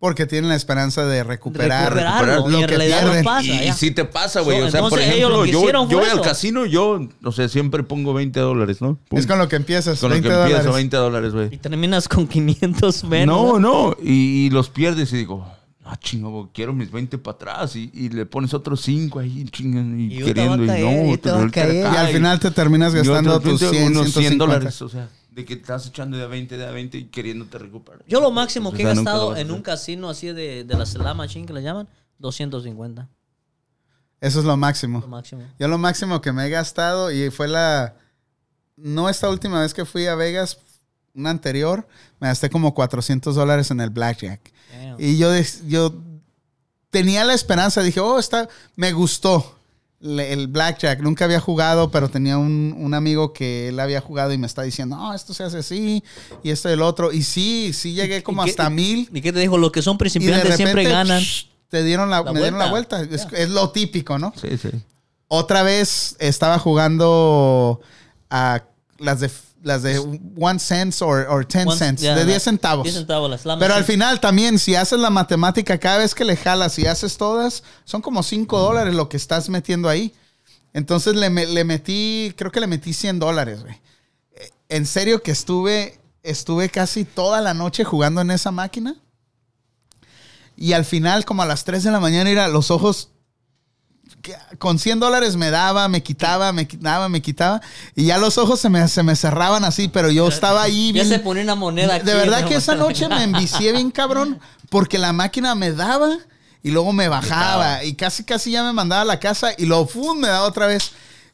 S1: Porque tienen la esperanza de recuperar,
S3: Recuperarlo, y
S1: lo
S3: en
S1: que
S3: realidad no
S1: pierden.
S3: pasa,
S2: y, y
S3: ya.
S2: sí te pasa, güey.
S3: So,
S2: o sea, por
S3: entonces, ellos
S2: ejemplo,
S3: lo que
S2: yo,
S3: hicieron
S2: yo
S3: fue
S2: voy al
S3: eso.
S2: casino, yo, o sea, siempre pongo 20 dólares, ¿no? Pum.
S1: Es con lo que empiezas,
S2: Con
S1: 20
S2: lo que
S1: dólares.
S2: empiezo, 20 dólares,
S3: Y
S2: güey.
S3: terminas con 500 menos.
S2: No, no, y, y los pierdes y digo, ah, chingo, güey, quiero mis 20 para atrás. Y, y le pones otros 5 ahí, chingan, y,
S3: Y otra va
S2: queriendo,
S3: a
S2: y
S3: caer, y
S2: no,
S3: otra va a
S2: vuelta a
S3: caer.
S1: Y al
S2: caer.
S1: final te terminas
S2: Y otro
S1: gastando tus
S2: cliente,
S1: 100,
S2: unos 100
S1: 150.
S2: dólares, o sea, de que estás echando de a 20, de a 20 y queriéndote recuperar.
S3: Yo lo máximo que he
S2: O sea, nunca lo
S3: gastado
S2: vas a
S3: en
S2: hacer.
S3: un casino así de, de la Slam Machine que le llaman, 250.
S1: Eso es lo
S3: Lo
S1: máximo.
S3: máximo.
S1: Yo lo máximo que me he gastado y fue la... No esta última vez que fui a Vegas, una anterior, me gasté como 400 dólares en el blackjack.
S3: Damn.
S1: Y yo, des- yo tenía la esperanza, dije, oh, está, me gustó le- el blackjack. Nunca había jugado, pero tenía un, un amigo que él había jugado y me está diciendo, no, esto se hace así y esto y el otro. Y sí, sí llegué como
S3: ¿Y qué-
S1: hasta mil.
S3: ¿Y qué te dijo? Los que
S1: Y
S3: son
S1: de
S3: principiantes
S1: repente
S3: siempre ganan.
S1: shh, te dieron la,
S3: La
S1: me dieron la
S3: vuelta.
S1: vuelta. Es,
S3: Ya.
S1: es lo típico, ¿no?
S2: Sí, sí.
S1: Otra vez estaba jugando a las de las de one cents or, or ten
S3: Once-
S1: cents,
S3: ya,
S1: de
S3: la-
S1: 10 centavos.
S3: 10 centavos la Slam
S1: Pero al
S3: Machine.
S1: final también, si haces la matemática, cada vez que le jalas y haces todas, son como 5 dólares lo que estás metiendo ahí. Entonces le, me- le metí, creo que le metí 100 dólares, güey. Eh, En serio que estuve, estuve casi toda la noche jugando en esa máquina. Y al final, como a las 3 de la mañana, era los ojos... que- Con 100 dólares me daba, me quitaba, me quitaba, me quitaba. Y ya los ojos se me, se me cerraban así, pero yo estaba ahí.
S3: Ya
S1: bien-
S3: se pone una moneda aquí.
S1: de verdad
S3: ¿no?
S1: que esa noche me envicié bien cabrón porque la máquina me daba y luego me bajaba y casi casi ya me mandaba a la casa y luego ¡fum! me daba otra vez.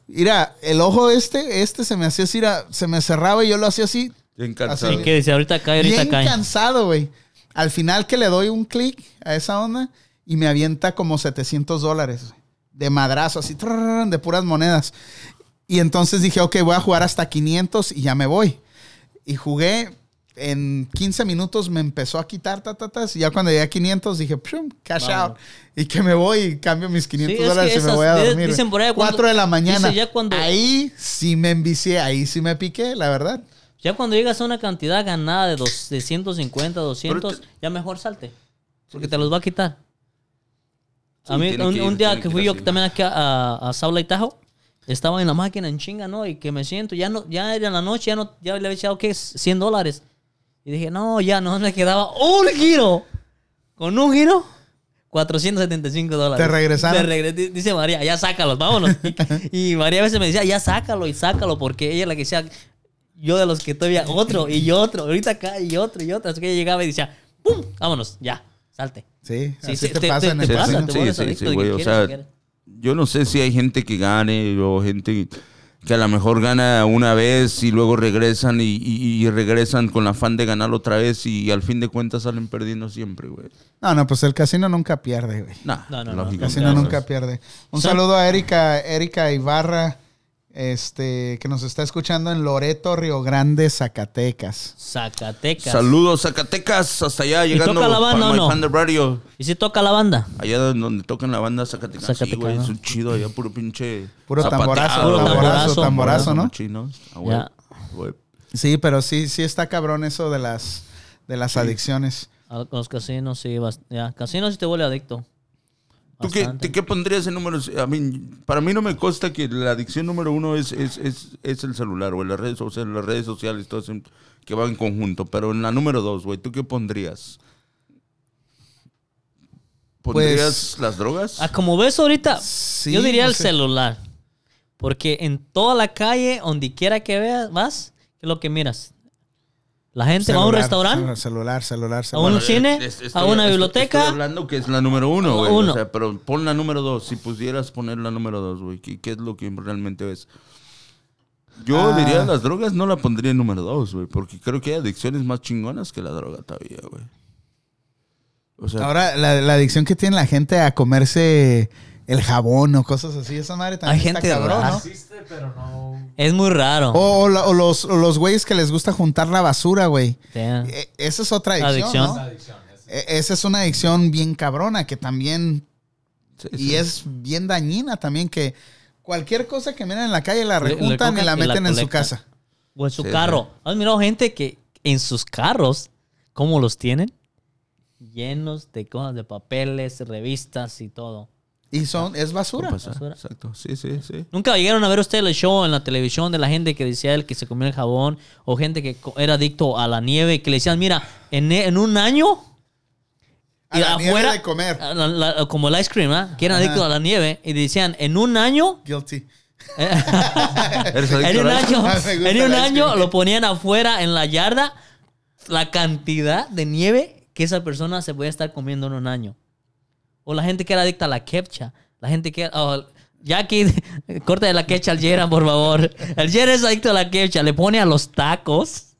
S1: Mira, el ojo este, este se me hacía así, mira, se me cerraba y yo lo hacía así,
S2: Bien
S1: Así
S2: cansado.
S1: que-
S3: ¿Y qué dice? Ahorita cae, ahorita
S1: bien
S3: cae.
S1: cansado, güey. Al final que le doy un clic a esa onda y me avienta como 700 dólares güey. de madrazo, así trrrrrrr, de puras monedas. Y entonces dije, ok, voy a jugar hasta 500 y ya me voy. Y jugué, en 15 minutos me empezó a quitar, tatatas, y ya cuando llegué a 500 dije, pshum, cash
S3: Vamos.
S1: out. Y que me voy y cambio mis 500
S3: Sí, es que
S1: dólares y me
S3: esas-
S1: voy a
S3: di-
S1: dormir.
S3: dicen por ahí cuando-
S1: 4 de la mañana.
S3: dice ya cuando-
S1: Ahí sí me envicié, ahí sí me piqué, la verdad.
S3: Ya cuando llegas a una cantidad ganada de, dos, de 150, 200,
S2: Pero
S3: ya mejor salte. Porque te los va a quitar.
S2: Sí,
S3: a mí,
S2: tiene
S3: un,
S2: que
S3: un
S2: ir,
S3: día
S2: tiene
S3: que
S2: que
S3: fui
S2: ir
S3: yo
S2: así.
S3: también aquí a, a, a Saula y Tajo, estaba en la máquina en chinga, ¿no? Y que me siento, ya no ya era la noche, ya, no, ya le había echado, ¿qué? 100 dólares. Y dije, no, ya no me quedaba un giro. Con un giro, 475 dólares.
S1: Te regresaron.
S3: Te regre- di- Dice María, ya sácalos, vámonos. y y María a veces me decía, ya sácalo y sácalo, porque ella es la que decía, yo de los que todavía otro y otro, ahorita acá y otro y otro. Así que ella llegaba y decía, ¡pum! Vámonos, ya, salte.
S1: Sí,
S3: Sí,
S1: así
S3: sí,
S1: te, pasa en
S3: te
S1: el casino.
S2: pasa,
S3: te
S2: Sí,
S3: vuelves
S2: sí,
S3: adicto
S2: sí,
S3: y
S2: güey,
S3: que
S2: o
S3: quieres,
S2: sea,
S3: quieres.
S2: Yo no sé si hay gente que gane o gente que a lo mejor gana una vez y luego regresan y, y- y regresan con la afán de ganar otra vez y, al fin de cuentas salen perdiendo siempre, güey.
S1: No, no, pues el casino nunca pierde, güey.
S2: Nah,
S3: No, no, no.
S1: El
S2: lógico.
S1: casino
S3: Claro.
S1: nunca pierde. Un
S3: Son-
S1: saludo a Erika, Erika Ibarra, este, que nos está escuchando en Loreto, Río Grande, Zacatecas.
S3: Zacatecas.
S2: Saludos Zacatecas, hasta allá llegando
S3: toca la banda
S2: para
S3: o
S2: My
S3: no?
S2: Thunder Radio,
S3: ¿Y si toca la banda?
S2: allá donde tocan la banda Zacatecas. Sí, güey,
S3: Zacatecano.
S2: es un chido allá, puro pinche
S1: Puro
S2: zapateado,
S1: tamborazo,
S3: Puro
S2: güey.
S3: tamborazo,
S1: tamborazo, ¿no?
S2: Chino, ah, güey,
S3: Ya.
S2: güey.
S1: Sí, pero sí, sí está cabrón eso de las, de las adicciones.
S3: A Ah, los casinos, sí. bas- Ya, casinos sí te vuelve adicto.
S2: ¿Tú qué,
S3: Bastante.
S2: te- qué pondrías en números? A mí, para mí no me consta que la adicción número uno es, es, es, es el celular, güey. Las redes sociales, las redes sociales, todo eso que va en conjunto. Pero en la número dos, güey, ¿tú qué pondrías?
S1: Pues,
S2: ¿Pondrías las drogas?
S3: Ah, como ves ahorita,
S1: Sí,
S3: yo diría
S1: no
S3: el
S1: sé.
S3: celular. Porque en toda la calle, donde quiera que veas, vas, ¿qué es lo que miras? La gente va a un
S1: Celular,
S3: restaurante,
S1: Celular, celular,
S3: a
S1: celular.
S3: un cine,
S2: Es- estoy-
S3: a una
S2: estoy- Estoy
S3: biblioteca.
S2: hablando que es la número uno, güey.
S3: Uno.
S2: O sea, pero pon la número dos. Si pudieras poner la número dos, güey, ¿qué, qué es lo que realmente es? Yo
S1: Ah.
S2: diría las drogas no la pondría en número dos, güey, porque creo que hay adicciones más chingonas que la droga todavía, güey. O sea,
S1: Ahora, la, la adicción que tiene la gente a comerse el jabón o cosas así, esa madre también
S3: Hay
S1: está
S3: gente
S1: cabrón,
S3: rara.
S1: ¿no?
S4: Existe, pero no.
S3: Es muy raro.
S1: O, o la- o los, o los güeyes que les gusta juntar la basura, güey.
S3: Damn.
S1: E- Esa es otra adicción,
S3: Adicción.
S1: ¿no?
S4: Es adicción. es-
S1: E- Esa es una adicción bien cabrona que también,
S2: sí, sí.
S1: y es bien dañina también, que cualquier cosa que miran en la calle la
S3: Le- le
S1: rejuntan y
S3: cogen
S1: la
S3: y la
S1: meten en su
S3: colectan.
S1: casa.
S3: O en su
S2: Sí,
S3: carro. ¿Has mirado gente que en sus carros, cómo los tienen? Llenos de cosas, de papeles, revistas y todo.
S1: Y son, es
S2: Puede
S1: basura.
S2: pasar,
S3: Basura.
S2: Exacto, sí, sí, sí.
S3: ¿Nunca llegaron a ver ustedes el show en la televisión de la gente que decía el que se comió el jabón o gente que co- era adicto a la nieve y que le decían, mira, en, e- en un año...
S1: A
S3: y
S1: la nieve de comer.
S3: a la- la- como el ice cream, ¿ah? Que eran
S1: Ajá.
S3: adictos a la nieve y decían, en un año...
S1: Guilty.
S2: ¿Eres
S3: En
S2: adicto
S3: un
S2: a eso?
S3: año,
S1: Me gusta
S3: en un
S1: el ice
S3: año
S1: cream.
S3: lo ponían afuera en la yarda la cantidad de nieve que esa persona se puede estar comiendo en un año. O la gente que era adicta a la kepcha. La gente que... oh, Jackie, corta de la quecha al Jera, por favor. El Jera es adicto a la quecha. Le pone a los tacos,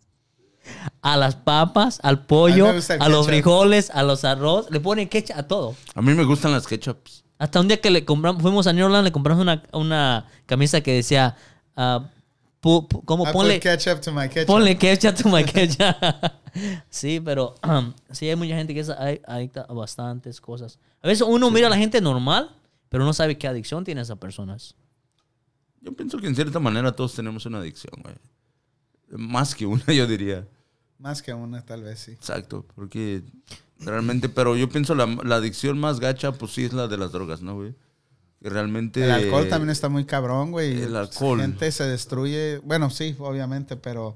S3: a las papas, al pollo,
S1: A mí
S3: a,
S1: me gusta el
S3: los
S1: ketchup.
S3: frijoles, a los arroz. Le pone quecha a todo.
S2: A mí me gustan las ketchups.
S3: Hasta un día que le compramos, fuimos a New Orleans, le compramos una, una camisa que decía, ah, pu- pu- ¿cómo?
S2: Ah,
S1: I
S2: pues
S3: Ponle,
S1: put ketchup to my ketchup.
S3: ponle ketchup to my ketchup. sí, pero sí hay mucha gente que es ad- adicta a bastantes cosas. A veces uno mira a la gente normal, pero no sabe qué adicción tiene esas personas.
S2: Yo pienso que en cierta manera todos tenemos una adicción, güey. Más que una, yo diría.
S1: Más que una, tal vez, sí.
S2: Exacto, porque realmente, pero yo pienso la, la adicción más gacha, pues sí es la de las drogas, ¿no, güey? Que realmente.
S1: El alcohol también está muy cabrón, güey.
S2: el alcohol.
S1: La gente se destruye. Bueno, sí, obviamente, pero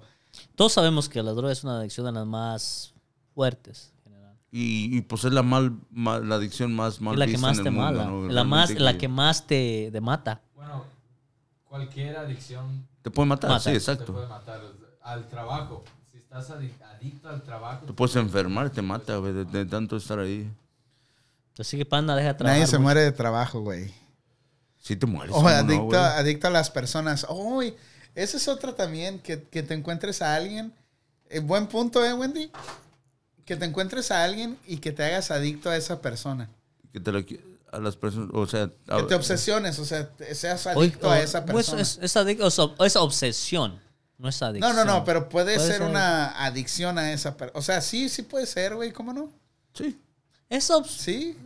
S3: Todos sabemos que la droga es una adicción de las más fuertes. en general.
S2: Y, y, pues es la mal, mal- la adicción más mal
S3: Es la que
S2: vista
S3: más
S2: en
S3: te
S2: el mundo,
S3: mala,
S2: ¿no?
S3: la, más,
S2: Realmente
S3: la que más te, te mata.
S4: Bueno, cualquier adicción
S2: Te puede matar,
S3: mata.
S2: sí,
S4: te puede
S2: exacto.
S4: matar. Al trabajo. Si estás adic- adicto al trabajo.
S2: Te puedes enfermar, te mata, güey, de, de tanto estar ahí.
S3: Así que panda, deja de trabajar.
S1: nadie se
S3: mucho.
S1: muere de trabajo, güey.
S2: Sí te mueres.
S1: O
S2: Pues, ¿cómo no,
S1: adicto,
S2: güey?
S1: adicto a las personas. Uy, ese es otro también, que, que te encuentres a alguien. Eh, buen punto, ¿eh, Wendy? Que te encuentres a alguien y que te hagas adicto a esa persona.
S2: Que te lo qui- a las personas, o sea... a- eh.
S1: Que te obsesiones, o sea, te- seas
S3: Oye,
S1: adicto
S3: o-
S1: a esa
S3: pues,
S1: persona.
S3: es, es adic- o sea, es obsesión, no es
S1: no,
S3: adicción.
S1: no, no, pero puede,
S3: Puede
S1: ser,
S3: ser.
S1: una adicción a esa persona. O sea, sí, sí puede ser, güey, ¿cómo no?
S2: Sí.
S3: Es obs-
S1: Sí,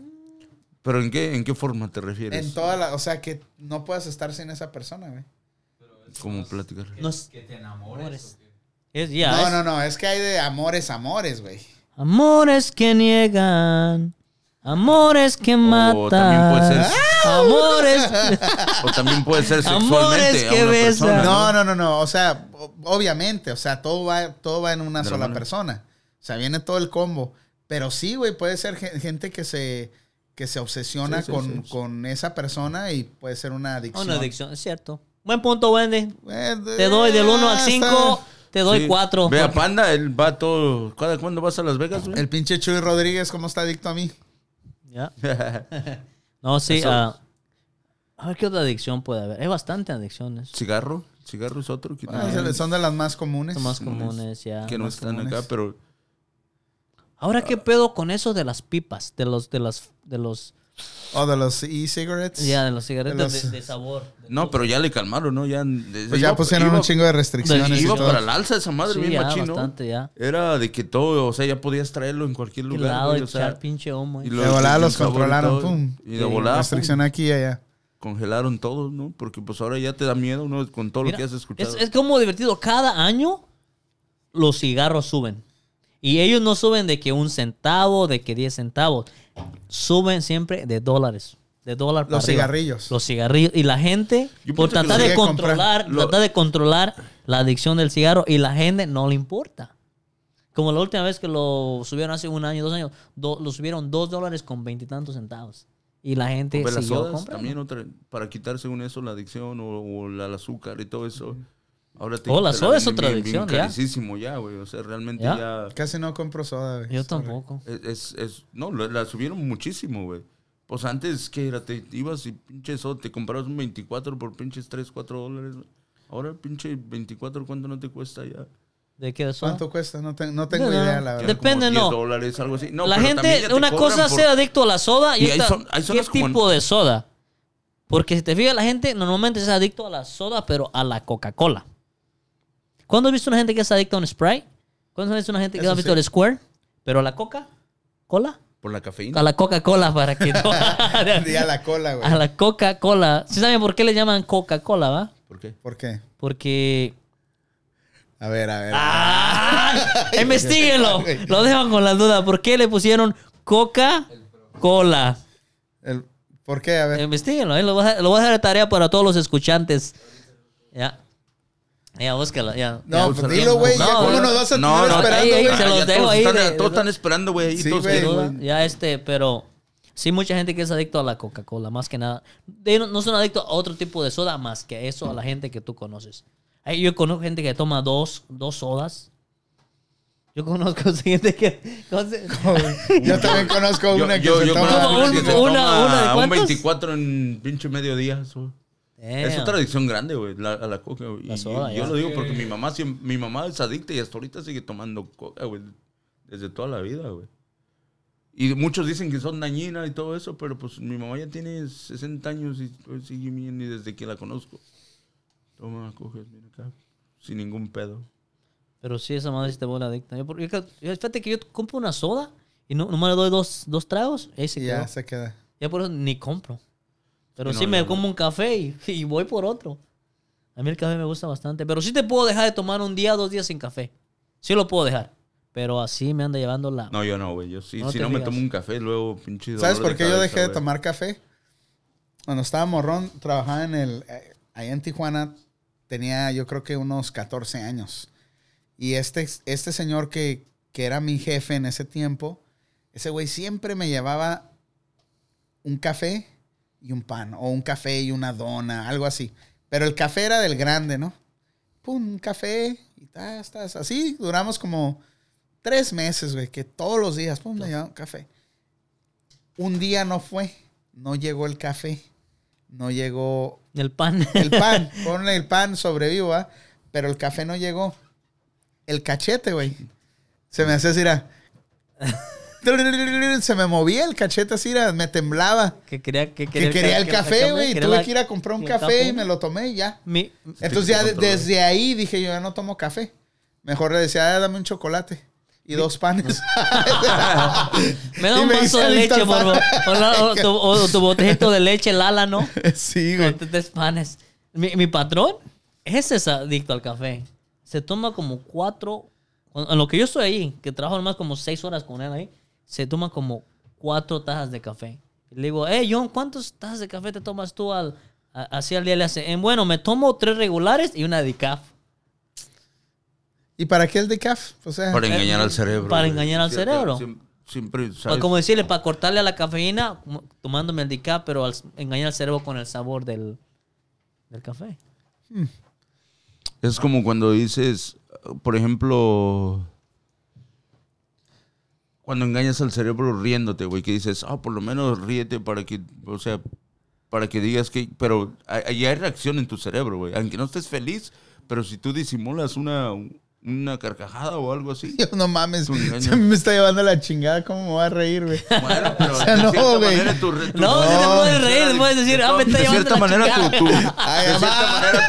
S2: ¿Pero en qué, en qué forma te refieres?
S1: en toda la... O sea, que no puedas estar sin esa persona, güey.
S2: ¿Cómo platicar?
S4: Que,
S3: No es-
S4: que te enamores.
S3: Amores.
S4: o que-
S3: es- ya,
S1: no,
S3: es-
S1: no, no, es que hay de amores, amores, güey.
S3: Amores que niegan, amores que
S2: O Oh, también puede
S3: matan,
S2: ser,
S1: Ah.
S3: amores...
S2: o también puede ser
S3: Amores
S2: sexualmente a
S3: que
S2: una
S3: besan.
S2: persona,
S1: No, no, no, no. O sea, o- obviamente, o sea, todo va, todo va en una
S2: De la
S1: sola
S2: mano.
S1: persona. O sea, viene todo el combo. Pero sí, güey, puede ser gen- gente que se, que se obsesiona
S2: Sí, sí,
S1: con,
S2: sí.
S1: con esa persona y puede ser una adicción.
S3: Una adicción, es cierto. Buen punto, Wendy.
S1: Eh, de-
S3: Te doy del 1 al
S1: está-
S3: 5, te doy
S2: Sí.
S3: 4.
S2: Ve a Panda, él va todo... ¿Cada cuándo vas a Las Vegas, güey?
S1: El pinche Chuy Rodríguez, ¿cómo está adicto a mí?
S3: No, sí.
S2: Eso-
S3: ah, a ver qué otra adicción puede haber. Hay bastante adicciones.
S2: ¿Cigarro? ¿Cigarro Ah, es otro?
S3: Ah,
S2: Que,
S1: Bueno,
S2: no-
S1: Ah, se le- son de las más comunes.
S3: Son más
S2: no es-
S3: comunes ya.
S2: que no
S1: más
S2: están
S1: comunes.
S2: acá, pero...
S3: Ahora qué pedo con eso de las pipas, de los, de las, de los,
S1: O de los e-cigarettes.
S3: ya de los cigarretas
S1: De
S3: de,
S1: los-
S3: de sabor.
S2: No, pero ya le calmaron, ¿no? Ya,
S1: Pues ya pusieron un chingo de
S3: de-
S1: restricciones. y
S2: Iba
S1: todo.
S2: para el alza esa madre,
S3: Sí,
S2: bien
S3: ya,
S2: machino.
S3: bastante ya.
S2: Era de que todo, o sea, ya podías traerlo en cualquier
S3: Qué
S2: lugar.
S3: lado
S2: güey,
S3: de
S2: o sea,
S3: echar pinche homo. eh.
S2: y
S1: De volada
S2: el
S1: los
S2: sabor y
S1: controlaron,
S2: todo,
S1: pum.
S2: Y de volada
S1: Restricción aquí y allá.
S2: pum, congelaron todo, ¿no? Porque pues ahora ya te da miedo, ¿no? Con todo lo
S3: Mira,
S2: que has escuchado.
S3: Es, es como divertido. Cada año los cigarros suben. Y ellos no suben de que un centavo, de que diez centavos. Suben siempre de dólares. De dólar para
S1: Los
S3: arriba.
S1: cigarrillos.
S3: Los cigarrillos. Y la gente,
S2: Yo
S3: por
S2: pienso que
S3: tratar
S1: lo
S3: de
S1: sigue comprando.
S3: controlar,
S2: Lo-
S3: tratar de controlar la adicción del cigarro. Y la gente no le importa. Como la última vez que lo subieron hace un año, dos años, do- lo subieron dos dólares con veintitantos centavos. Y la gente
S2: Ve las
S3: siguió
S2: sodas
S3: comprando.
S2: también otra- para quitar según eso la adicción o, o la- el azúcar y todo eso. Ahora te
S3: Oh, la
S2: te
S3: soda es
S2: venden
S3: otra
S2: bien- bien
S3: adicción, ya.
S2: carísimo ya, güey. O sea, realmente
S3: Ya.
S2: ya
S1: Casi no compro soda, güey.
S3: Yo
S1: Sorry.
S3: tampoco.
S2: Es, es- es- no, la, la subieron muchísimo, güey. Pues antes, que era? Te ibas y pinche eso, te comprabas un 24 por pinches 3, 4 dólares. güey. Ahora, pinche 24, ¿cuánto no te cuesta ya?
S3: ¿De qué de soda?
S1: ¿Cuánto cuesta? No, te- no tengo
S3: No, no.
S1: idea, la
S2: Ya
S1: verdad.
S3: De- Depende,
S2: como 10
S3: no.
S2: dólares, algo así. No,
S3: la
S2: pero también ya
S3: gente,
S2: te
S3: una
S2: cobran
S3: cosa es
S2: por-
S3: ser adicto a la soda y,
S2: Y hay
S3: otra,
S2: son- hay
S3: ¿qué
S2: zonas como en-
S3: tipo de soda? Porque si te fijas, la gente normalmente es adicto a la soda, pero a la Coca-Cola. ¿Cuándo has visto una gente que es adicta a un Sprite? ¿Cuándo has visto una gente que
S1: Eso
S3: ha visto
S1: sí.
S3: el Square? ¿Pero a la Coca-Cola?
S2: Por la cafeína.
S3: A la Coca-Cola para que no...
S1: Di a
S3: a
S1: la cola, güey.
S3: la Coca-Cola. ¿Sí saben por qué le llaman Coca-Cola, va?
S2: ¿Por qué?
S1: ¿Por qué?
S3: Porque...
S1: A ver, a ver.
S3: ¡Ah! ¡Investíguenlo! Lo dejan con la duda. ¿Por qué le pusieron Coca-Cola?
S1: El- ¿Por qué? A ver.
S3: Investíguenlo, ahí lo voy, a, lo voy a dejar de tarea para todos los escuchantes. Ya. Ya, búscalo, ya.
S1: no,
S3: ya.
S1: pues dilo, güey. ya
S3: No,
S1: ¿Cómo
S3: no,
S1: nos vas a
S2: no,
S1: tener
S2: no,
S3: ahí,
S1: esperando,
S3: ahí,
S1: güey?
S3: se los
S2: ya
S3: dejo
S2: todos
S3: ahí
S2: están-
S3: de-
S2: todos están esperando, güey. ahí
S1: Sí,
S2: todos
S1: güey.
S2: quieren-
S3: Duda, Ya este, pero sí, mucha gente que es adicto a la Coca-Cola, más que nada. De- no, no son adictos a otro tipo de soda más que eso, a la gente que tú conoces. Ahí yo conozco gente que toma dos, dos sodas. Yo conozco gente que...
S1: Yo también conozco
S2: Yo,
S1: una que
S2: yo,
S1: se
S2: yo
S1: toma-
S2: conozco
S3: Eh, Como
S2: una que
S3: un-
S2: se
S3: una-
S2: toma
S3: una de
S2: un
S3: cuántos?
S2: 24 en pinche mediodía. eso. Es otra adicción grande, güey, la- a la coca, güey.
S3: La
S2: Y-
S3: soda,
S2: y
S3: ya.
S2: yo lo digo porque mi mamá, siem- mi mamá es adicta y hasta ahorita sigue tomando coca, güey, desde toda la vida, güey. Y muchos dicen que son dañinas y todo eso, pero pues mi mamá ya tiene 60 años y pues, sigue bien y desde que la conozco. Toma, coca, mira acá, sin ningún pedo.
S3: Pero sí, esa madre sí te vuelve adicta. Yo, por- yo creo- yo- fíjate que yo compro una soda y no, nomás le doy dos, dos tragos. Ahí se
S1: Y ya
S3: quedó.
S1: se queda.
S3: Ya por eso ni compro. Pero
S2: Sí,
S3: sí
S2: no,
S3: me
S2: yo no.
S3: como un café y, y voy por otro. A mí el café me gusta bastante. Pero sí te puedo dejar de tomar un día, dos días sin café. Sí lo puedo dejar. Pero así me anda llevando la...
S2: No, yo no, güey, yo sí,
S3: No
S2: si
S3: te
S2: no me
S3: fijas.
S2: tomo un café, luego pinche dolor
S1: ¿Sabes
S2: de
S1: por qué yo
S2: cabeza,
S1: dejé de
S2: güey.
S1: tomar café? Cuando estaba morrón, trabajaba en el... eh, Allá en Tijuana tenía yo creo que unos 14 años. Y este, este señor que, que era mi jefe en ese tiempo, ese güey siempre me llevaba un café y un pan, o un café y una dona, algo así. Pero el café era del grande, ¿no? Pum, un café y tas, tas. Así duramos como tres meses, güey, que todos los días, pum, me llevaba un café. Un día no fue, no llegó el café. no llegó
S3: El pan.
S1: el pan. Ponle el pan, sobrevivo, ¿ah? Pero el café no llegó. El cachete, güey. Se me hacía así, era... Se me movía el cachete así, era, me temblaba.
S3: que quería, que
S1: Que quería el café, güey. y
S3: quería
S1: Tuve
S3: la-
S1: que ir a comprar un
S3: el
S1: café y me lo tomé y ya.
S3: Mi-
S1: Entonces ya de- desde ahí dije yo ya no tomo café. Mejor le decía, "Ah, dame un chocolate y dos panes.
S3: me da
S1: Y
S3: un
S1: me
S3: vaso
S1: hice
S3: de leche,
S1: adicto
S3: por
S1: al
S3: favor.
S1: pan.
S3: O, la- o tu, o tu botellito de leche Lala, ¿no?
S1: sí, güey.
S3: Con tres panes. Mi, mi patrón, ese es adicto al café. Se toma como cuatro. En lo que yo estoy ahí, que trabajo más como seis horas con él ahí, se toma como cuatro tajas de café. Y le digo, hey John, ¿cuántas tajas de café te tomas tú al, a- así al día? Le hace, "Eh, bueno, me tomo tres regulares y una de caf.
S1: ¿Y para qué el decaf? O sea,
S2: Para engañar al cerebro.
S3: Para
S2: güey.
S3: engañar al
S2: Siempre-
S3: cerebro.
S2: siem- Siempre,
S3: O
S2: ¿sabes?
S3: como decirle, para cortarle a la cafeína, como tomándome el decaf, pero al- engañar al cerebro con el sabor del, del café.
S2: Es como cuando dices, por ejemplo, cuando engañas al cerebro riéndote, güey, que dices, ah, por lo menos ríete para que, o sea, para que digas que, pero a- ahí hay reacción en tu cerebro, güey, aunque no estés feliz, pero si tú disimulas una, una carcajada o algo así.
S1: yo no mames.
S2: Es un engaño.
S1: Se me está llevando la chingada. ¿Cómo me voy a reír, güey?
S2: Bueno, pero
S1: O sea,
S2: de
S1: no,
S2: cierta
S1: güey.
S2: manera tu re- tu-
S3: No, si te puedes reír, te puedes decir, ah, me está
S2: De
S3: llevando
S2: cierta
S3: la
S2: manera tu...
S3: chingada.
S2: tu- de
S1: Ay,
S2: cierta
S1: mamá.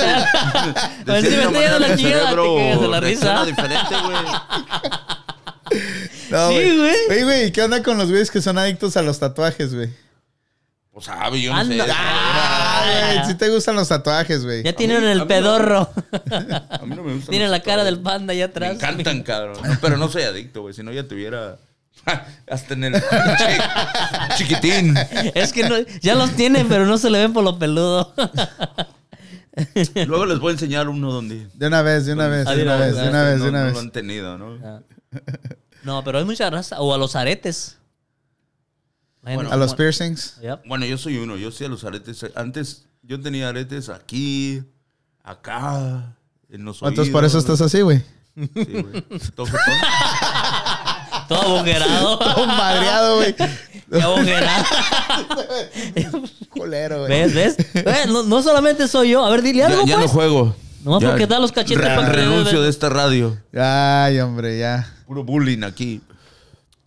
S2: manera tu...
S3: A ver
S2: cierta
S3: si me está llevando
S2: manera
S3: la
S2: tu
S3: chingada, te
S2: cerebro
S3: cagas de la
S2: reacciona
S3: risa.
S2: diferente, güey.
S1: No,
S3: Sí, güey.
S1: Oye, güey, ¿qué onda con los güeyes que son adictos a los tatuajes, güey?
S2: O sea, yo no
S3: Anda.
S2: sé.
S1: Ah,
S3: Ah.
S1: güey, sí te gustan los tatuajes, güey.
S3: Ya
S2: mí-
S3: tienen
S2: a mí
S3: el
S2: no-
S3: pedorro.
S2: A mí no me gusta.
S3: Tienen la cara del panda allá atrás.
S2: Me encantan, cabrón. No, pero no soy adicto, güey. Si no, ya tuviera. Hasta en el. pinche Chiquitín.
S3: Es que no- ya los tienen, pero no se le ven por lo peludo.
S2: Luego les voy a enseñar uno donde.
S1: De una vez, de una vez, de
S3: Ah,
S1: una vez, de una vez, de una
S2: no,
S1: vez.
S2: No lo han tenido, ¿no?
S3: No, pero hay mucha raza. O a los aretes.
S2: Bueno,
S1: A los piercings.
S3: Yep.
S2: Bueno, yo soy uno. Yo sí a los aretes. Antes yo tenía aretes aquí, acá, en los
S1: Ah, Entonces por eso estás
S2: oídos.
S1: así, güey.
S2: Sí, güey. Todo jetón.
S3: Todo aboguerado.
S1: Todo madreado, güey.
S3: aboguerado.
S1: Culero, güey.
S3: ¿Ves? ¿Ves? ¿Ves? No, no solamente soy yo. A ver, dile algo,
S2: Ya, ya no
S3: pues.
S2: juego.
S3: Nomás
S2: Ya
S3: porque da los cachetes
S2: re-
S3: para que-
S2: Renuncio de esta radio.
S1: Ay, hombre, ya.
S2: puro bullying aquí.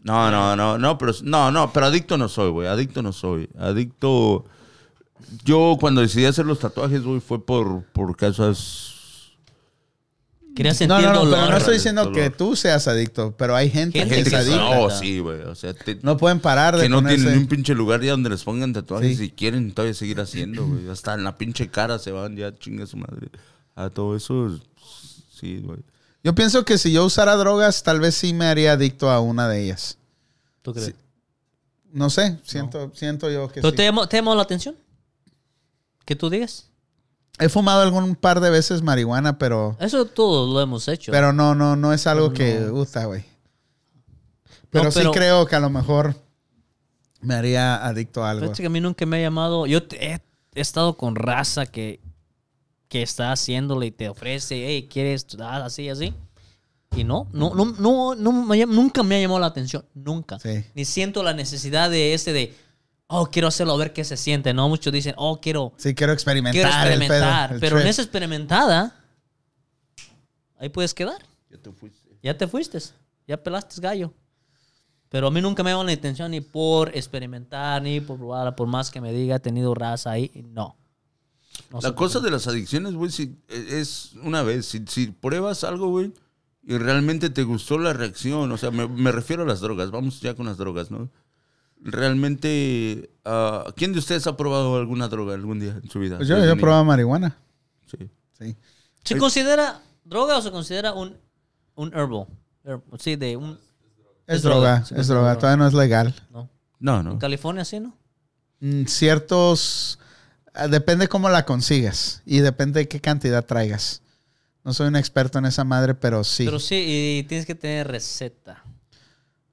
S2: No, no, no, no, pero no, no, pero adicto no soy, güey, adicto no soy. Adicto yo cuando decidí hacer los tatuajes, güey, fue por por causas
S3: Quería
S1: No,
S3: sentir
S1: no, no,
S3: dolor.
S1: pero no estoy diciendo
S2: dolor.
S1: que tú seas adicto, pero hay gente,
S3: Gente
S1: que
S2: gente
S1: es
S2: que
S1: adicta.
S2: no,
S1: No,
S3: adicta.
S2: sí, güey, o sea, te-
S1: pueden parar de
S2: que no
S1: ponerse-
S2: tienen ni un pinche lugar ya donde les pongan tatuajes
S1: Sí.
S2: y quieren todavía seguir haciendo, güey. Hasta en la pinche cara se van ya chinga su madre. A todo eso sí, güey.
S1: Yo pienso que si yo usara drogas, tal vez sí me haría adicto a una de ellas.
S3: ¿Tú crees?
S1: No sé, siento, siento yo que
S3: ¿Pero
S1: sí.
S3: te, llamó, ¿Te llamó la atención? ¿Que tú digas?
S1: He fumado algún par de veces marihuana, pero,
S3: Eso todos lo hemos hecho.
S1: pero no, no, no es algo que gusta, güey. Pero,
S3: No, pero-
S1: sí creo que a lo mejor me haría adicto a algo.
S3: Fíjate este que a mí nunca me ha llamado. Yo te- he, he estado con raza que, que está haciéndole y te ofrece, hey, ¿quieres dar así, así? Y no, no, no, no, no me llam- nunca me ha llamado la atención. Nunca.
S1: Sí.
S3: Ni siento la necesidad de ese de, oh, quiero hacerlo a ver qué se siente, ¿no? Muchos dicen, oh, quiero,
S1: Sí, quiero experimentar.
S3: quiero
S1: el pedo,
S3: experimentar.
S1: el
S3: pero en
S1: trip.
S3: esa experimentada, ahí puedes quedar.
S2: Ya te fuiste.
S3: Ya te fuiste, ya pelaste gallo. Pero a mí nunca me dio la intención ni por experimentar, ni por probar, por más que me diga, he tenido raza ahí, no. No sé
S2: La
S3: por
S2: cosa
S3: qué.
S2: de las adicciones, güey, si, e, es una vez, si, si pruebas algo, güey, y realmente te gustó la reacción, o sea, me, me refiero a las drogas, vamos ya con las drogas, ¿no? Realmente, ah, ¿quién de ustedes ha probado alguna droga algún día en su vida?
S1: Pues yo,
S2: Desde
S1: yo
S2: niño.
S1: probaba marihuana.
S2: Sí.
S1: Sí.
S3: ¿Se considera droga o se considera un, un herbal? Herb- sí, de un...
S1: Es, droga,
S3: sí,
S1: es droga. Todavía no es legal.
S3: no.
S2: No,
S3: En
S2: no.
S3: California sí, ¿no?
S1: Mm, ciertos ah, depende cómo la consigas y depende de qué cantidad traigas. No soy un experto en esa madre, pero sí.
S3: Pero sí, y tienes que tener receta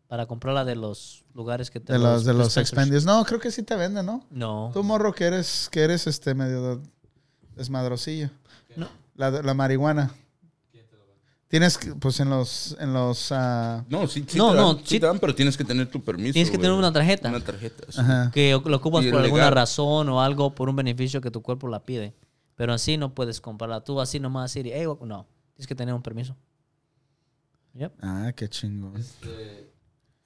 S3: para comprarla de los lugares que te
S1: de los de los
S3: dispensers.
S1: expendios. No, creo que sí te venden, ¿no?
S3: No.
S1: Tú morro que eres que eres este medio desmadrosillo.
S3: No.
S1: La, la marihuana.
S4: ¿Quién te lo va a-
S1: Ti- Tienes, que- pues en los, en los, ah,
S2: No, sí, sí
S3: No,
S2: te dan,
S3: no,
S2: sí
S3: sí-
S2: te dan, pero tienes que tener tu permiso.
S3: Tienes que
S2: güey.
S3: tener una tarjeta.
S2: Una tarjeta. sí.
S1: ajá.
S3: que o- lo ocupas
S2: Y
S3: por alguna
S2: legal.
S3: razón o algo, por un beneficio que tu cuerpo la pide. Pero así no puedes comprarla. Tú así nomás decir, "Ey, guaco", no, tienes que tener un permiso. Yep.
S1: Ah, qué chingón.
S4: Este,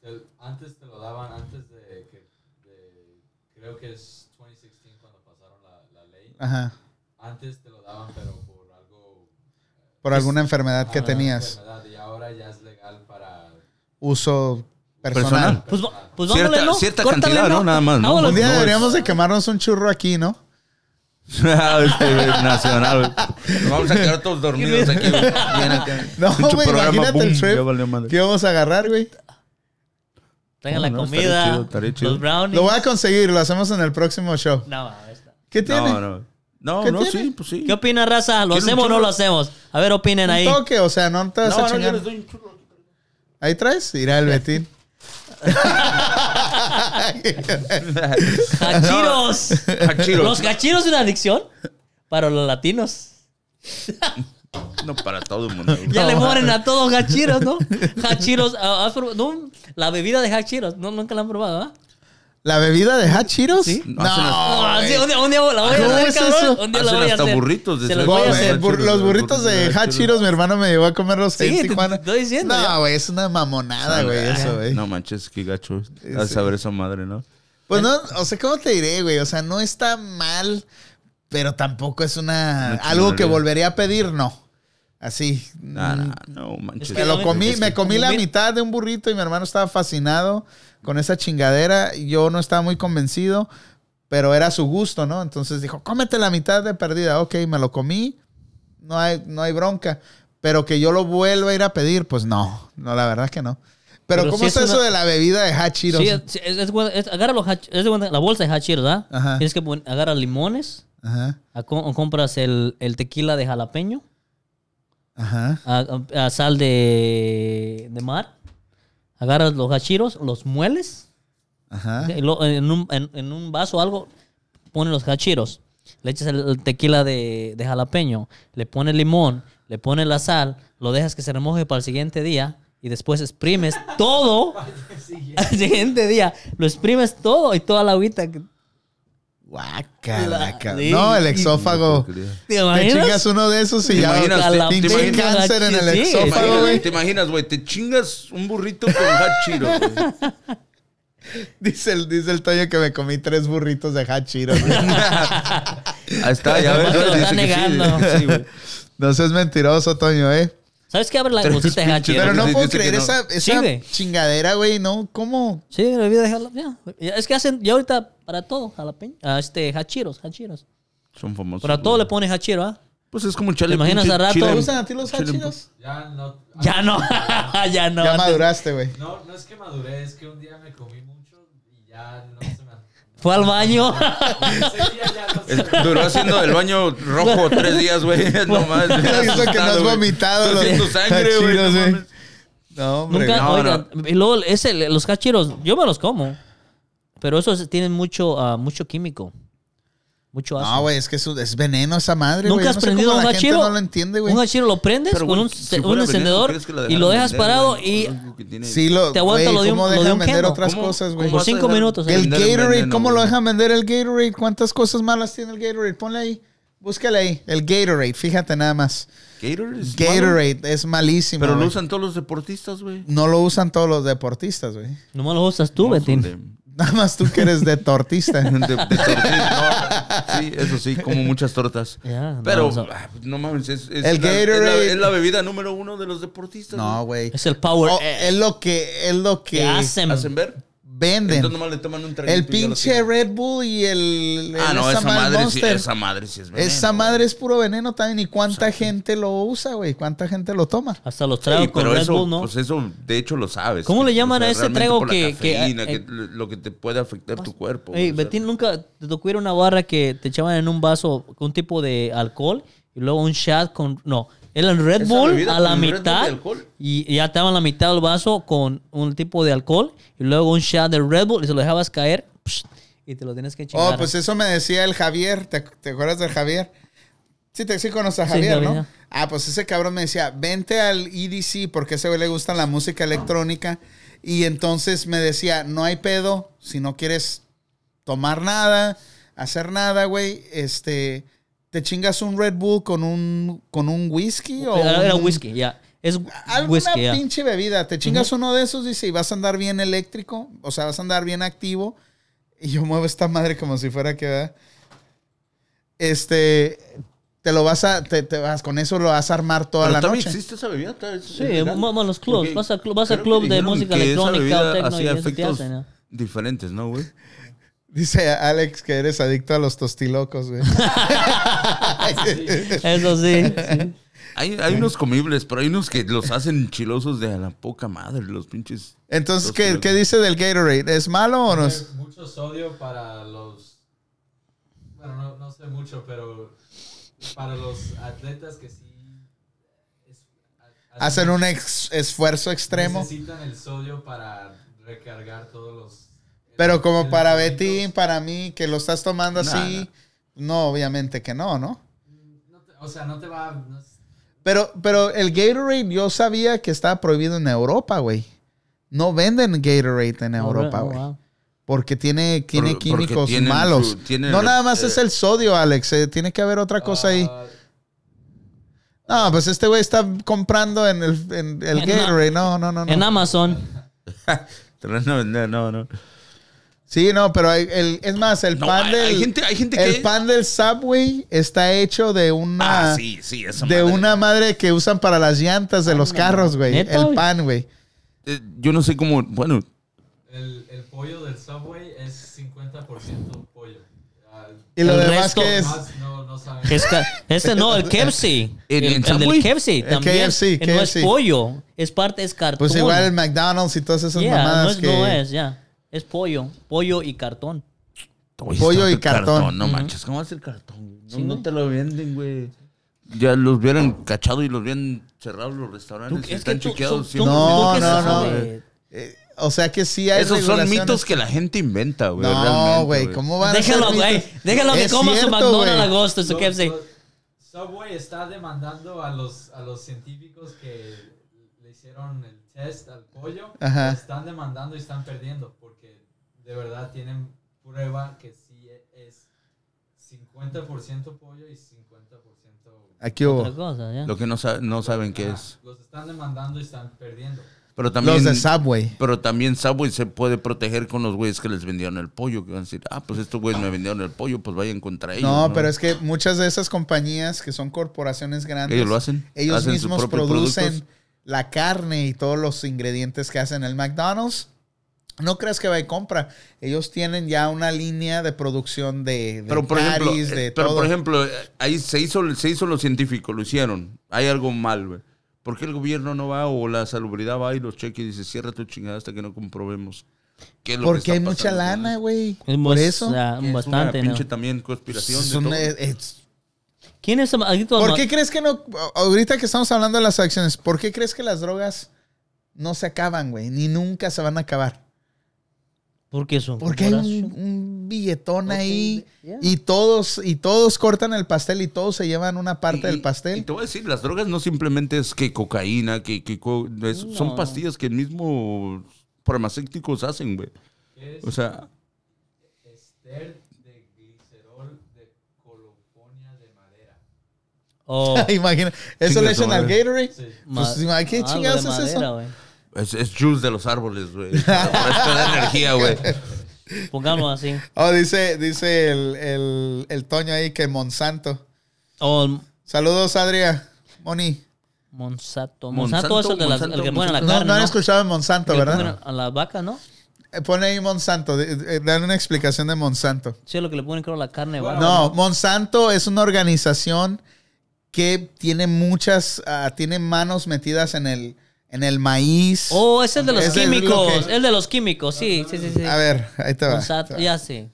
S4: el- antes te lo daban, antes de que, de- creo que es 2016 cuando pasaron la, la ley.
S1: Ajá.
S4: Antes te lo daban, pero por algo...
S1: Por alguna enfermedad que
S4: ah,
S1: tenías.
S4: enfermedad, Y ahora ya es legal para...
S1: Uso personal.
S2: Personal.
S3: Pues, va- pues
S2: Cierta-
S3: vámonos, ¿no?
S2: cierta
S3: Córtale,
S2: cantidad, ¿no? Nada más, ¿no?
S3: Vámonos.
S1: Un día
S2: No, es-
S1: deberíamos de quemarnos un churro aquí, ¿no? Ah,
S2: este, güey, nacional. güey. Nos vamos a quedar todos dormidos aquí. güey. Bien acá.
S1: No,
S2: Pinche
S1: güey,
S2: programa,
S1: imagínate
S2: boom,
S1: el trip.
S2: ya valió madre.
S1: ¿Qué vamos a agarrar, güey?
S3: Traigan la
S2: No, no, estaría
S3: comida,
S2: chido, estaría chido.
S3: los brownies.
S1: Lo voy a conseguir, lo hacemos en el próximo show.
S3: No, va, está.
S1: ¿Qué tiene?
S2: No, no. No,
S1: ¿Qué
S2: no,
S1: tiene?
S2: sí, pues sí.
S3: ¿Qué opina, raza? ¿Lo
S2: Quiero un
S3: hacemos o no
S2: churro.
S3: lo hacemos? A ver, opinen ahí.
S1: Un toque, o sea, no te vas a
S2: No, no, yo
S1: chingar.
S2: les doy un churro.
S1: ¿Ahí traes? Irá el Betín.
S3: ¡Cachiros!
S2: Cachiros.
S3: ¿Los cachiros es una adicción? Para los latinos.
S2: No, para todo el mundo. güey.
S3: Ya le ponen a todos hachiros, ¿no? Hachiros, ah, ¿has probado? No, la bebida de hachiros, no, nunca la han probado, ¿ah?
S1: ¿La bebida de Hachiros?
S3: Sí.
S1: No.
S2: Hacen hasta-
S3: Ah, sí, un, día, un día la voy a
S1: ¿Cómo
S3: hacer,
S1: es
S3: cabrón.
S1: eso?
S3: Un día la
S2: Hacen
S3: voy a
S2: hasta
S3: hacer.
S2: burritos de
S3: Se las
S2: esos.
S3: voy a
S1: Bueno,
S3: hacer.
S1: el bur-
S2: Hachiros,
S1: los
S2: los
S1: burritos
S2: burritos
S1: de
S2: de
S1: Hachiros,
S2: Hachiros,
S1: mi hermano me llevó a comerlos
S3: Sí,
S1: en
S3: te- te
S1: Tijuana.
S3: estoy diciendo, ya.
S1: No, güey, es una mamonada, güey, eso, güey.
S2: Ah, No manches, qué gacho. A saber esa madre, ¿no?
S1: Pues no, o sea, ¿cómo te diré, güey? O sea, no está mal, pero tampoco es una...
S2: Una
S1: algo que
S2: chingonería.
S1: volvería a pedir, no. Así.
S2: Nah,
S1: mm,
S2: nah, no manches.
S3: Es
S1: Me lo comí,
S2: Es
S1: me
S2: que-
S1: comí la
S3: Mira.
S1: mitad de un burrito y mi hermano estaba fascinado con esa chingadera. Yo no estaba muy convencido, pero era su gusto, ¿no? Entonces dijo, cómete la mitad de perdida. Ok, me lo comí, no hay, no hay bronca. Pero que yo lo vuelva a ir a pedir, pues no, no, la verdad que no. Pero,
S3: Pero
S1: ¿cómo
S3: si es
S1: está eso
S3: una-
S1: de la bebida de Hachiros?
S3: Sí, es- es- es bueno, es- agarra los hach- es de buena- la bolsa de hachiros, ¿ah?
S1: Ajá.
S3: Tienes que pon- agarrar limones,
S1: Ajá,
S3: a co- o compras el, el tequila de jalapeño,
S1: ajá.
S3: a, a- a sal de, de mar, agarras los hachiros, los mueles.
S1: Ajá.
S3: Y lo- en, un, en- en un vaso o algo, pones los hachiros. Le echas el, el tequila de, de jalapeño, le pones limón, le pones la sal, lo dejas que se remoje para el siguiente día y después exprimes todo al siguiente día. Lo exprimes todo y toda la agüita. que-
S1: Guácala,
S3: La-
S1: cabrón.
S3: sí.
S1: No, el exófago.
S3: ¿Te
S1: Te chingas
S3: imaginas?
S1: uno de esos y
S2: ¿Te
S1: ya
S2: imaginas?
S3: A la
S2: ¿Te
S1: pinche
S2: imaginas?
S1: cáncer en el
S2: ¿Te
S3: Sí.
S1: exófago,
S2: imaginas,
S1: güey.
S2: ¿Te imaginas, güey? Te chingas un burrito con Hachiro, güey.
S1: Dice el, dice el Toño que me comí tres burritos de hachiros.
S2: Ahí está, ya ves.
S3: Nomás te lo
S2: dice que sí,
S3: está
S2: dice
S3: negando.
S2: que sí, güey.
S1: No seas mentiroso, Toño, ¿eh?
S3: ¿Sabes qué abre la
S2: Tres
S3: bolsita de
S2: pinches-
S1: Pero
S3: hachiros?
S1: no
S2: Dice
S1: puedo
S2: que
S1: creer
S2: no.
S1: esa, esa
S3: Sí, güey.
S1: chingadera, güey, ¿no? ¿Cómo?
S3: Sí, la bebida de jalapeño. Ya, Es que hacen ya ahorita para todo jalapeño. ah, Este, hachiros, hachiros.
S2: Son famosos.
S3: Para todo
S2: güey.
S3: le pones hachiro, ¿ah?
S2: Pues es como un chale.
S3: ¿Te imaginas
S2: pinche
S3: a rato?
S2: chile-
S1: ¿Te gustan a ti los
S2: chile pues, en
S1: hachiros?
S4: Ya no...
S3: Ya no, ya no.
S1: Ya
S3: antes-
S1: maduraste, güey.
S4: No, no es que maduré, es que un día me comí mucho y ya no se me...
S3: Fue al baño.
S4: Ese día ya no se me...
S2: Es- Duró haciendo el baño rojo tres días, güey. No más.
S1: Eso que no has
S2: asustado, güey.
S1: vomitado
S2: Estoy haciendo
S1: los
S2: sangre, güey.
S1: hachiros,
S2: no
S1: güey.
S2: mames.
S1: No, hombre.
S3: Nunca,
S2: no,
S3: oigan, y luego ese, los cachiros, yo me los como, pero esos tienen mucho, ah, mucho químico, mucho ácido.
S1: No, güey, es que es, un- es veneno esa madre, güey.
S3: ¿Nunca has
S1: no sé
S3: prendido
S1: cómo
S3: un
S1: la gente
S3: hachiro?
S1: no lo entiende, güey.
S3: Un hachiro lo prendes
S2: Pero,
S3: con
S2: güey,
S3: un,
S2: si
S3: ce- un
S2: fuera veneno,
S3: encendedor
S2: ¿crees que la
S3: y
S2: dejaran
S3: lo dejas
S2: vender,
S3: parado
S2: güey?
S3: y
S2: Lo que tiene-
S1: Sí, lo,
S3: Te aguanta
S1: güey,
S3: lo de un-
S1: ¿cómo
S3: lo de
S1: dejan
S3: un
S1: vender
S3: kendo?
S1: otras
S2: ¿Cómo-
S1: cosas, güey?
S2: cómo
S3: por
S2: vas a
S3: cinco
S2: dejar
S3: minutos. ¿eh?
S2: de
S3: ahí.
S1: El
S2: vender
S1: Gatorade,
S2: veneno,
S1: ¿cómo lo
S2: güey?
S1: dejan vender el Gatorade? ¿Cuántas cosas malas tiene el Gatorade? Ponle ahí. Búscale ahí. El Gatorade, fíjate nada más.
S2: Gatorade. es malo,
S1: Gatorade es malísimo.
S2: Pero lo
S1: güey.
S2: usan todos los deportistas, güey.
S1: No lo usan todos los deportistas, güey.
S3: Nomás los usas tú,
S2: No, son
S3: Betín.
S2: de-
S1: Nada más tú que eres de tortista.
S2: de- de tortilla, no. Sí, eso sí, como muchas tortas.
S3: Ya, no,
S2: Pero,
S3: o sea,
S2: ah, no mames, es,
S1: El
S2: es la, es la-
S1: Gatorade.
S2: es la bebida número uno de los deportistas.
S1: No,
S2: güey.
S1: güey.
S3: es el power
S1: Oh,
S3: eh,
S1: es lo que, es lo
S3: que
S1: que
S3: hacen.
S2: ¿Hacen ver?
S3: em,
S2: Entonces
S1: venden.
S2: nomás le toman un traguito
S1: El
S2: y ya lo
S1: pinche
S2: tiran.
S1: Red Bull y el,
S2: Ah,
S1: el
S2: no, esa
S1: mal
S2: madre, sí,
S1: Monster.
S2: esa madre sí es veneno.
S1: Esa madre es puro veneno también. ¿Y cuánta gente lo usa, güey? ¿Cuánta gente lo toma?
S3: hasta los
S2: Sí,
S3: tragos con
S2: pero
S3: Red
S2: eso,
S3: Bull, ¿no?
S2: pues eso, de hecho, lo sabes.
S3: ¿Cómo le
S2: Que,
S3: llaman a ese
S2: realmente
S3: trago
S2: por la
S3: que- que-
S2: cafeína,
S3: eh, Pues,
S2: que lo que te puede afectar tu cuerpo.
S3: Ey,
S2: pues, o sea.
S3: Betín, ¿nunca te tocó ir a una barra que te echaban en un vaso un tipo de alcohol y luego un shot con... No, era el Red
S2: Esa
S3: Bull
S2: bebida
S3: a
S2: con
S3: la
S2: Red Bull de
S3: mitad
S2: alcohol.
S3: y y ya te daban la mitad del vaso con un tipo de alcohol y luego un shot de Red Bull y se lo dejabas caer psh, y te lo tienes que chingar.
S1: pues Oh, pues eso me decía el Javier. ¿Te, te acuerdas del Javier? Sí, te sí conoces a
S3: Sí,
S1: Javier, ¿no?
S3: Javier.
S1: Ah, pues ese cabrón me decía, vente al EDC porque a ese güey le gusta la música electrónica. Y entonces me decía, no hay pedo si no quieres tomar nada, hacer nada, güey. Este, te chingas un Red Bull con un, con un whisky o
S3: Era, era
S1: un-
S3: whisky, ya. Es
S1: Alguna
S3: whisky, ya.
S1: pinche bebida. Te chingas uno de esos, dice, y vas a andar bien eléctrico, o sea, vas a andar bien activo. Y yo muevo esta madre como si fuera que... ¿verdad? Este, te lo vas a, te, te vas, con eso lo vas a armar toda
S2: Pero
S1: la
S2: todavía
S1: noche.
S2: existe esa bebida. todavía es-
S3: Sí,
S2: es legal.
S3: vamos a los clubs.
S2: Porque
S3: Vas a clu- vas a
S2: creo
S3: club
S2: que
S3: de
S2: dijeron
S3: música
S2: que esa
S3: electrónica o
S2: bebida
S3: tecno y
S2: hacía
S3: eso te
S2: efectos
S3: hacen, ¿no?
S2: diferentes, ¿no, güey?
S1: Dice Alex que eres adicto a los tostilocos, güey.
S3: Eso sí. sí.
S2: Hay, hay unos comibles, pero hay unos que los hacen chilosos de a la poca madre, los pinches.
S1: Entonces, ¿qué,
S2: Tostilocos.
S1: qué dice del Gatorade? ¿Es malo o no
S4: Tiene
S1: es?
S4: Mucho sodio para los. Bueno, no, no sé mucho, pero para los atletas que sí. es- ha-
S1: Hacen un ex- esfuerzo extremo.
S4: Necesitan el sodio para recargar todos los.
S1: Pero como para
S4: electrolitos.
S1: Betty, para mí, que lo estás tomando
S2: Nah,
S1: así, no, obviamente que no, ¿no?
S4: No te- o sea, no te va. no es-
S1: Pero, pero el Gatorade yo sabía que estaba prohibido en Europa, güey. No venden Gatorade en Europa,
S3: Oh,
S1: güey.
S3: wow.
S1: Porque tiene, tiene
S2: porque
S1: químicos
S2: tienen
S1: malos.
S2: su- tienen
S1: no
S2: el-
S1: nada más
S2: eh,
S1: es el sodio, Alex. eh, tiene que haber otra cosa ahí.
S4: Ah,
S1: No, pues este güey está comprando en el, en el
S3: Ah. En
S1: Gatorade. No, no, no. no.
S3: En Amazon.
S2: Te lo van a vender, No, no.
S1: Sí, no, pero hay- el, es más, el
S2: No,
S1: pan
S2: hay-
S1: del...
S2: hay gente- hay gente
S1: el
S2: que-
S1: pan del Subway está hecho de una...
S2: Ah, sí, sí, esa
S1: de
S2: madre.
S1: una madre que usan para las llantas de los
S3: Ah, no.
S1: carros, güey.
S3: ¿Neta,
S1: El
S3: güey?
S1: pan, güey.
S2: Eh, Yo no sé cómo. Bueno,
S4: el, el pollo del Subway es 50% pollo. Ah,
S1: Y lo
S3: El
S1: demás
S3: resto-
S1: que es...
S4: más no, no saben.
S3: Es ca- este no, el KFC.
S2: ¿En-
S3: El,
S2: en
S3: el
S2: Subway?
S3: del KFC también.
S1: KFC,
S3: eh, No es
S1: KFC.
S3: pollo. Es parte, es cartón.
S1: Pues igual el McDonald's y todas esas
S3: Yeah,
S1: mamadas
S3: no es,
S1: que...
S3: no es, ya. Es pollo. Pollo y cartón.
S2: Oye,
S1: Pollo
S2: está
S1: y
S2: el
S1: cartón.
S2: No manches, ¿cómo hace el cartón? No,
S3: Sí,
S2: no
S3: ¿no?
S2: te lo venden, güey. Ya los vieran cachado y los vieran cerrados los restaurantes. y están chequeados. sí,
S1: No,
S3: qué
S1: no,
S3: sabes?
S1: no.
S3: Eh,
S1: Eh, o sea que sí hay
S2: Esos son
S1: regulaciones.
S2: mitos que la gente inventa, güey.
S1: No,
S2: realmente,
S1: güey, ¿cómo van a
S3: Déjalo,
S1: ser
S3: güey.
S1: mitos?
S3: Déjalo que
S1: Es
S3: coma su
S1: cierto,
S3: McDonald's
S1: güey.
S3: agosto, su
S4: Lo-
S3: KFC.
S4: lo- pues, Subway está demandando a los, a los científicos que le hicieron el test al pollo.
S1: Ajá.
S4: lo Están demandando y están perdiendo porque de verdad tienen prueba que sí e, es 50% pollo y 50%...
S1: Aquí
S3: Otra
S1: hubo.
S3: cosa, ya.
S2: Lo que no, sa- no saben qué
S4: Ajá,
S2: es.
S4: Los están demandando y están perdiendo.
S2: Pero
S1: Los
S2: también,
S1: de Subway.
S2: pero también Subway se puede proteger con los güeyes que les vendieron el pollo. Que van a decir, ah, pues estos güeyes me vendieron el pollo, pues vayan contra ellos.
S1: No, pero es que muchas de esas compañías que son corporaciones grandes,
S2: Ellos lo hacen.
S1: ellos
S2: Hacen sus
S1: mismos
S2: propios
S1: producen
S2: productos.
S1: la carne y todos los ingredientes que hacen el McDonald's. No creas que va y compra. Ellos tienen ya una línea de producción de, de
S2: Pero por ejemplo,
S1: patties, de
S2: eh, pero
S1: todo.
S2: por ejemplo, eh, ahí se hizo, se hizo los científicos, lo hicieron. Hay algo mal, güey. ¿Por qué el gobierno no va o la salubridad va y los cheques y dice, cierra tu chingada hasta que no comprobemos? qué es lo que
S1: Porque
S2: está
S1: hay mucha
S2: pasando,
S1: lana,
S2: güey?
S1: güey.
S3: Es
S1: Por
S3: bas-
S1: eso.
S3: ah,
S2: Que Es una
S3: bastante, ¿no?
S2: pinche también conspiración.
S1: Es
S2: de
S1: un-
S2: todo.
S1: eh, es-
S3: ¿Quién es Aguito
S1: ¿Por
S3: Ma-
S1: qué crees que no, ahorita que estamos hablando de las adicciones, ¿por qué crees que las drogas no se acaban, güey? Ni nunca se van a acabar.
S3: ¿Por qué eso?
S1: Porque hay un,
S3: Corporación.
S1: un billetón
S3: Ok,
S1: ahí
S3: yeah.
S1: y todos y todos cortan el pastel y todos se llevan una parte
S2: Y-
S1: del
S2: Y
S1: pastel.
S2: te voy a decir, las drogas no simplemente es que cocaína, que, que co- es- son
S3: No.
S2: pastillas que el mismo farmacéuticos hacen, güey.
S4: ¿Qué es
S2: O sea,
S4: ester de glicerol de colofonia de madera?
S3: Oh,
S1: Ah, Imagina, eso
S2: Chinga
S1: le
S2: su
S1: echan al
S2: madre.
S1: Gatorade.
S4: Sí.
S3: ma-
S1: Pues, ma- ¿qué
S3: algo de
S1: chingados es eso?
S3: madera, güey.
S2: es, es juice de los árboles, güey. Por esto da energía, güey.
S3: Pongámoslo así.
S1: Oh, dice, dice el, el- el Toño ahí que Monsanto.
S3: Oh,
S1: Saludos, Adria. Moni.
S3: Monsanto. Monsanto,
S2: Monsanto,
S3: es el, de las-
S2: Monsanto,
S3: el que ponen a la
S2: Monsanto.
S1: No,
S3: carne,
S1: no han
S3: ¿no?
S1: escuchado de
S3: Que
S1: Monsanto,
S3: le
S1: ¿verdad?
S3: ponen a la vaca, ¿no?
S1: Eh, Pone ahí Monsanto. de- de- Dale una explicación de Monsanto.
S3: Sí, es lo que le ponen creo a la carne,
S4: Bueno,
S3: vaca.
S1: No, Monsanto es una organización que tiene muchas, ah, tiene manos metidas en el, en el maíz.
S3: Oh, es el de los
S1: Ese es lo
S3: químicos.
S1: que- Ah,
S3: El de los químicos, sí, sí, sí, sí.
S1: A ver, ahí te va.
S3: Monsanto,
S1: Te va.
S3: ya sí.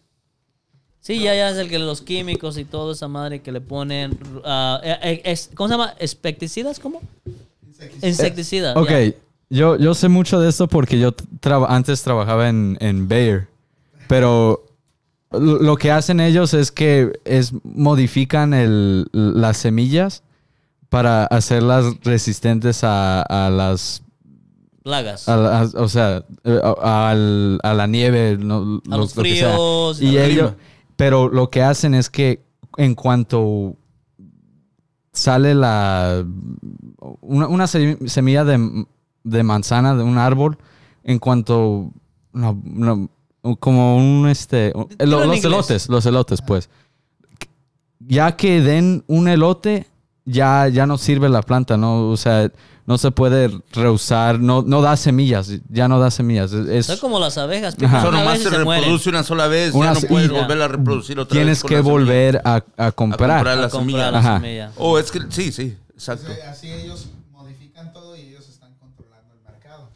S3: Sí, ya, ya es el que los químicos y toda esa madre que le ponen. ah, eh, eh, es- ¿Cómo se llama? ¿Especticidas? ¿Cómo? Insecticidas.
S5: Ok,
S3: ya.
S5: yo, yo sé mucho de esto porque yo tra- antes trabajaba en, en Bayer, pero Lo lo que hacen ellos es que es, modifican el- las semillas para hacerlas resistentes a, a las...
S3: Plagas.
S5: a la- a- o sea, eh, a, al- a la nieve, no,
S3: a
S5: lo-
S3: los
S5: lo que sea.
S3: fríos.
S5: Y
S3: a-
S5: ellos, pero lo que hacen es que en cuanto sale la una, una se- semilla de, de manzana de un árbol, en cuanto no, no, como un este lo-
S3: Dilo en
S5: los
S3: inglés.
S5: elotes, los elotes pues. Ya que den un elote ya, ya no sirve la planta, ¿no? O sea, no se puede reusar, no, no da semillas, ya no da semillas. Es,
S3: Son como las abejas.
S5: Ajá.
S3: pican
S2: Eso
S3: una
S2: nomás
S3: vez y
S2: se
S3: se mueren.
S2: reproduce una sola vez.
S5: Una
S2: ya
S5: se-
S2: no puedes
S3: y-
S2: volver a reproducir otra vez.
S5: tienes
S2: con
S5: que
S2: la semilla.
S5: volver a, a comprar.
S2: A comprar la
S3: A comprar
S2: semilla.
S3: la
S5: Ajá.
S3: semilla.
S2: Oh, es que sí, sí, exacto.
S1: Entonces, así ellos modifican todo y ellos están controlando el mercado.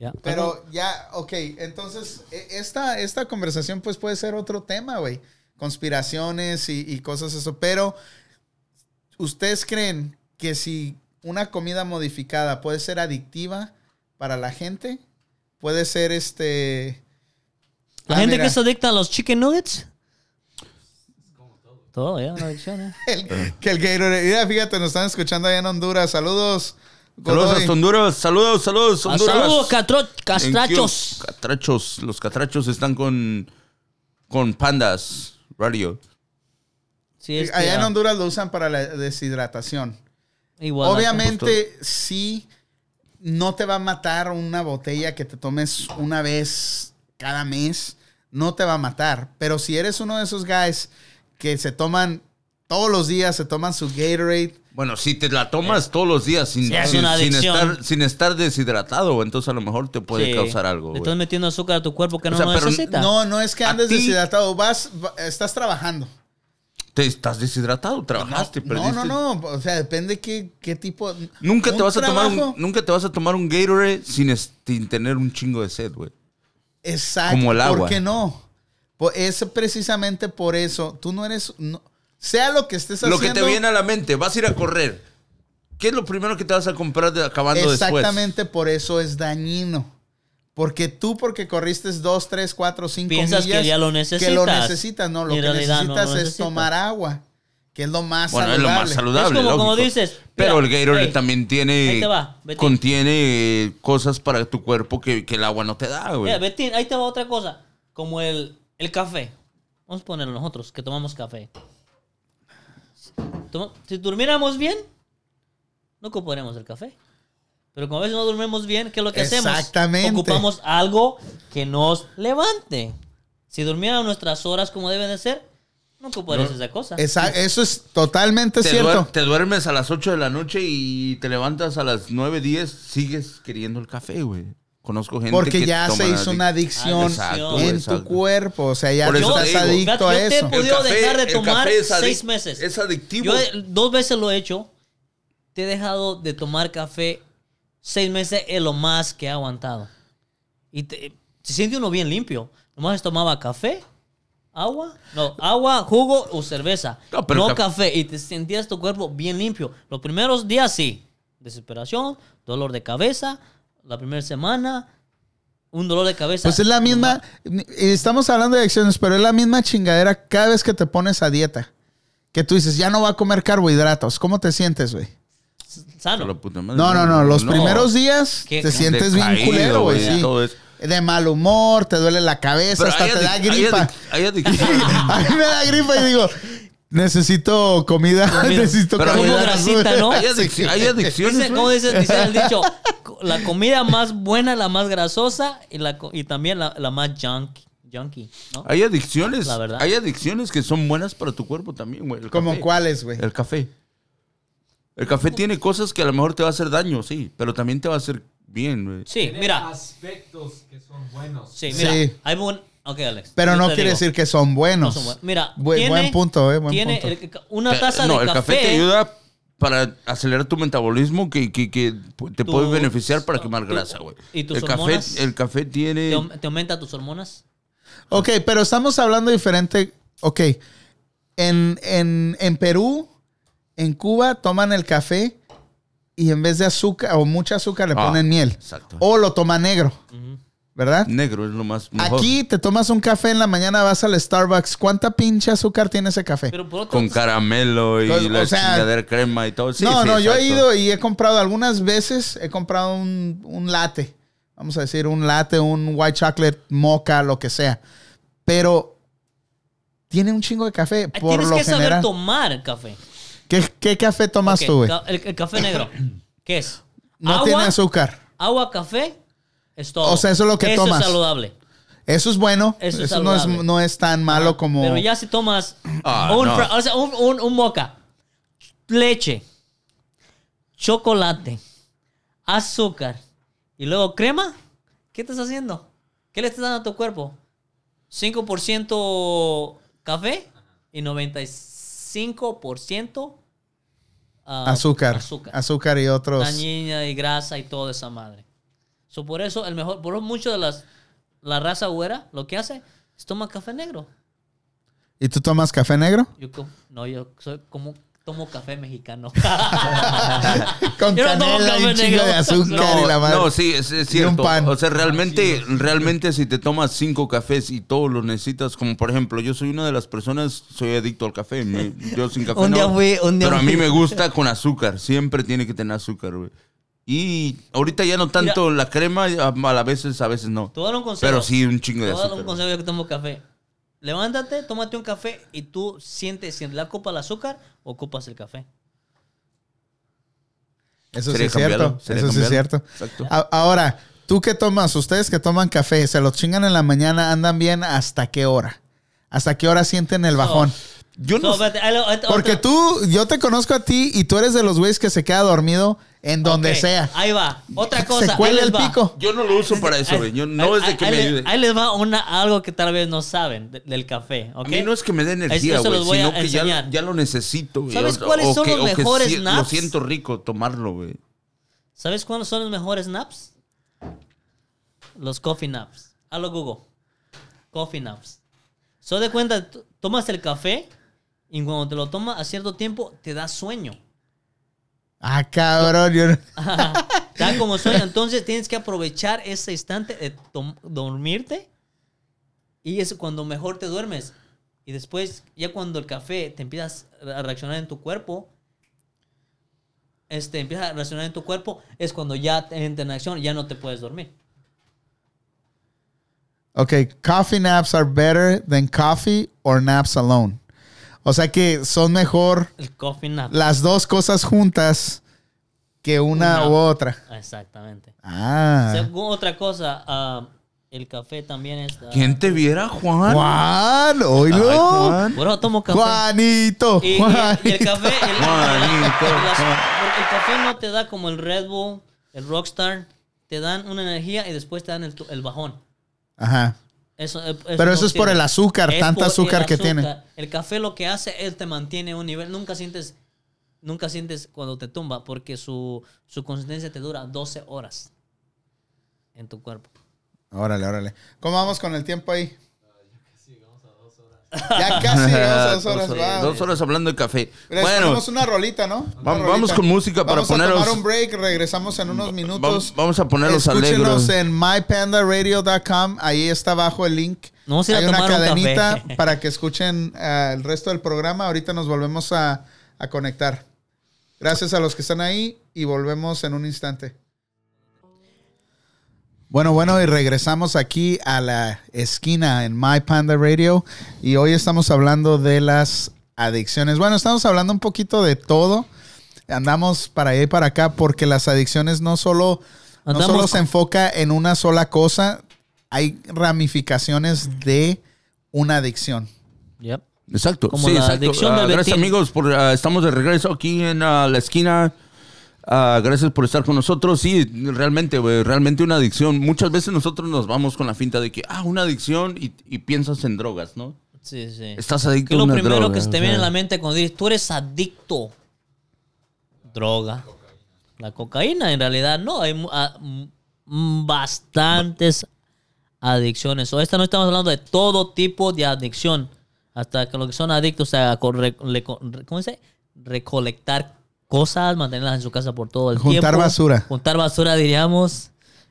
S3: Ya.
S1: Pero ya, ok, entonces e- esta, esta conversación pues puede ser otro tema, güey. Conspiraciones y, y cosas eso. Pero, ¿ustedes creen que si una comida modificada puede ser adictiva para la gente? Puede ser este...
S3: La
S1: Ah,
S3: gente
S1: mira,
S3: que se adicta a los chicken nuggets. Todo, ya, una adicción, ¿eh?
S1: el- que el Gatorade... Mira, fíjate, nos están escuchando allá en Honduras. Saludos.
S2: Saludos
S1: Godoy.
S2: hasta Honduras. Saludos, saludos,
S3: Ah,
S2: Honduras.
S3: Saludos, catro-
S2: Thank you.
S3: castrachos.
S2: Catrachos. Los catrachos están con, con pandas. Radio.
S3: Sí, este,
S1: Allá en
S3: ah,
S1: Honduras lo usan para la deshidratación.
S3: igual,
S1: Obviamente, sí, no te va a matar una botella que te tomes una vez cada mes. No te va a matar. Pero si eres uno de esos guys que se toman todos los días, se toman su Gatorade.
S2: Bueno, si te la tomas
S1: Eh,
S2: todos los días sin,
S3: Sí, es
S2: sin-
S3: una
S2: sin
S3: adicción.
S2: estar, sin estar deshidratado, entonces a lo mejor te puede
S3: Sí.
S2: causar algo.
S3: Le
S2: güey.
S3: estás metiendo azúcar a tu cuerpo que
S2: O
S3: no
S2: sea,
S3: lo
S2: pero
S3: necesita.
S1: No, no es que
S2: ¿A
S1: andes
S2: ti?
S1: deshidratado. Vas, va- estás trabajando.
S2: ¿Te estás deshidratado? ¿Trabajaste?
S1: No,
S2: perdiste-
S1: no, no. O sea, depende qué, qué tipo.
S2: Nunca te,
S1: un
S2: vas a tomar un,
S1: trabajo-
S2: nunca te vas a tomar un Gatorade sin, es- sin tener un chingo de sed, güey.
S1: Exacto.
S2: Como el agua.
S1: ¿Por qué no? Po- Es precisamente por eso. Tú no eres. no- sea lo que estés haciendo.
S2: Lo que te viene a la mente, vas a ir a correr. ¿Qué es lo primero que te vas a comprar de- acabando después?
S1: Exactamente por eso es dañino. Porque tú, porque corriste 2, 3, 4, 5
S3: Piensas que
S1: millas,
S3: ya
S1: Que
S3: lo
S1: lo
S3: necesitas.
S1: necesitas, no. Lo
S3: Y
S1: que
S3: en realidad
S1: necesitas
S3: no lo
S1: es
S3: necesitas.
S1: tomar agua, que es lo más
S2: Bueno, es
S1: saludable.
S2: lo más saludable.
S3: Es como- como
S2: lógico.
S3: dices,
S2: Pero
S3: mira,
S2: el Gatorade
S3: hey,
S2: también
S3: ahí
S2: tiene.
S3: te va, Betín.
S2: contiene eh, cosas para tu cuerpo que, que el agua no te da, güey.
S3: Mira, Betín, ahí te va otra cosa. Como el, el café. Vamos a ponerlo nosotros, que tomamos café. Toma- si durmiéramos bien, no ocuparíamos el café. Pero como a veces no dormimos bien, ¿qué es lo que hacemos?
S1: Exactamente.
S3: Ocupamos algo que nos levante. Si durmiéramos nuestras horas como deben de ser, no ocuparías esa cosa.
S1: Esa- eso es totalmente
S2: te,
S1: cierto.
S2: duer- te duermes a las 8 de la noche y te levantas a las 9, 10, sigues queriendo el café, güey. Conozco gente
S1: Porque
S2: que
S1: ya
S2: toma
S1: se hizo
S2: adic- Ah,
S1: una adicción
S2: Exacto, güey,
S1: en
S2: exacto.
S1: tu cuerpo. O sea, ya
S2: Por eso
S1: estás
S2: te digo.
S1: adicto
S3: Gato,
S1: a
S3: yo te
S1: eso.
S3: he podido
S2: café-
S3: dejar de
S2: el
S3: tomar
S2: café es adic-
S3: seis meses.
S2: Es adictivo.
S3: Yo eh, dos veces lo he hecho. Te he dejado de tomar café seis meses es lo más que he aguantado. Y te- se siente uno bien limpio. Nomás tomaba café, agua, no, agua, jugo o cerveza.
S2: No,
S3: No,
S2: pero caf-
S3: café. Y te sentías tu cuerpo bien limpio. Los primeros días sí. Desesperación, dolor de cabeza. La primera semana, un dolor de cabeza.
S1: Pues es la misma, estamos hablando de adicciones, pero es la misma chingadera cada vez que te pones a dieta. Que tú dices, ya no voy a comer carbohidratos. ¿cómo te sientes, güey?
S2: A la
S3: Sano.
S2: puta madre.
S1: No, no, no. Los primeros días
S3: Qué
S1: te sientes bien
S2: Decaído,
S1: culero, güey.
S2: güey,
S1: sí.
S2: todo eso.
S1: De mal humor, te duele la cabeza,
S2: Pero
S1: hasta
S2: hay
S1: te da
S2: adic- hay
S1: gripa.
S2: adic- Hay adicción.
S1: A mí me da gripa y digo, necesito comida, necesito
S2: Pero como
S1: carbohidratos,
S3: grasita,
S1: güey.
S3: ¿no?
S2: Hay adic- hay adicciones,
S3: Dice, ¿Cómo
S2: güey.
S3: dice, dice el dicho? La comida más buena, la más grasosa y, la, co- y también la, la más junky, junky, ¿no?
S1: Ah.
S2: Hay adicciones.
S3: La verdad.
S2: Hay adicciones que son buenas para tu cuerpo también, güey. el
S1: ¿Como
S2: café.
S1: cuáles, güey?
S2: El café. El café tiene cosas que a lo mejor te va a hacer daño, sí, pero también te va a hacer bien, güey.
S3: Sí,
S4: Tiene
S3: mira.
S4: aspectos que son buenos.
S3: Sí, mira.
S1: Sí.
S3: Hay buen- ok, Alex.
S1: Pero
S3: yo
S1: no
S3: te
S1: quiere
S3: digo,
S1: decir que son buenos.
S3: no son buenos. Mira,
S1: Bu-
S3: tiene-
S1: buen punto, eh, buen
S3: tiene
S1: punto.
S3: el- una
S2: Te-
S3: taza
S2: Eh, no,
S3: de
S2: el
S3: café.
S2: café te ayuda para acelerar tu metabolismo que, que- que te
S3: Tus-
S2: puede beneficiar para quemar
S3: tu-
S2: grasa, güey.
S3: y tus
S2: el café,
S3: hormonas.
S2: el café tiene
S3: Te, aum- te aumenta tus hormonas.
S1: Ok, pero estamos hablando diferente. Ok, en, en, en Perú, en Cuba, toman el café y en vez de azúcar o mucha azúcar le
S2: Ah,
S1: ponen miel.
S2: exacto.
S1: O lo toman negro. ¿verdad?
S2: Negro es lo más mejor.
S1: Aquí te tomas un café en la mañana, vas al Starbucks. ¿Cuánta pinche azúcar tiene ese café?
S3: Pero por otro,
S2: Con caramelo y
S1: Pues, o
S2: la
S1: sea,
S2: chingadera crema y todo. Sí,
S1: no,
S2: sí,
S1: no, yo he
S2: exacto.
S1: ido y he comprado algunas veces, he comprado un, un latte, vamos a decir, un latte, un white chocolate, mocha, lo que sea. Pero tiene un chingo de café,
S3: Ah,
S1: por
S3: tienes
S1: lo
S3: que saber
S1: general.
S3: tomar café.
S1: ¿Qué, qué café tomas
S3: Ok,
S1: tú, güey?
S3: ca- el, el café negro. ¿Qué es?
S1: No
S3: agua,
S1: tiene azúcar.
S3: agua, café, es todo.
S1: O sea, eso es lo que
S3: Eso
S1: tomas.
S3: es saludable.
S1: Eso es bueno,
S3: Eso
S1: eso,
S3: es
S1: no, es,
S3: saludable.
S1: no es tan malo como...
S3: Pero ya si tomas
S2: Ah,
S3: un,
S2: no.
S3: fra- o sea, un, un- un moca, leche, chocolate, azúcar y luego crema, ¿qué estás haciendo? ¿Qué le estás dando a tu cuerpo? 5% café y 95% ah,
S1: azúcar, azúcar.
S3: azúcar.
S1: y otros...
S3: Dañina y grasa y toda esa madre. So, por eso, el mejor, por eso mucho de las, la raza güera lo que hace es tomar café negro.
S1: ¿Y tú tomas café negro?
S3: Yo com- no, yo soy como tomo café mexicano.
S1: Con
S3: Yo no tomo
S1: canela y
S3: café
S1: un chingo
S3: negro.
S1: de azúcar y la madre.
S2: No, sí, es, es
S1: Y un
S2: cierto.
S1: pan.
S2: O sea, realmente, realmente si te tomas cinco cafés y todos los necesitas, como por ejemplo, yo soy una de las personas, soy adicto al café. me- yo sin café
S3: Un
S2: no.
S3: día fui- un día
S2: pero a mí
S3: fui.
S2: me gusta con azúcar. Siempre tiene que tener azúcar, güey. Y ahorita ya no tanto la crema, a, a veces, a veces no.
S3: Tú dale un consejo.
S2: Pero sí, un chingo
S3: Te
S2: de
S3: voy a dar un
S2: azúcar. güey.
S3: consejo yo que tomo café. Levántate, tómate un café y tú sientes si en la copa el azúcar o ocupas el café.
S1: Eso sí
S2: Sería
S1: es cierto.
S2: cambiarlo, sería
S1: Eso sí es
S2: cambiarlo.
S1: cierto. Ah,
S2: Exacto.
S1: A- Ahora, ¿tú qué tomas? Ustedes que toman café, se lo chingan en la mañana, andan bien, ¿hasta qué hora? ¿Hasta qué hora sienten el bajón?
S2: Yo
S3: So,
S2: no.
S3: espérate, ahí lo- ahí-
S1: Porque
S3: otro.
S1: tú, yo te conozco a ti y tú eres de los güeyes que se queda dormido en donde
S3: Ok,
S1: sea.
S3: Ahí va. Otra
S1: Se
S3: cosa.
S1: cuela
S3: ahí les
S1: el
S3: va.
S1: pico.
S2: yo no lo uso para eso, güey. Yo- No
S3: Ahí-
S2: es de que
S3: ahí
S2: me
S3: le-
S2: ayude.
S3: Ahí les va una, algo que tal vez no saben de- del café. ¿ok?
S2: A mí no es que me dé energía,
S3: Eso se los
S2: güey,
S3: voy a
S2: sino que ya,
S3: enseñar.
S2: ya lo necesito, güey.
S3: ¿Sabes cuáles son los mejores
S2: si- Lo
S3: naps?
S2: siento rico tomarlo, güey.
S3: ¿Sabes cuáles son los mejores naps? Los coffee naps. Hazlo Google. Coffee naps. Solo de cuenta, t- tomas el café y cuando te lo tomas a cierto tiempo te da sueño.
S1: Ah, cabrón. yo no-
S3: Te da como sueño. Entonces tienes que aprovechar ese instante de tom- dormirte y es cuando mejor te duermes. Y después, ya cuando el café te empiezas a reaccionar en tu cuerpo, este, empieza a reaccionar en tu cuerpo, es cuando ya te entra en acción, ya no te puedes dormir.
S1: Ok, coffee naps are better than coffee or naps alone. O sea que son mejor
S3: El coffee nap.
S1: las dos cosas juntas que una
S3: Una.
S1: u otra.
S3: Exactamente.
S1: Ah.
S3: Según otra cosa, ah, el café también es... ah,
S2: ¿Quién te viera, Juan?
S1: Juan, oílo.
S2: Ay, Juan.
S3: Bueno, tomo café.
S1: Juanito.
S3: Y, y- y el
S1: Juanito.
S3: café... El,
S2: Juanito,
S3: las-
S2: Juan.
S3: porque el café no te da como el Red Bull, el Rockstar. Te dan una energía y después te dan el, tu- el bajón.
S1: Ajá.
S3: Eso, eh,
S1: Pero
S3: no
S1: eso es por
S3: sirve.
S1: el azúcar,
S3: Es
S1: tanta
S3: por el
S1: azúcar que
S3: azúcar.
S1: tiene.
S3: El café lo que hace es te mantiene a un nivel. Nunca sientes... Nunca sientes cuando te tumba porque su, su consistencia te dura 12 horas en tu cuerpo.
S1: Órale, órale. ¿Cómo vamos con el tiempo ahí? Ya casi llegamos a dos horas. va.
S2: Dos horas hablando de café.
S1: Les
S2: bueno,
S1: ponemos una rolita, ¿no? Una
S2: Vam- vamos
S1: rolita.
S2: con música para
S1: vamos
S2: poneros-
S1: a tomar un break, regresamos en unos minutos.
S2: vam- vamos a ponerlos
S1: Escúchenos
S2: alegres.
S1: en mypandaradio.com, ahí está abajo el link.
S3: No vamos a ir
S1: Hay
S3: a
S1: una
S3: tomar un
S1: cadenita
S3: café.
S1: para que escuchen ah, el resto del programa. Ahorita nos volvemos a, a conectar. Gracias a los que están ahí y volvemos en un instante. Bueno, bueno, y regresamos aquí a la esquina en My Panda Radio y hoy estamos hablando de las adicciones. Bueno, estamos hablando un poquito de todo. Andamos para allá y para acá porque las adicciones no solo, no
S3: Andamos
S1: solo
S3: con-
S1: se enfoca en una sola cosa, hay ramificaciones de una adicción.
S3: Yep.
S2: Exacto.
S3: Como
S2: sí,
S3: la
S2: exacto.
S3: adicción
S2: Ah,
S3: del
S2: gracias,
S3: Betín.
S2: amigos. Por, ah, estamos de regreso aquí en ah, la esquina. Ah, gracias por estar con nosotros. Sí, realmente, güey, realmente una adicción. Muchas veces nosotros nos vamos con la finta de que, ah, una adicción y, y piensas en drogas, ¿no?
S3: Sí, sí.
S2: Estás adicto
S3: ¿Qué es
S2: a
S3: lo
S2: una
S3: primero
S2: droga,
S3: que se te
S2: o
S3: viene a
S2: sea.
S3: la mente cuando dices, tú eres adicto? Droga. La cocaína, en realidad, no. Hay mu- a- m- m- bastantes adicciones. O esta no estamos hablando de todo tipo de adicción. Hasta que lo que son adictos a corre- le- co- re- ¿cómo se dice? recolectar cosas, mantenerlas en su casa por todo el
S1: Juntar
S3: tiempo.
S1: basura.
S3: Juntar basura, diríamos.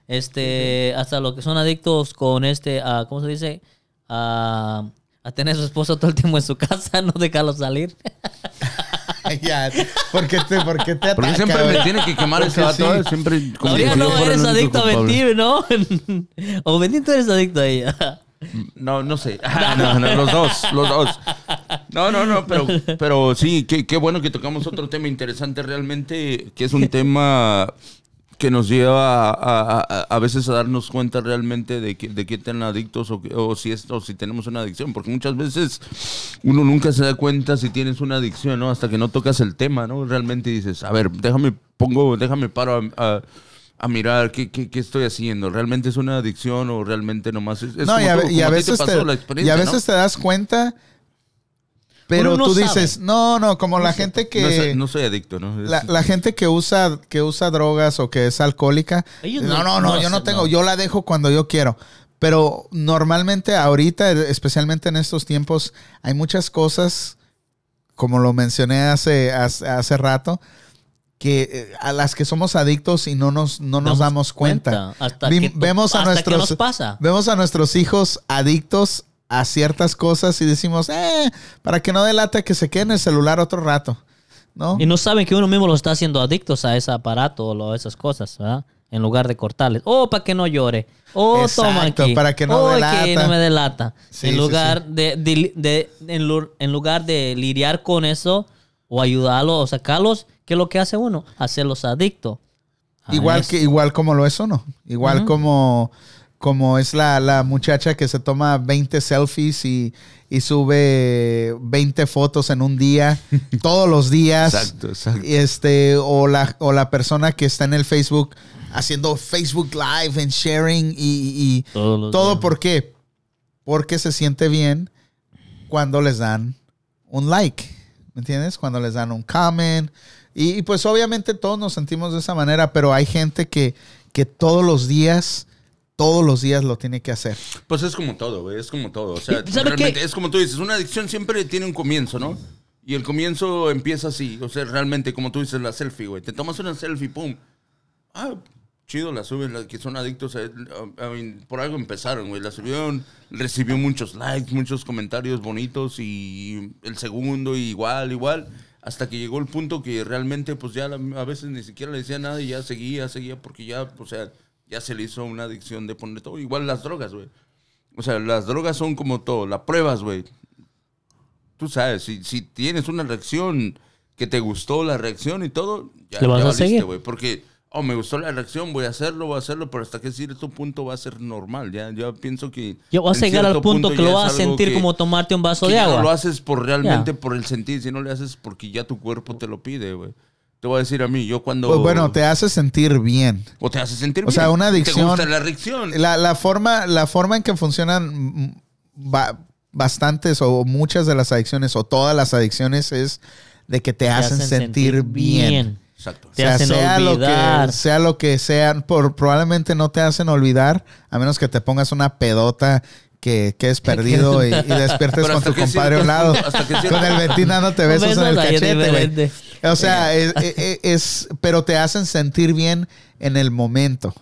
S3: Este, hasta los que son adictos con este, ah, ¿cómo se dice? Ah, a tener a su esposo todo el tiempo en su casa, no dejarlo salir.
S1: Ya, ¿Por qué te, por qué te
S2: Porque
S1: ataca,
S2: siempre
S1: güey?
S2: me tiene que quemar
S1: Porque
S2: ese vato. eh,
S1: sí.
S2: Siempre como
S3: Todavía
S2: si yo
S3: no
S2: fuera el
S3: eres
S2: único
S3: adicto a
S2: culpable.
S3: mentir, ¿no? o mentir tú eres adicto a ella.
S2: No, no sé. Ah, no, no, los dos, los dos. No, no, no, pero, pero sí, qué, qué bueno que tocamos otro tema interesante realmente, que es un tema que nos lleva a, a- a- a veces a darnos cuenta realmente de, que, de qué tan adictos o, que- o si es, o si tenemos una adicción, porque muchas veces uno nunca se da cuenta si tienes una adicción, ¿no? Hasta que no tocas el tema, ¿no? Realmente dices, a ver, déjame, pongo, déjame paro a... a- a mirar qué, qué, qué estoy haciendo. ¿Realmente es una adicción o realmente nomás es, es
S1: No,
S2: como
S1: y a,
S2: tú,
S1: ve- y a
S2: como a ti
S1: veces,
S2: te
S1: te,
S2: pasó la
S1: y
S2: experiencia,
S1: a
S2: ¿no?
S1: veces te das cuenta, pero
S3: Uno no
S1: tú dices,
S3: sabe.
S1: no, no, como la gente que...
S2: No soy, no soy adicto, ¿no? Es-
S1: La, la gente que usa que usa drogas o que es alcohólica,
S3: Ellos
S1: no,
S3: no-
S1: no, no,
S3: no
S1: yo no
S3: hacen,
S1: tengo,
S3: no.
S1: yo la dejo cuando yo quiero. Pero normalmente ahorita, especialmente en estos tiempos, hay muchas cosas, como lo mencioné hace, hace, hace rato, que eh, a las que somos adictos y no nos, no nos damos cuenta.
S3: Hasta
S1: Vim-
S3: que, to-
S1: vemos a
S3: hasta que
S1: nuestros-
S3: nos pasa.
S1: Vemos a nuestros hijos adictos a ciertas cosas y decimos, eh, para que no delata que se quede en el celular otro rato. ¿No?
S3: Y no saben que uno mismo los está haciendo adictos a ese aparato o lo- esas cosas, ¿verdad? En lugar de cortarles. Oh, para que no llore. Oh, toma
S1: Exacto,
S3: aquí.
S1: para que no
S3: Oh, que
S1: delata.
S3: no me delata.
S1: Sí, sí,
S3: en, lugar De, de- de- en, lu- en lugar de lidiar con eso o ayudarlos o sacarlos, ¿qué es lo que hace uno? Hacerlos adictos. a
S1: Igual
S3: eso.
S1: que, igual como lo es uno. Igual
S3: Ujú.
S1: como, como es la, la muchacha que se toma 20 selfies y, y sube 20 fotos en un día, todos los días.
S2: Exacto, exacto.
S1: Este, o la, o la persona que está en el Facebook haciendo Facebook Live and sharing y, y-
S3: Todos
S1: y
S3: los
S1: todo
S3: días.
S1: por qué? Porque se siente bien cuando les dan un like, ¿me entiendes? Cuando les dan un comment. Y, y pues obviamente todos nos sentimos de esa manera, pero hay gente que, que todos los días, todos los días lo tiene que hacer.
S2: Pues es como todo, güey, es como todo. O sea,
S3: ¿Y sabe qué?
S2: realmente es como tú dices, una adicción siempre tiene un comienzo, ¿no? Y el comienzo empieza así, o sea, realmente como tú dices, la selfie, güey. Te tomas una selfie, pum. Ah, chido, la suben, la que son adictos. A, a- I mean, por algo empezaron, güey. La subieron, recibió muchos likes, muchos comentarios bonitos y el segundo y igual, igual. Hasta que llegó el punto que realmente, pues ya la- a veces ni siquiera le decía nada y ya seguía, seguía, porque ya, o sea, ya se le hizo una adicción de poner todo. Igual las drogas, güey. O sea, las drogas son como todo, la pruebas, güey. Tú sabes, si, si tienes una reacción que te gustó la reacción y todo, ya,
S3: Le vas
S2: ya
S3: a
S2: valiste,
S3: seguir.
S2: güey. Porque, oh, me gustó la reacción, voy a hacerlo, voy a hacerlo, pero hasta que cierto punto va a ser normal. Ya, yo pienso que.
S3: Yo voy a
S2: en
S3: llegar al
S2: cierto
S3: punto, que
S2: ya
S3: lo
S2: es
S3: vas a
S2: algo
S3: sentir
S2: que-
S3: como tomarte un vaso
S2: que
S3: de
S2: ya
S3: agua.
S2: No lo haces por realmente por el sentir, si no le haces porque ya tu cuerpo te lo pide, güey. Te voy a decir a mí, yo cuando.
S1: Pues bueno, te hace sentir bien.
S2: O te hace sentir
S1: o sea,
S2: bien,
S1: una
S2: Te
S1: adicción-
S2: gusta la adicción.
S1: La, la forma, la forma en que funcionan mm, ba- bastantes o muchas de las adicciones o todas las adicciones es de que te,
S3: Te
S1: hacen, sentir, bien.
S2: Exacto.
S3: Te hacen
S1: Lo que,
S3: olvidar.
S1: sea lo que sean, por, probablemente no te hacen olvidar, a menos que te pongas una pedota que, que es perdido y, y despiertes
S2: Pero
S1: con
S2: hasta
S1: tu
S2: que
S1: compadre a un
S2: cierto
S1: lado.
S2: punto- hasta que cierto-
S1: Con el Betín dándote
S3: Un
S1: besos
S3: beso
S1: en el
S3: de aire
S1: cachete, güey.
S3: diferente.
S1: O sea,
S3: Eh.
S1: es, es- es- pero te hacen sentir bien en el momento.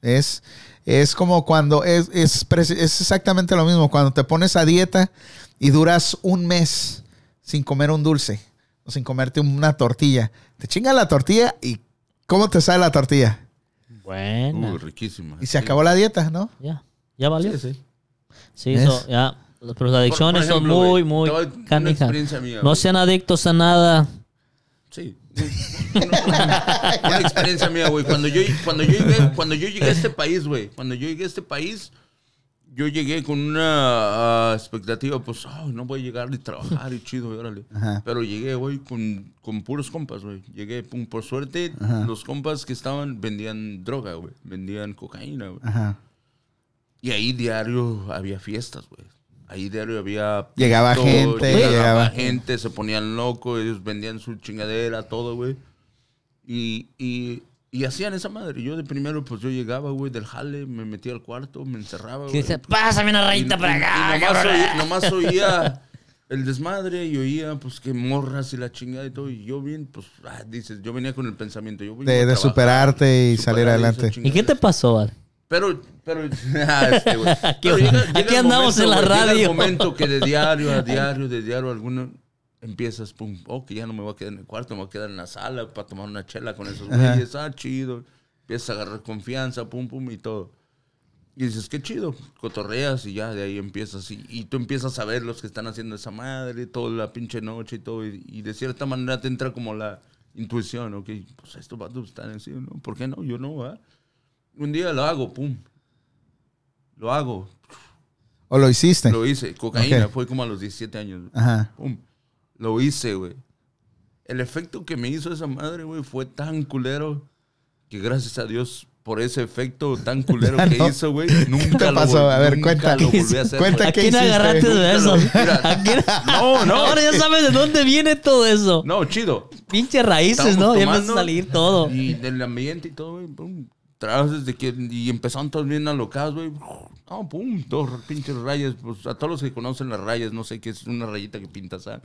S1: Es, es como cuando, es, es, preci- es exactamente lo mismo, cuando te pones a dieta y duras un mes sin comer un dulce o sin comerte una tortilla. Te chinga la tortilla y ¿cómo te sale la tortilla?
S3: Buena.
S2: Uh, riquísima.
S1: Y se acabó la dieta, ¿no?
S3: Ya, ya valió.
S2: Sí, sí.
S3: Sí,
S1: ¿Ves?
S3: eso, ya. Las- Pero
S2: Por-
S3: las
S2: por
S3: adicciones
S2: ejemplo,
S3: son muy,
S2: güey,
S3: muy
S2: te voy a- una
S3: canijas.
S2: experiencia mía,
S3: No
S2: güey.
S3: sean adictos a nada.
S2: Sí. Una, una experiencia mía, güey. Cuando yo, cuando, yo llegué, cuando yo llegué a este país, güey. Cuando yo llegué a este país, yo llegué con una ah, expectativa, pues, "Ay, no voy a llegar ni trabajar y chido, y órale.
S1: Ajá.
S2: Pero llegué, güey, con, con puros compas, güey. Llegué, pum, por suerte,
S1: Ajá.
S2: los compas que estaban vendían droga, güey. Vendían cocaína, güey.
S1: Ajá.
S2: Y ahí diario había fiestas, güey. Ahí diario había...
S1: Llegaba
S2: todo,
S1: gente,
S2: llegaba,
S1: llegaba-
S2: gente, se ponían locos, ellos vendían su chingadera, todo, güey. Y, y, y hacían esa madre. Yo de primero, pues yo llegaba, güey, del jale, me metía al cuarto, me encerraba,
S3: Que
S2: güey.
S3: dice, pásame una
S2: Y-
S3: rayita
S2: y-
S3: para
S2: y
S3: acá.
S2: nomás,
S3: cabrón".
S2: oí- nomás oía el desmadre y oía, pues, que morras y la chingada y todo. Y yo bien, pues, ah, dices, yo venía con el pensamiento. Yo vengo a
S1: De, de
S2: trabajar,
S1: superarte y salir
S2: superar esa
S1: adelante.
S2: chingadera.
S3: ¿Y qué te pasó, Al?
S2: Pero, pero, ah, este, güey.
S3: Aquí-
S2: Pero llega-
S3: aquí
S2: llega el
S3: andamos en la
S2: güey, llega
S3: radio.
S2: el momento que de diario a diario, de diario a alguno, empiezas, pum, oh, que ya no me voy a quedar en el cuarto, me voy a quedar en la sala para tomar una chela con esos güeyes. Ah, chido. Empiezas a agarrar confianza, pum, pum, y todo. Y dices, qué chido, cotorreas y ya de ahí empiezas. Y, y tú empiezas a ver los que están haciendo esa madre, toda la pinche noche y todo. Y, y de cierta manera te entra como la intuición, ok, pues esto va a gustar así, ¿no? ¿Por qué no? Yo no, ¿verdad? Un día lo hago, pum. Lo hago,
S1: ¿O lo hiciste?
S2: lo hice. Cocaína,
S1: Ok. Ah.
S2: fue como a los 17 años.
S1: Ajá.
S2: Pum. Lo hice, güey. El efecto que me hizo esa madre, güey, fue tan culero que gracias a Dios por ese efecto tan culero
S1: Ya
S2: que
S1: no.
S2: hizo, güey, nunca
S1: te
S2: lo
S1: pasó?
S2: vol-
S1: A ver,
S2: nunca
S1: cuenta.
S2: lo volví a hacer,
S1: Cuenta
S3: ¿A
S2: güey.
S1: qué
S3: quién
S1: hiciste?
S3: agarraste de
S2: Nunca
S3: eso?
S2: lo- mira.
S3: ¿A quién-
S2: No, no.
S3: Ahora ya sabes de dónde viene todo eso.
S2: No, chido.
S3: Pinche raíces,
S2: Estábamos
S3: ¿no? Ya empieza
S2: tomando
S3: a salir todo.
S2: Y del ambiente y todo, güey. pum. Trabajos desde que. Y empezaron todos bien alocados, güey. No, pum. Dos pinches rayas. Pues a todos los que conocen las rayas, no sé qué es una rayita que pintas. ¿sabes?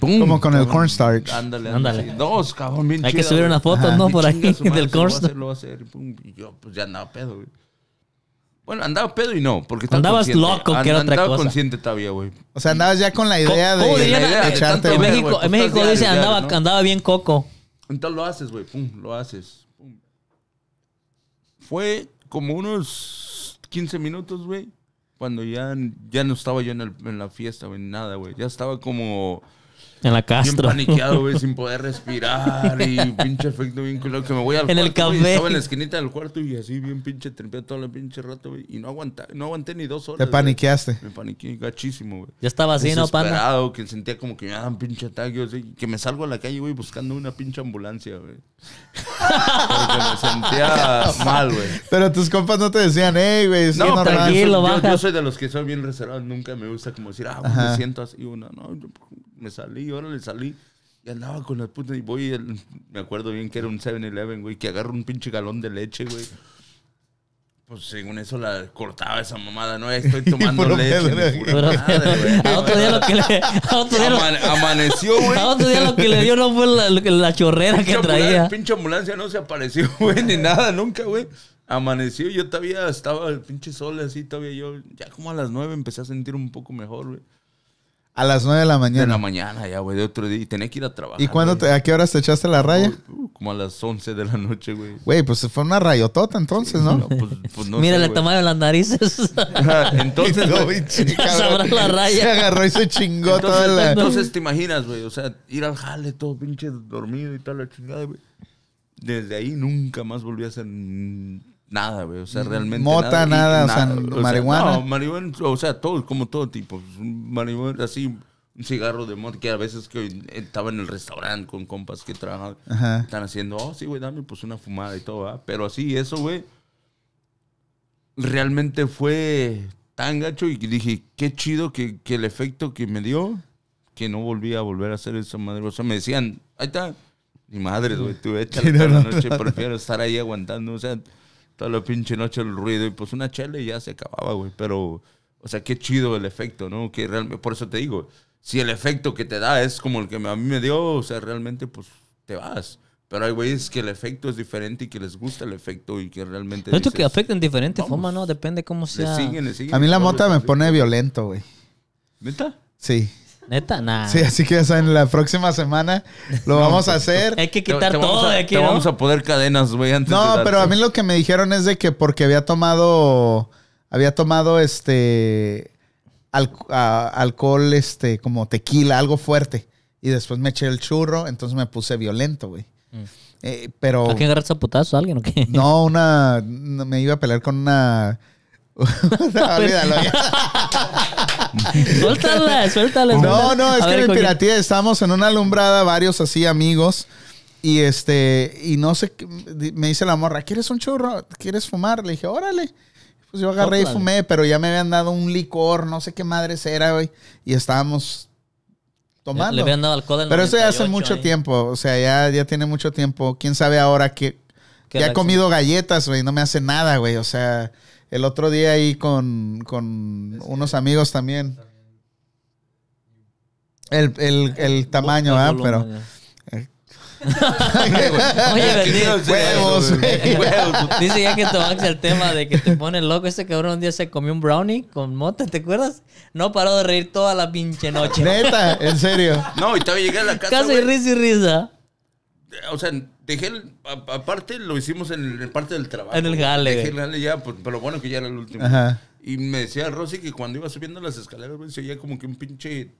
S2: Pum,
S1: Como con el
S2: cabrón.
S1: cornstarch.
S2: Ándale,
S3: Ándale.
S2: ándale. Dos, cabrón, bien
S3: Hay que
S2: chida,
S3: subir
S2: güey.
S3: unas fotos, ¿no?
S2: Y
S3: Por ahí
S2: chinga su madre,
S3: del
S2: sí, lo va a
S3: cornstarch.
S2: hacer, lo va a hacer, y pum, y yo, pues ya andaba pedo, güey. Bueno, andaba pedo y no, porque estaba
S3: Andabas
S2: consciente.
S3: loco, que era otra
S2: andaba
S3: cosa.
S2: consciente todavía, güey.
S1: O sea, andabas ya con la idea
S3: ¿Cómo
S1: de,
S3: dirían?
S1: de
S2: La idea de
S1: echarte.
S2: tanto güey,
S3: En
S1: una-
S2: ver-
S3: México,
S2: pues,
S3: en México
S2: estás
S3: dice
S2: diario,
S3: andaba,
S2: diario, ¿no?
S3: andaba bien coco.
S2: Entonces lo haces, güey, pum, lo haces. pum. Fue como unos 15 minutos, güey, cuando ya, ya no estaba yo en, el- en la fiesta, güey, nada, güey. Ya estaba como
S3: En la Castro.
S2: bien paniqueado, güey, sin poder respirar y pinche efecto bien culero que me voy al
S3: En el
S2: cuarto, güey,
S3: café.
S2: Estaba en la esquinita del cuarto y así bien pinche trempeado todo el pinche rato, güey, y no aguanté, no aguanté ni dos horas.
S1: Te
S2: güey.
S1: paniqueaste.
S2: Me paniqué gachísimo, güey.
S3: Ya estaba así, ¿no, panda?
S2: Desesperado, que sentía como que me daban pinche ataque, o sea, y que me salgo a la calle, güey, buscando una pinche ambulancia, güey. Porque me sentía mal, güey.
S1: Pero tus compas no te decían, hey, güey, es
S2: No,
S1: normal".
S2: pero
S3: tranquilo,
S2: yo, soy- yo-
S3: baja.
S2: yo soy de los que soy bien reservados. Nunca me gusta como decir, ah, güey,
S1: Ajá.
S2: me siento así. Una, no, yo me salí, ahora le salí. Y andaba con las putas y voy, el- me acuerdo bien que era un 7-Eleven, güey, que agarro un pinche galón de leche, güey. Pues según eso la cortaba esa mamada, ¿no? Estoy tomando
S1: puro
S2: leche.
S1: pedo,
S2: ni pura
S3: Pero-
S2: madre, güey.
S3: a otro día lo que le, a otro día lo-
S2: Amane- amaneció, güey.
S3: a otro día lo que le dio no fue la, lo que- la chorrera que
S2: Pinche ambulancia,
S3: traía.
S2: pinche ambulancia no se apareció, güey, ni nada, nunca, güey. Amaneció, yo todavía estaba el pinche sol así, todavía yo, ya como a las nueve empecé a sentir un poco mejor, güey.
S1: A las 9 de la
S2: De la
S1: mañana.
S2: mañana ya, güey, de otro día, y tenía que ir a trabajar.
S1: ¿Y cuándo te-
S2: güey.
S1: a qué horas te echaste la raya?
S2: Uh, como a las once de la noche, güey.
S1: Güey, pues fue una rayotota entonces, ¿no?
S2: pues, pues no
S3: Mira
S2: sé,
S3: el
S2: güey.
S3: tamaño de las narices.
S2: Entonces,
S1: No,
S2: güey,
S1: pinche
S3: Sabrás la raya.
S1: Se agarró y se chingó toda
S2: Entonces,
S1: la.
S2: entonces te imaginas, güey, o sea, ir al jale todo pinche dormido y tal, la chingada, güey. Desde ahí nunca más volví a hacer mm, nada, güey, o sea, realmente
S1: Mota,
S2: nada.
S1: nada,
S2: Y
S1: o sea, marihuana.
S2: No, marihuana, o sea, todo, como todo tipo. pues, Marihuana, así, un cigarro de mota, que a veces que estaba en el restaurante con compas que trabajaban.
S1: Ajá.
S2: Están haciendo, oh, sí, güey, dame pues una fumada y todo, ¿verdad? Pero así, eso, güey, realmente fue tan gacho y dije, qué chido que, que el efecto que me dio, que no volví a volver a hacer esa madre. O sea, me decían, ahí está, ni madre, güey, tú échale
S1: Sí, no,
S2: toda la
S1: no,
S2: noche,
S1: no, no.
S2: prefiero estar ahí aguantando, o sea, toda la pinche noche el ruido y pues una chela y ya se acababa, güey, pero, o sea, qué chido el efecto, ¿no? Que realmente, por eso te digo, si el efecto que te da es como el que a mí me dio, o sea, realmente, pues, te vas. Pero hay güeyes que el efecto es diferente y que les gusta el efecto y que realmente...
S3: Esto que
S2: dices,
S3: afecta en diferentes
S2: Vamos.
S3: formas, ¿no? Depende cómo
S2: le
S3: sea.
S2: siguen, le siguen.
S1: A mí la
S2: Claro,
S1: mota me
S2: claro.
S1: pone violento, güey.
S2: ¿Neta?
S1: Sí.
S3: Neta, nada.
S1: Sí, así que ya saben, la próxima semana lo vamos a
S2: pues,
S1: hacer.
S3: Hay que
S2: Te-
S3: quitar
S2: te vamos
S3: todo
S2: a-
S3: de aquí,
S2: Te
S3: ¿no?
S2: vamos a poner cadenas, güey, antes de
S1: No,
S2: darte.
S1: pero a mí lo que me dijeron es de que porque había tomado, había tomado este al- a- alcohol, este, como tequila, algo fuerte. Y después me eché el churro, entonces me puse violento, güey. Eh, pero
S3: ¿A quién agarras a putazo a alguien o qué?
S1: no, una, no, me iba a pelear con una. olvídalo, ya.
S3: suéltala, suéltala.
S1: No,
S3: suéltala.
S1: no, es
S3: A
S1: que
S3: ver,
S1: en el
S3: ¿con quién?
S1: Piratía estábamos en una alumbrada, varios así amigos. Y este, y no sé, qué- di- me dice la morra, ¿quieres un churro? ¿Quieres fumar? Le dije, órale. Pues yo agarré y
S3: Óplale.
S1: fumé, pero ya me habían dado un licor, no sé qué madres era, güey. Y estábamos tomando.
S3: Le habían dado alcohol en
S1: pero eso ya hace
S3: 98
S1: mucho
S3: ahí.
S1: tiempo, o sea, ya, ya tiene mucho tiempo. ¿Quién sabe ahora qué,
S3: Qué
S1: ya he
S3: reacción.
S1: comido galletas, güey, no me hace nada, güey. O sea, el otro día ahí con, con unos amigos también. El, el- el tamaño,
S3: Busca
S1: ¿ah?
S3: volumen,
S1: Pero
S3: ya. Oye, Betín,
S1: Huevos, güey.
S3: dice ya que tomaste el tema de que te pone loco. Ese cabrón un día se comió un brownie con mota, ¿te acuerdas? No paró de reír toda la pinche noche.
S1: Neta, en serio.
S2: No, y estaba llegué a la casa.
S3: Casi
S2: güey.
S3: risa y risa.
S2: O sea, dejé el- a- aparte lo hicimos en, el- parte del trabajo.
S3: En el jale,
S2: Dejé
S3: güey.
S2: el jale ya, pues, pero bueno que ya era el último.
S1: Ajá.
S2: Y me decía Rosy que cuando iba subiendo las escaleras, güey, se oía como que un pinche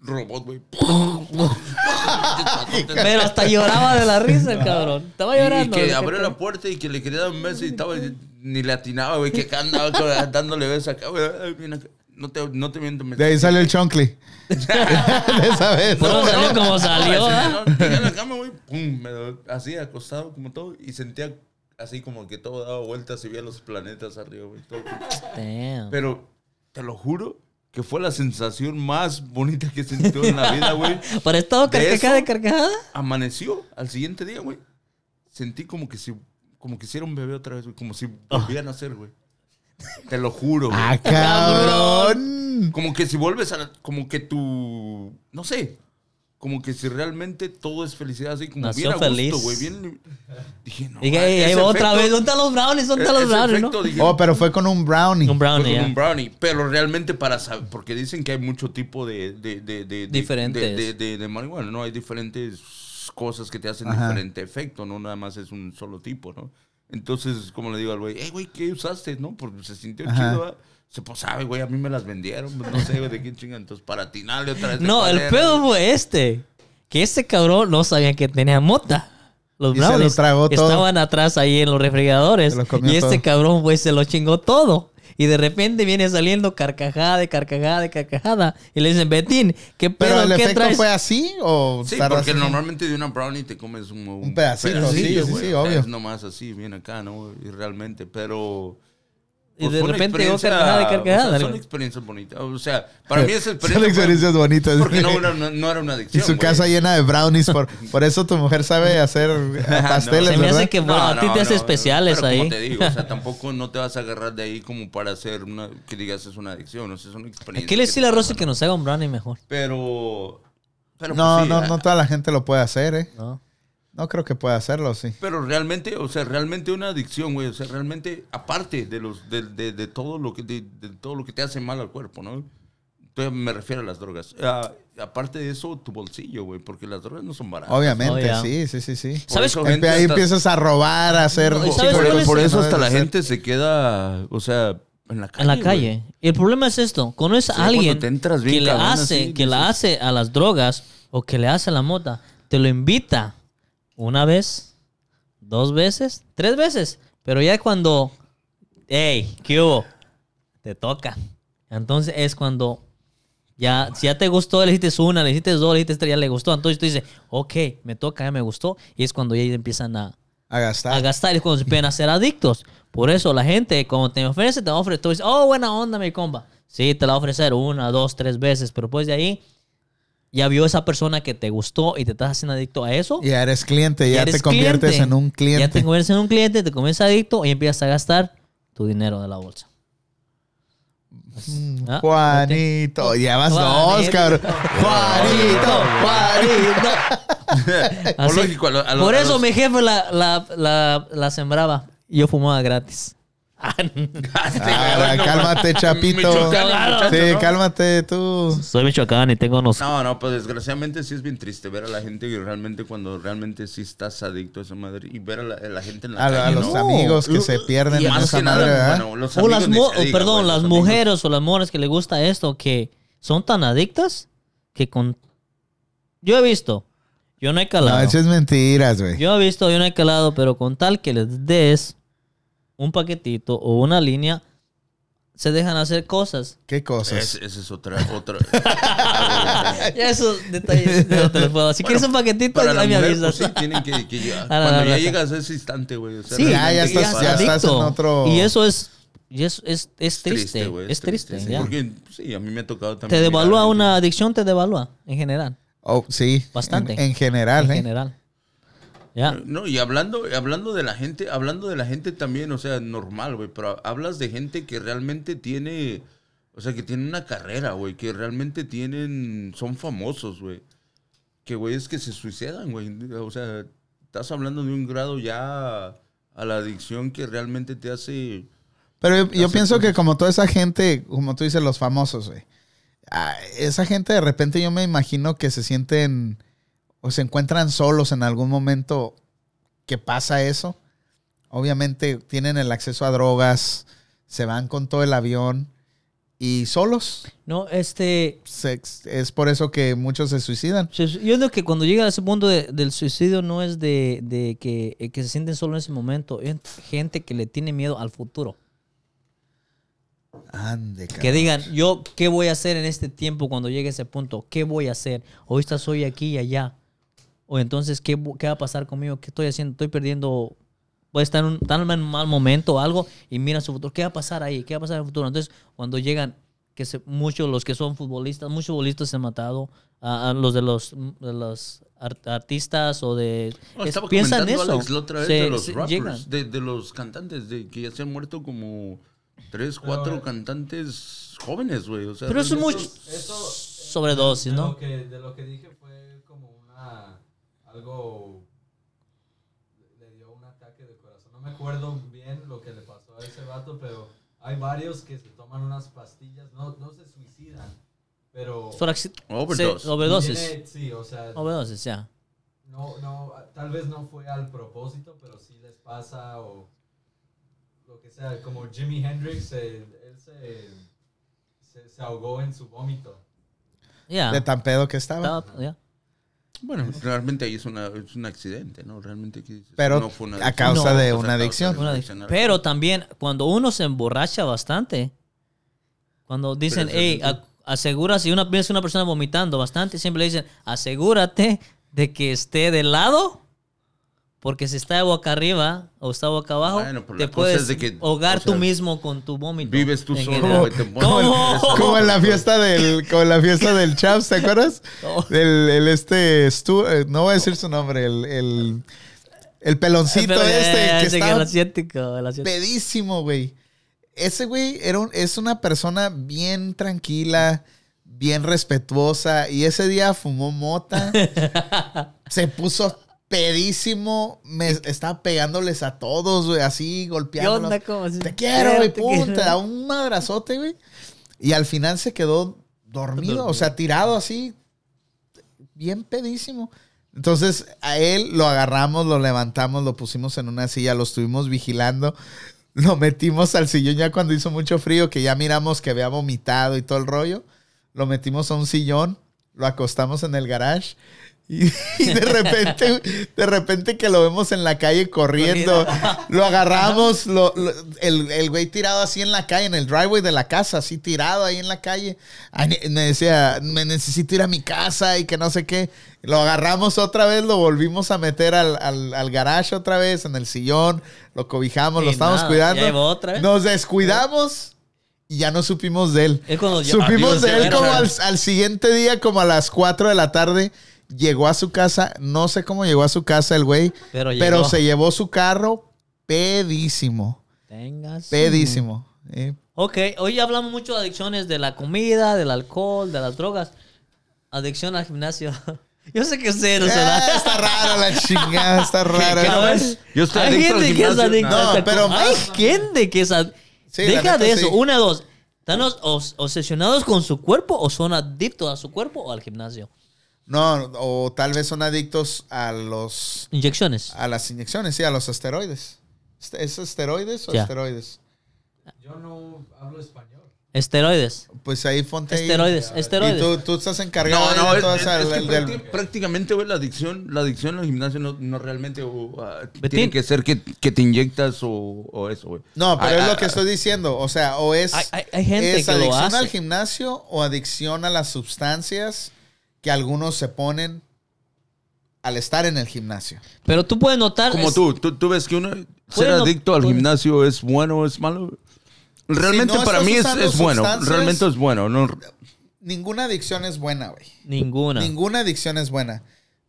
S2: robot, güey.
S3: Pero hasta lloraba de la risa el cabrón. Estaba
S2: Y
S3: llorando.
S2: que abrió la puerta y que le quería dar un beso y estaba ni le atinaba, güey, que acá andaba con- dándole besos acá, güey. Ay, mira, No te, no te miento, me-
S1: De ahí sale el chonkli. De esa vez.
S3: Por eso salió como
S2: No,
S3: salió,
S2: así,
S3: ¿ah?
S2: no, llegué a la cama, güey, pum, me do- así acostado como todo y sentía así como que todo daba vueltas y veía los planetas arriba, güey. todo.
S3: Damn.
S2: Pero te lo juro que fue la sensación más bonita que he sentido en la vida, güey.
S3: Pero es todo
S2: ¿De
S3: carcajada de
S2: eso?
S3: carcajada.
S2: Amaneció al siguiente día, güey. Sentí como que si como que si era un bebé otra vez, güey, como si volvían a nacer, güey. Te lo juro, güey.
S1: ¡Ah, cabrón!
S2: Como que si vuelves a... la- Como que tu... No sé. Como que si realmente todo es felicidad, así como
S3: Nació
S2: bien a
S3: feliz.
S2: gusto, güey. Bien... Dije, no.
S3: Y que,
S2: man,
S3: "Ey, ahí
S2: Ah, ese
S3: va otra
S2: efecto- e-,
S3: vez. ¿Dónde están los brownies? ¿Dónde están los
S2: ese
S3: brownies, no?
S2: efecto, dije,
S1: Oh, pero fue con un brownie.
S3: Un
S2: fue
S3: brownie,
S2: como un
S3: ya.
S2: brownie, pero realmente para saber, porque dicen que hay mucho tipo de... de, de, de- de-
S3: Diferentes.
S2: De, de, de- de marihuana, ¿no? Hay diferentes cosas que te hacen
S1: Ajá.
S2: diferente efecto, ¿no? Nada más es un solo tipo, ¿no? Entonces, como le digo al güey, hey, güey, ¿qué usaste? ¿No? Porque se sintió
S1: Ajá.
S2: chido, ¿verdad? Se pues sabe, güey, a mí me las vendieron, pues, no sé, güey, de quién chingan. Entonces, para atinarle otra vez. de
S3: No,
S2: cuál
S3: el
S2: era,
S3: pedo
S2: güey.
S3: fue este. Que ese cabrón no sabía que tenía mota. Los
S1: Y se lo
S3: brownies
S1: tragó todo.
S3: estaban atrás ahí en los refrigeradores.
S1: Se lo comió
S3: Y este
S1: todo.
S3: cabrón pues se lo chingó todo. Y de repente viene saliendo carcajada, de carcajada, de carcajada. Y le dicen, Betín, ¿qué
S1: ¿Pero
S3: pedo?
S1: el
S3: ¿Qué
S1: efecto
S3: traes?
S1: fue Pues así o
S2: Sí,
S1: tardas-
S2: porque normalmente de una brownie te comes un,
S1: Un pedacito, sí, sí, sí,
S2: güey.
S1: sí,
S2: O sea,
S1: obvio.
S2: Es nomás así, bien acá, ¿no? Y realmente, pero...
S3: Y
S2: pues,
S3: de
S2: fue una
S3: repente llegó
S2: experiencia-
S3: carcajada de carcajada.
S2: o sea, son
S3: güey.
S2: experiencias bonitas. O sea, para mí es
S1: Son
S2: experiencia...
S1: experiencias bonitas.
S2: Porque no era, una- no era una
S1: Y
S2: adicción.
S1: su
S2: güey.
S1: casa llena de brownies. Por, por eso tu mujer sabe hacer eh, pasteles,
S3: Se me hace
S1: ¿verdad?
S3: que bueno, a ti te hace especiales
S2: pero
S3: ahí.
S2: Como te digo, o sea, tampoco no te vas a agarrar de ahí como para hacer una... Que digas es una adicción, o sea, es una experiencia.
S3: ¿Qué le
S2: que
S3: decía a
S2: te
S3: Rosy
S2: pasan.
S3: que nos haga un brownie mejor?
S2: Pero... pero
S1: No,
S2: pues, sí,
S1: no,
S2: ah,
S1: no toda la gente lo puede hacer, ¿eh?
S3: ¿No?
S1: No creo que pueda hacerlo, sí.
S2: Pero realmente, o sea, realmente una adicción, güey. O sea, realmente, aparte de los, de, de- de todo lo que, de, de todo lo que te hace mal al cuerpo, ¿no? Entonces me refiero a las drogas. Ah, aparte de eso, tu bolsillo, güey, porque las drogas no son baratas.
S1: Obviamente,
S3: Oh, ya.
S1: sí, sí, sí, sí.
S2: Por
S3: ¿Sabes?
S2: eso,
S1: Empe-
S2: gente,
S1: ahí
S2: hasta-
S1: empiezas a robar, a hacer...
S3: No, y
S2: por-
S3: ¿sabes
S2: por,
S3: cuál es
S2: por
S3: el-
S2: eso
S1: no
S2: hasta la
S1: debe ser.
S2: gente se queda, o sea, en la calle.
S3: En la
S2: güey.
S3: calle. Y el problema es esto: conoces
S2: Sí,
S3: a alguien
S2: cuando te entras bien
S3: que, le
S2: cabrón
S3: hace,
S2: así,
S3: que la hace a las drogas o que le hace a la mota, te lo invita una vez, dos veces, tres veces. Pero ya cuando, hey, ¿qué hubo? Te toca. Entonces es cuando ya, si ya te gustó, le hiciste una, le hiciste dos, le hiciste tres, ya le gustó. Entonces tú dices, ok, me toca, ya me gustó. Y es cuando ya empiezan a,
S1: A
S3: a
S1: gastar.
S3: gastar y es cuando se empiezan a ser adictos. Por eso la gente, cuando te ofrece, te va a ofrecer. Tú dices, oh, buena onda, mi comba. Sí, te la va a ofrecer una, dos, tres veces. Pero después de ahí, ya vio esa persona que te gustó y te estás haciendo adicto a eso.
S1: Y ya eres cliente, ya,
S3: eres
S1: te conviertes
S3: cliente.
S1: en un cliente.
S3: Ya te conviertes en un cliente, te comienzas adicto y empiezas a gastar tu dinero de la bolsa.
S1: Mm,
S3: Ah,
S1: Juanito, ya vas dos,
S3: Juanito.
S1: cabrón. Juanito, Juanito.
S2: Por
S3: Así.
S2: lógico, a lo- a lo-
S3: Ah, Por
S2: a
S3: eso
S2: los-
S3: mi jefe la, la, la, la sembraba y yo fumaba gratis.
S1: Ah, cálmate, chapito.
S2: Michoacano, muchacho,
S1: Sí,
S2: ¿no?
S1: cálmate tú.
S3: Soy Michoacán y tengo unos...
S2: No, no, pues desgraciadamente sí es bien triste ver a la gente que realmente cuando realmente sí estás adicto a esa madre y ver a la, a la gente en la
S1: A,
S2: calle,
S1: a los
S2: ¿no? Uh,
S1: amigos que se pierden
S2: Y
S1: en
S2: más
S1: esa
S2: que nada,
S1: madre, ¿eh? ¿verdad?
S2: bueno, los
S3: O
S2: amigos
S3: las
S2: ni
S3: mu-
S2: se diga,
S3: o perdón,
S2: güey,
S3: las
S2: los amigos.
S3: mujeres o las mujeres que les gusta esto, que son tan adictas que con... Yo he visto, yo no he
S1: No,
S3: calado.
S1: eso Ah, es mentiras, güey.
S3: Yo he visto, yo no he calado, pero con tal que les des un paquetito o una línea, se dejan hacer cosas.
S1: ¿Qué cosas?
S2: pues, Es- Esa es otra, otra.
S3: Ya esos detalles no te los puedo. Si
S2: Bueno,
S3: quieres un paquetito,
S2: Para la
S3: ahí me
S2: mujer,
S3: avisas.
S2: pues, sí, tienen que, que llegar.
S3: Ah, no,
S2: Cuando
S3: no,
S2: ya
S3: no.
S2: llegas a ese instante, güey. o sea,
S3: Sí,
S1: Ah, Ya, ya
S2: realmente
S1: estás-
S2: para-
S1: ya estás en
S3: adicto.
S1: otro-
S3: Y eso es, y eso es, es triste,
S2: güey,
S3: es triste.
S2: sí,
S3: ya.
S2: Porque sí, a mí me ha tocado también.
S3: Te
S2: mirar
S3: devalúa
S2: gente-
S3: una adicción, te devalúa en general.
S1: Oh, sí.
S3: Bastante.
S1: En, en general,
S3: en
S1: ¿eh?
S3: general. Ya.
S2: No, y hablando, hablando de la gente, hablando de la gente también, o sea, normal, güey, pero hablas de gente que realmente tiene, o sea, que tiene una carrera, güey, que realmente tienen, son famosos, güey. Que que güeyes que se suicidan, güey. O sea, estás hablando de un grado ya a la adicción que realmente te hace...
S1: Pero yo, yo
S2: Hace
S1: pienso que
S2: cosas.
S1: como toda esa gente, como tú dices, los famosos, güey. ah, Esa gente de repente yo me imagino que se sienten o se encuentran solos en algún momento que pasa eso. Obviamente tienen el acceso a drogas, se van con todo el avión y solos.
S3: No, este.
S1: Se- es por eso que muchos se suicidan.
S3: se- Yo creo que cuando llega a ese punto de- del suicidio no es de, de que, eh, que se sienten solo en ese momento. Es gente que le tiene miedo al futuro.
S1: Ande,
S3: Que
S1: cabrón.
S3: digan, yo, ¿qué voy a hacer en este tiempo cuando llegue ese punto? ¿Qué voy a hacer? Hoy estás hoy aquí y allá. O entonces, ¿qué, vo- qué va a pasar conmigo? ¿Qué estoy haciendo? Estoy perdiendo... Voy a estar en un, tan mal- mal momento o algo y mira su futuro. ¿Qué va a pasar ahí? ¿Qué va a pasar en el futuro? Entonces, cuando llegan, que se- muchos los que son futbolistas, muchos futbolistas se han matado, a, a los de los, de los ar- artistas o de...
S2: No,
S3: es-
S2: Oh, estaba
S3: piensan
S2: comentando
S3: eso.
S2: Alex la otra vez
S3: Se-
S2: de los
S3: se- llegan.
S2: rappers, de, de los cantantes, de que ya se han muerto como tres, cuatro cantantes jóvenes, güey. O sea,
S3: Pero eso es
S2: realmente-
S3: mucho...
S4: Eso-
S3: Sobredosis,
S4: de
S3: ¿no?
S4: Lo que, de lo que dije fue como una. Algo. Le dio un ataque de corazón. No me acuerdo bien lo que le pasó a ese vato, pero hay varios que se toman unas pastillas. No, no se suicidan, pero.
S3: Sobreacci-
S2: Overdose.
S3: se- Overdosis.
S4: tiene- sí, o sea.
S3: Overdosis, ya.
S4: No, no, tal vez no fue al propósito, pero sí les pasa o lo que sea. Como Jimi Hendrix, eh, él se, se, se ahogó en su vómito.
S3: Ya.
S1: De tan pedo que estaba.
S3: Estaba- ya.
S2: Bueno, realmente ahí es, una, es un accidente, ¿no? Realmente que dices,
S1: Pues, Pero
S2: no fue una
S1: a
S2: adicción.
S1: causa
S3: No,
S1: de
S2: o sea,
S1: una
S2: causa de
S1: adicción.
S3: Una
S2: adicción
S3: adicción.
S2: al
S3: Pero
S2: alcohol.
S3: también cuando uno se emborracha bastante, cuando dicen,
S2: eso es
S3: hey,
S2: mentira".
S3: asegura, si una, ves una persona vomitando bastante, siempre le dicen, asegúrate de que esté de lado, porque si está de boca arriba o está boca abajo,
S2: Bueno, pero
S3: te
S2: la cosa es
S3: puedes
S2: de que,
S3: ahogar
S2: o sea,
S3: tú mismo con tu vómito.
S2: Vives tú
S3: En
S2: solo,
S3: general.
S2: güey. te pones-
S3: ¿Cómo?
S1: Como en la fiesta del, como en la fiesta del Chaps, ¿te acuerdas?
S3: No.
S1: El, el este Stu- eh, no voy a decir su nombre, el, el, el peloncito
S3: Pero ya,
S1: este
S3: ya,
S1: que
S3: ese eh, que
S1: estaba
S3: el asiático, el asiático.
S1: pedísimo, güey. Ese güey era un- es una persona bien tranquila, bien respetuosa y ese día fumó mota. se puso pedísimo, me estaba pegándoles a todos, güey, así
S3: ¿Qué
S1: golpeándolos.
S3: onda? ¿Cómo así?
S1: Te quiero, güey,
S3: Te
S1: pum,
S3: quiero.
S1: te da un madrazote, güey. Y al final se quedó dormido, o sea, tirado así, bien pedísimo. Entonces a él lo agarramos, lo levantamos, lo pusimos en una silla, lo estuvimos vigilando, lo metimos al sillón ya cuando hizo mucho frío, que ya miramos que había vomitado y todo el rollo. Lo metimos a un sillón, lo acostamos en el garage. Y, y de repente, güey, de repente que lo vemos en la calle corriendo, lo agarramos, lo- lo- el, el güey tirado así en la calle, en el driveway de la casa, así tirado ahí en la calle. Ay, ne- me decía, me necesito ir a mi casa y que no sé qué. Lo agarramos otra vez, lo volvimos a meter al, al- al garage otra vez, en el sillón, lo cobijamos,
S3: Y
S1: lo estábamos
S3: nada, ya iba
S1: cuidando.
S3: otra vez.
S1: Nos descuidamos y ya no supimos de él.
S3: Es cuando yo-
S1: Supimos
S2: Adiós,
S1: de él
S2: Edgar.
S1: como al, al siguiente día, como a las 4 de la tarde. Llegó a su casa, no sé cómo llegó a su casa el güey,
S3: Pero,
S1: pero
S3: llegó.
S1: se llevó su carro pedísimo,
S3: Tengas-
S1: pedísimo. eh.
S3: Ok, hoy ya hablamos mucho de adicciones de la comida, del alcohol, de las drogas. Adicción al gimnasio. Yo sé que ustedes no se
S1: Ah,
S3: da.
S1: está rara la chingada, está rara.
S3: A ver,
S2: Yo estoy
S3: Hay
S2: adicto al
S3: gente que es
S2: gimnasio.
S3: adicta.
S1: No,
S3: a esta
S1: pero
S3: cosa. Hay
S1: más-
S3: gente que es adicta.
S1: Sí, la
S3: Deja
S1: neta,
S3: de eso.
S1: sí.
S3: Una, dos. ¿Están os- os- obsesionados con su cuerpo o son adictos a su cuerpo o al gimnasio?
S1: No, o tal vez son adictos a los
S3: Inyecciones.
S1: a las inyecciones, sí, a los esteroides. Este- ¿Es esteroides o
S3: Ya.
S1: esteroides?
S4: Yo no hablo español.
S3: Esteroides.
S1: Pues ahí ponte ahí.
S3: Esteroides.
S1: Y tú,
S3: Esteroides.
S1: tú estás encargado
S2: No,
S1: ahí
S2: no,
S1: de
S2: es,
S1: toda
S2: es-
S1: esa-
S2: es que
S1: del-
S2: prácti-
S1: del-
S2: prácticamente, güey, la adicción, la adicción al gimnasio no, no realmente o, ah,
S3: Betín.
S2: tiene que ser que, que te inyectas o, o eso, güey.
S1: No, pero
S2: Ah,
S1: es
S2: ah,
S1: lo que estoy diciendo. O sea, o es,
S3: Hay- hay- hay gente
S1: es
S3: que lo
S1: adicción
S3: hace.
S1: al gimnasio o adicción a las sustancias que algunos se ponen al estar en el gimnasio.
S3: Pero tú puedes notar.
S2: Como
S3: es-
S2: tú, tú, tú ves que uno ser
S3: Bueno, pues-
S2: adicto al
S3: bueno.
S2: gimnasio es bueno o es malo. Realmente
S1: Si no
S2: para
S1: estás
S2: mí es,
S1: usando
S2: es bueno,
S1: sustancias-
S2: realmente es bueno. No,
S1: Ninguna adicción es buena, güey.
S3: Ninguna.
S1: Ninguna adicción es buena.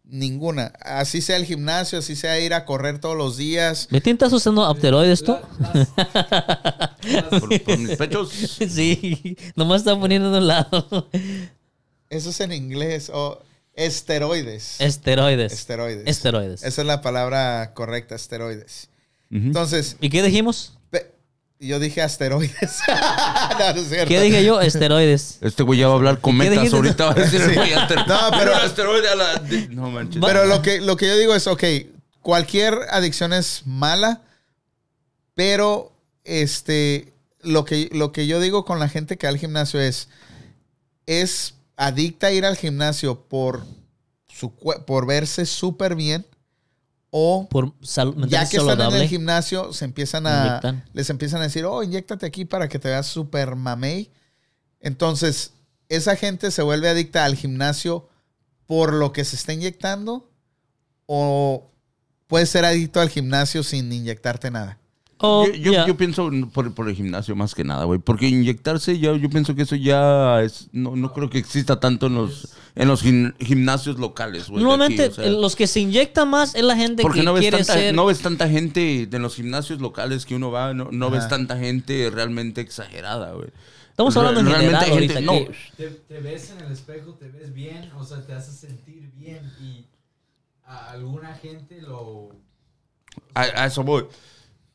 S1: Ninguna. Así sea el gimnasio, así sea ir a correr todos los días.
S3: ¿Betín estás usando esteroides tú?
S4: La- las- las-
S2: por, por mis pechos.
S3: Sí, nomás están poniendo de un lado.
S1: Eso es en inglés. O Esteroides.
S6: Esteroides.
S1: Esteroides.
S6: Esteroides.
S1: Esa es la palabra correcta, esteroides. Entonces,
S6: ¿Y qué dijimos?
S1: pe- yo dije asteroides. no, no es cierto.
S6: ¿Qué dije yo? Esteroides.
S2: Este güey ya va a hablar cometas
S6: dijiste?
S2: ahorita. Va a decir,
S1: Sí.
S2: "Oye, aster-
S1: No, pero-
S2: asteroide a la- de- No manches.
S1: Pero lo que, lo que yo digo es, ok, cualquier adicción es mala, pero este, lo que, lo que yo digo con la gente que va al gimnasio es, es adicta a ir al gimnasio por, su, cue- por verse súper bien o
S6: Por salud
S1: ya que están en el
S6: saludable.
S1: gimnasio, se empiezan a,
S6: Inyectan.
S1: les empiezan a decir, oh, inyéctate aquí para que te veas súper mamey. Entonces, esa gente se vuelve adicta al gimnasio por lo que se está inyectando o puedes ser adicto al gimnasio sin inyectarte nada.
S6: Oh,
S2: yo, yo-
S6: yeah.
S2: yo pienso por, por el gimnasio más que nada, güey. Porque inyectarse, yo, yo pienso que eso ya es. No, no creo que exista tanto en los, en los gim- gimnasios locales, güey. de aquí,
S6: Normalmente
S2: o sea.
S6: los que se inyectan más es la gente
S2: Porque
S6: que
S2: no ves,
S6: quiere
S2: tanta,
S6: ser...
S2: no ves tanta gente en los gimnasios locales que uno va, no, no ves
S1: Ajá.
S2: tanta gente realmente exagerada, güey.
S6: Estamos hablando en
S2: Re-
S6: general
S2: hay
S6: ahorita.
S2: no,
S6: que-
S4: Te, te ves en el espejo, te ves bien, o sea, te hace sentir bien y a alguna gente lo...
S2: a, a eso voy.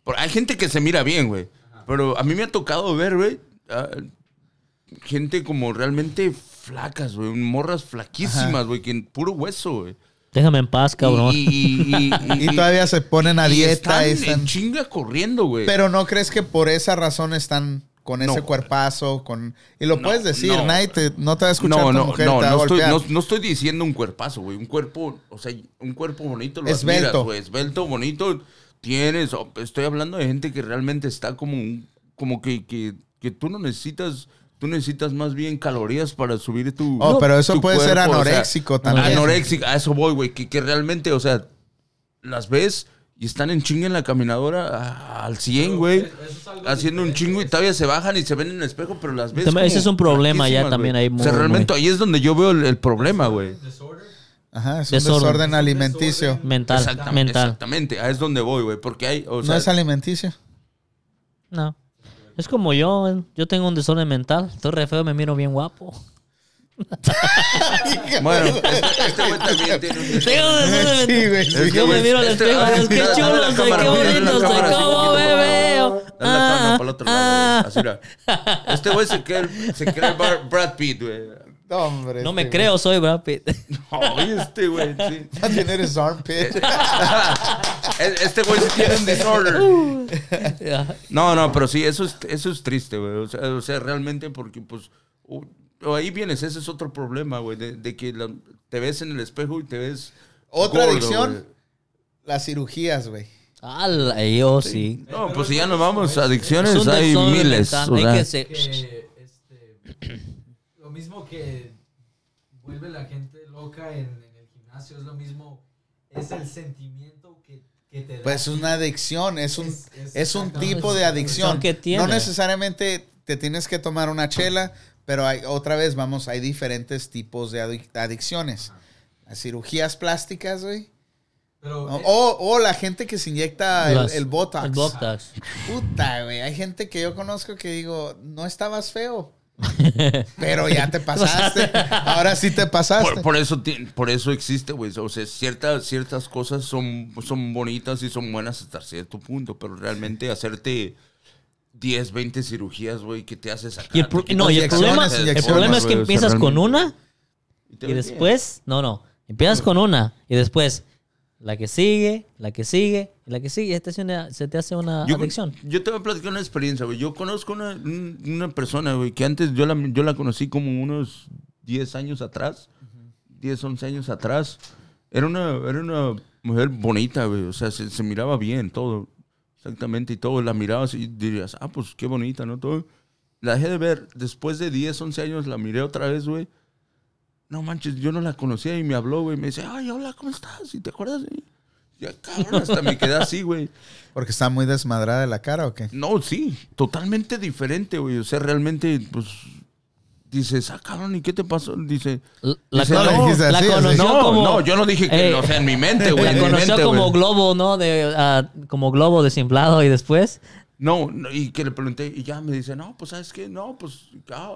S2: Por- hay gente que se mira bien, güey. Pero a mí me ha tocado ver, güey, ah, gente como realmente flacas, güey. Morras
S1: Ajá.
S2: flaquísimas, güey, que en puro hueso, güey.
S6: Déjame en paz, cabrón.
S2: Y, y- y-
S1: Y todavía se ponen a
S2: y
S1: dieta. y
S2: están en
S1: están-
S2: chinga corriendo, güey.
S1: pero no crees que por esa razón están con
S2: No.
S1: ese cuerpazo, con... Y lo
S2: No,
S1: puedes decir,
S2: no.
S1: nadie te- no te va a escuchar
S2: No,
S1: tu
S2: no,
S1: mujer,
S2: no,
S1: te va a
S2: no estoy,
S1: golpear.
S2: no, no estoy diciendo un cuerpazo, güey. Un cuerpo, o sea, un cuerpo bonito lo
S1: Esbelto.
S2: admiras, güey. Esbelto, bonito, tienes. o- Estoy hablando de gente que realmente está como un- como que, que, que tú no necesitas, tú necesitas más bien calorías para subir tu
S1: Oh, pero eso
S2: tu
S1: puede ser
S2: cuerpo, o sea,
S1: anoréxico también.
S2: Anoréxico, a eso voy, güey. Que, que realmente, o sea, las ves y están en chinga en la caminadora a- al 100, güey.
S4: Eso es algo
S2: Haciendo un
S4: diferente.
S2: chingo y todavía se bajan y se ven en el espejo, pero las ves.
S6: También ese
S2: como
S6: es un problema ya
S2: flaquísimas,
S6: también
S2: güey.
S6: ahí
S2: O sea,
S6: muy-
S2: realmente ahí es donde yo veo el, el problema, güey.
S4: Disorder.
S1: Ajá, es un
S6: Desorden.
S1: desorden alimenticio.
S4: Desorden.
S6: Mental.
S2: Exactam-
S6: Mental.
S2: Exactamente, ahí es donde voy, güey. Porque hay. O sea,
S1: no es alimenticio.
S6: No. Es como yo. eh. Yo tengo un desorden mental. Estoy re feo, me miro bien guapo.
S2: bueno, este este güey también tiene un.
S6: Tengo un desorden mental.
S1: Sí, güey, sí.
S6: Yo me miro al
S2: Este-
S6: espejo,
S2: ah,
S6: es que
S2: mira, dale
S6: chulo
S2: la
S6: soy,
S2: cámara,
S6: qué
S2: mira, dale la
S6: bonito soy,
S2: cámara, así
S6: cómo
S2: poquito
S6: me
S2: para-
S6: veo.
S2: Dale la cámara para el otro lado,
S6: Ah,
S2: güey. Así, mira. Este güey se cree, el- se cree el Bar- Brad Pitt, güey.
S1: No, hombre.
S6: No
S1: este,
S6: me
S1: güey.
S6: creo, soy Brad Pitt.
S2: Ay, este güey, sí.
S1: No tiene his armpit.
S2: Es- Este güey sí tiene un disorder.
S6: Ya.
S2: No, no, pero sí, eso es, eso es triste, güey. O sea, o sea, realmente porque, pues, o- o ahí vienes, ese es otro problema, güey, de, de que la- te ves en el espejo y te ves...
S1: Otra
S2: gordo,
S1: adicción,
S2: güey.
S1: las cirugías, güey.
S6: Ala, Ah, yo sí.
S2: No, pues si ya nos vamos a adicciones,
S6: Es un
S2: hay
S6: desorden
S2: miles.
S6: mental,
S2: o
S6: hay
S2: sea.
S6: que ser-
S4: que este, lo mismo que vuelve la gente loca en, en el gimnasio es lo mismo es el sentimiento que, que te da
S1: Pues es una adicción, es un,
S4: Es- es
S1: es un
S4: exactamente
S1: tipo de
S4: la
S1: adicción.
S6: adicción que tiene.
S1: No necesariamente te tienes que tomar una chela, pero hay, otra vez, vamos, hay diferentes tipos de adic- adicciones. Las cirugías plásticas, güey.
S4: pero
S1: O,
S4: eh,
S1: o- o la gente que se inyecta el,
S6: Las-
S1: el Botox.
S6: El Botox.
S1: Puta, güey. Hay gente que yo conozco que digo, no estabas feo. Pero ya te pasaste. Ahora sí te pasaste.
S2: Por, por eso, ti- por eso existe, güey. O sea, ciertas, ciertas cosas son, son bonitas y son buenas hasta cierto punto, pero realmente hacerte 10, 20 cirugías, güey, que te haces acá.
S6: Y el, pro- no, y el
S1: Inyecciones,
S6: problema, el
S1: inyecciones,
S6: problema es que
S2: güey, o sea,
S6: empiezas con
S2: realmente-
S6: una
S2: te
S6: y
S2: ves bien.
S6: después, no, no, empiezas con una y después la que sigue, la que sigue, y la que sigue, y esta es una- se te hace una
S2: Yo,
S6: adicción.
S2: yo te voy a platicar una experiencia, güey. Yo conozco una, un- una persona, güey, que antes yo la, yo la conocí como unos 10 años atrás. 10, 11 años atrás. Era una, era una mujer bonita, güey. O sea, se, se miraba bien, todo. Exactamente, y todo. La mirabas y dirías, ah, pues qué bonita, ¿no? Todo. La dejé de ver. Después de 10, 11 años la miré otra vez, güey. No manches, yo no la conocía y me habló, güey. Me dice, ay, hola, ¿cómo estás? ¿Y te acuerdas de mí? Ya, cabrón, hasta me quedé así, güey.
S1: Porque está muy desmadrada de la cara o qué?
S2: No, sí, totalmente diferente, güey. O sea, realmente, pues, dices, ah, cabrón, ¿y qué te pasó? Dice,
S6: La,
S2: Dice,
S6: cono-
S2: no,
S1: dijiste
S6: la
S1: así, así.
S6: conoció
S2: no,
S6: como...
S2: no, yo no dije que,
S6: eh,
S2: o sea, en mi mente, güey. en
S6: La
S2: mi
S6: conoció
S2: mente,
S6: como
S2: güey.
S6: globo, ¿no? De, ah, como globo desinflado y después...
S2: No, no, y que le pregunté, y ya me dice, no, pues, ¿sabes qué? No, pues, ah,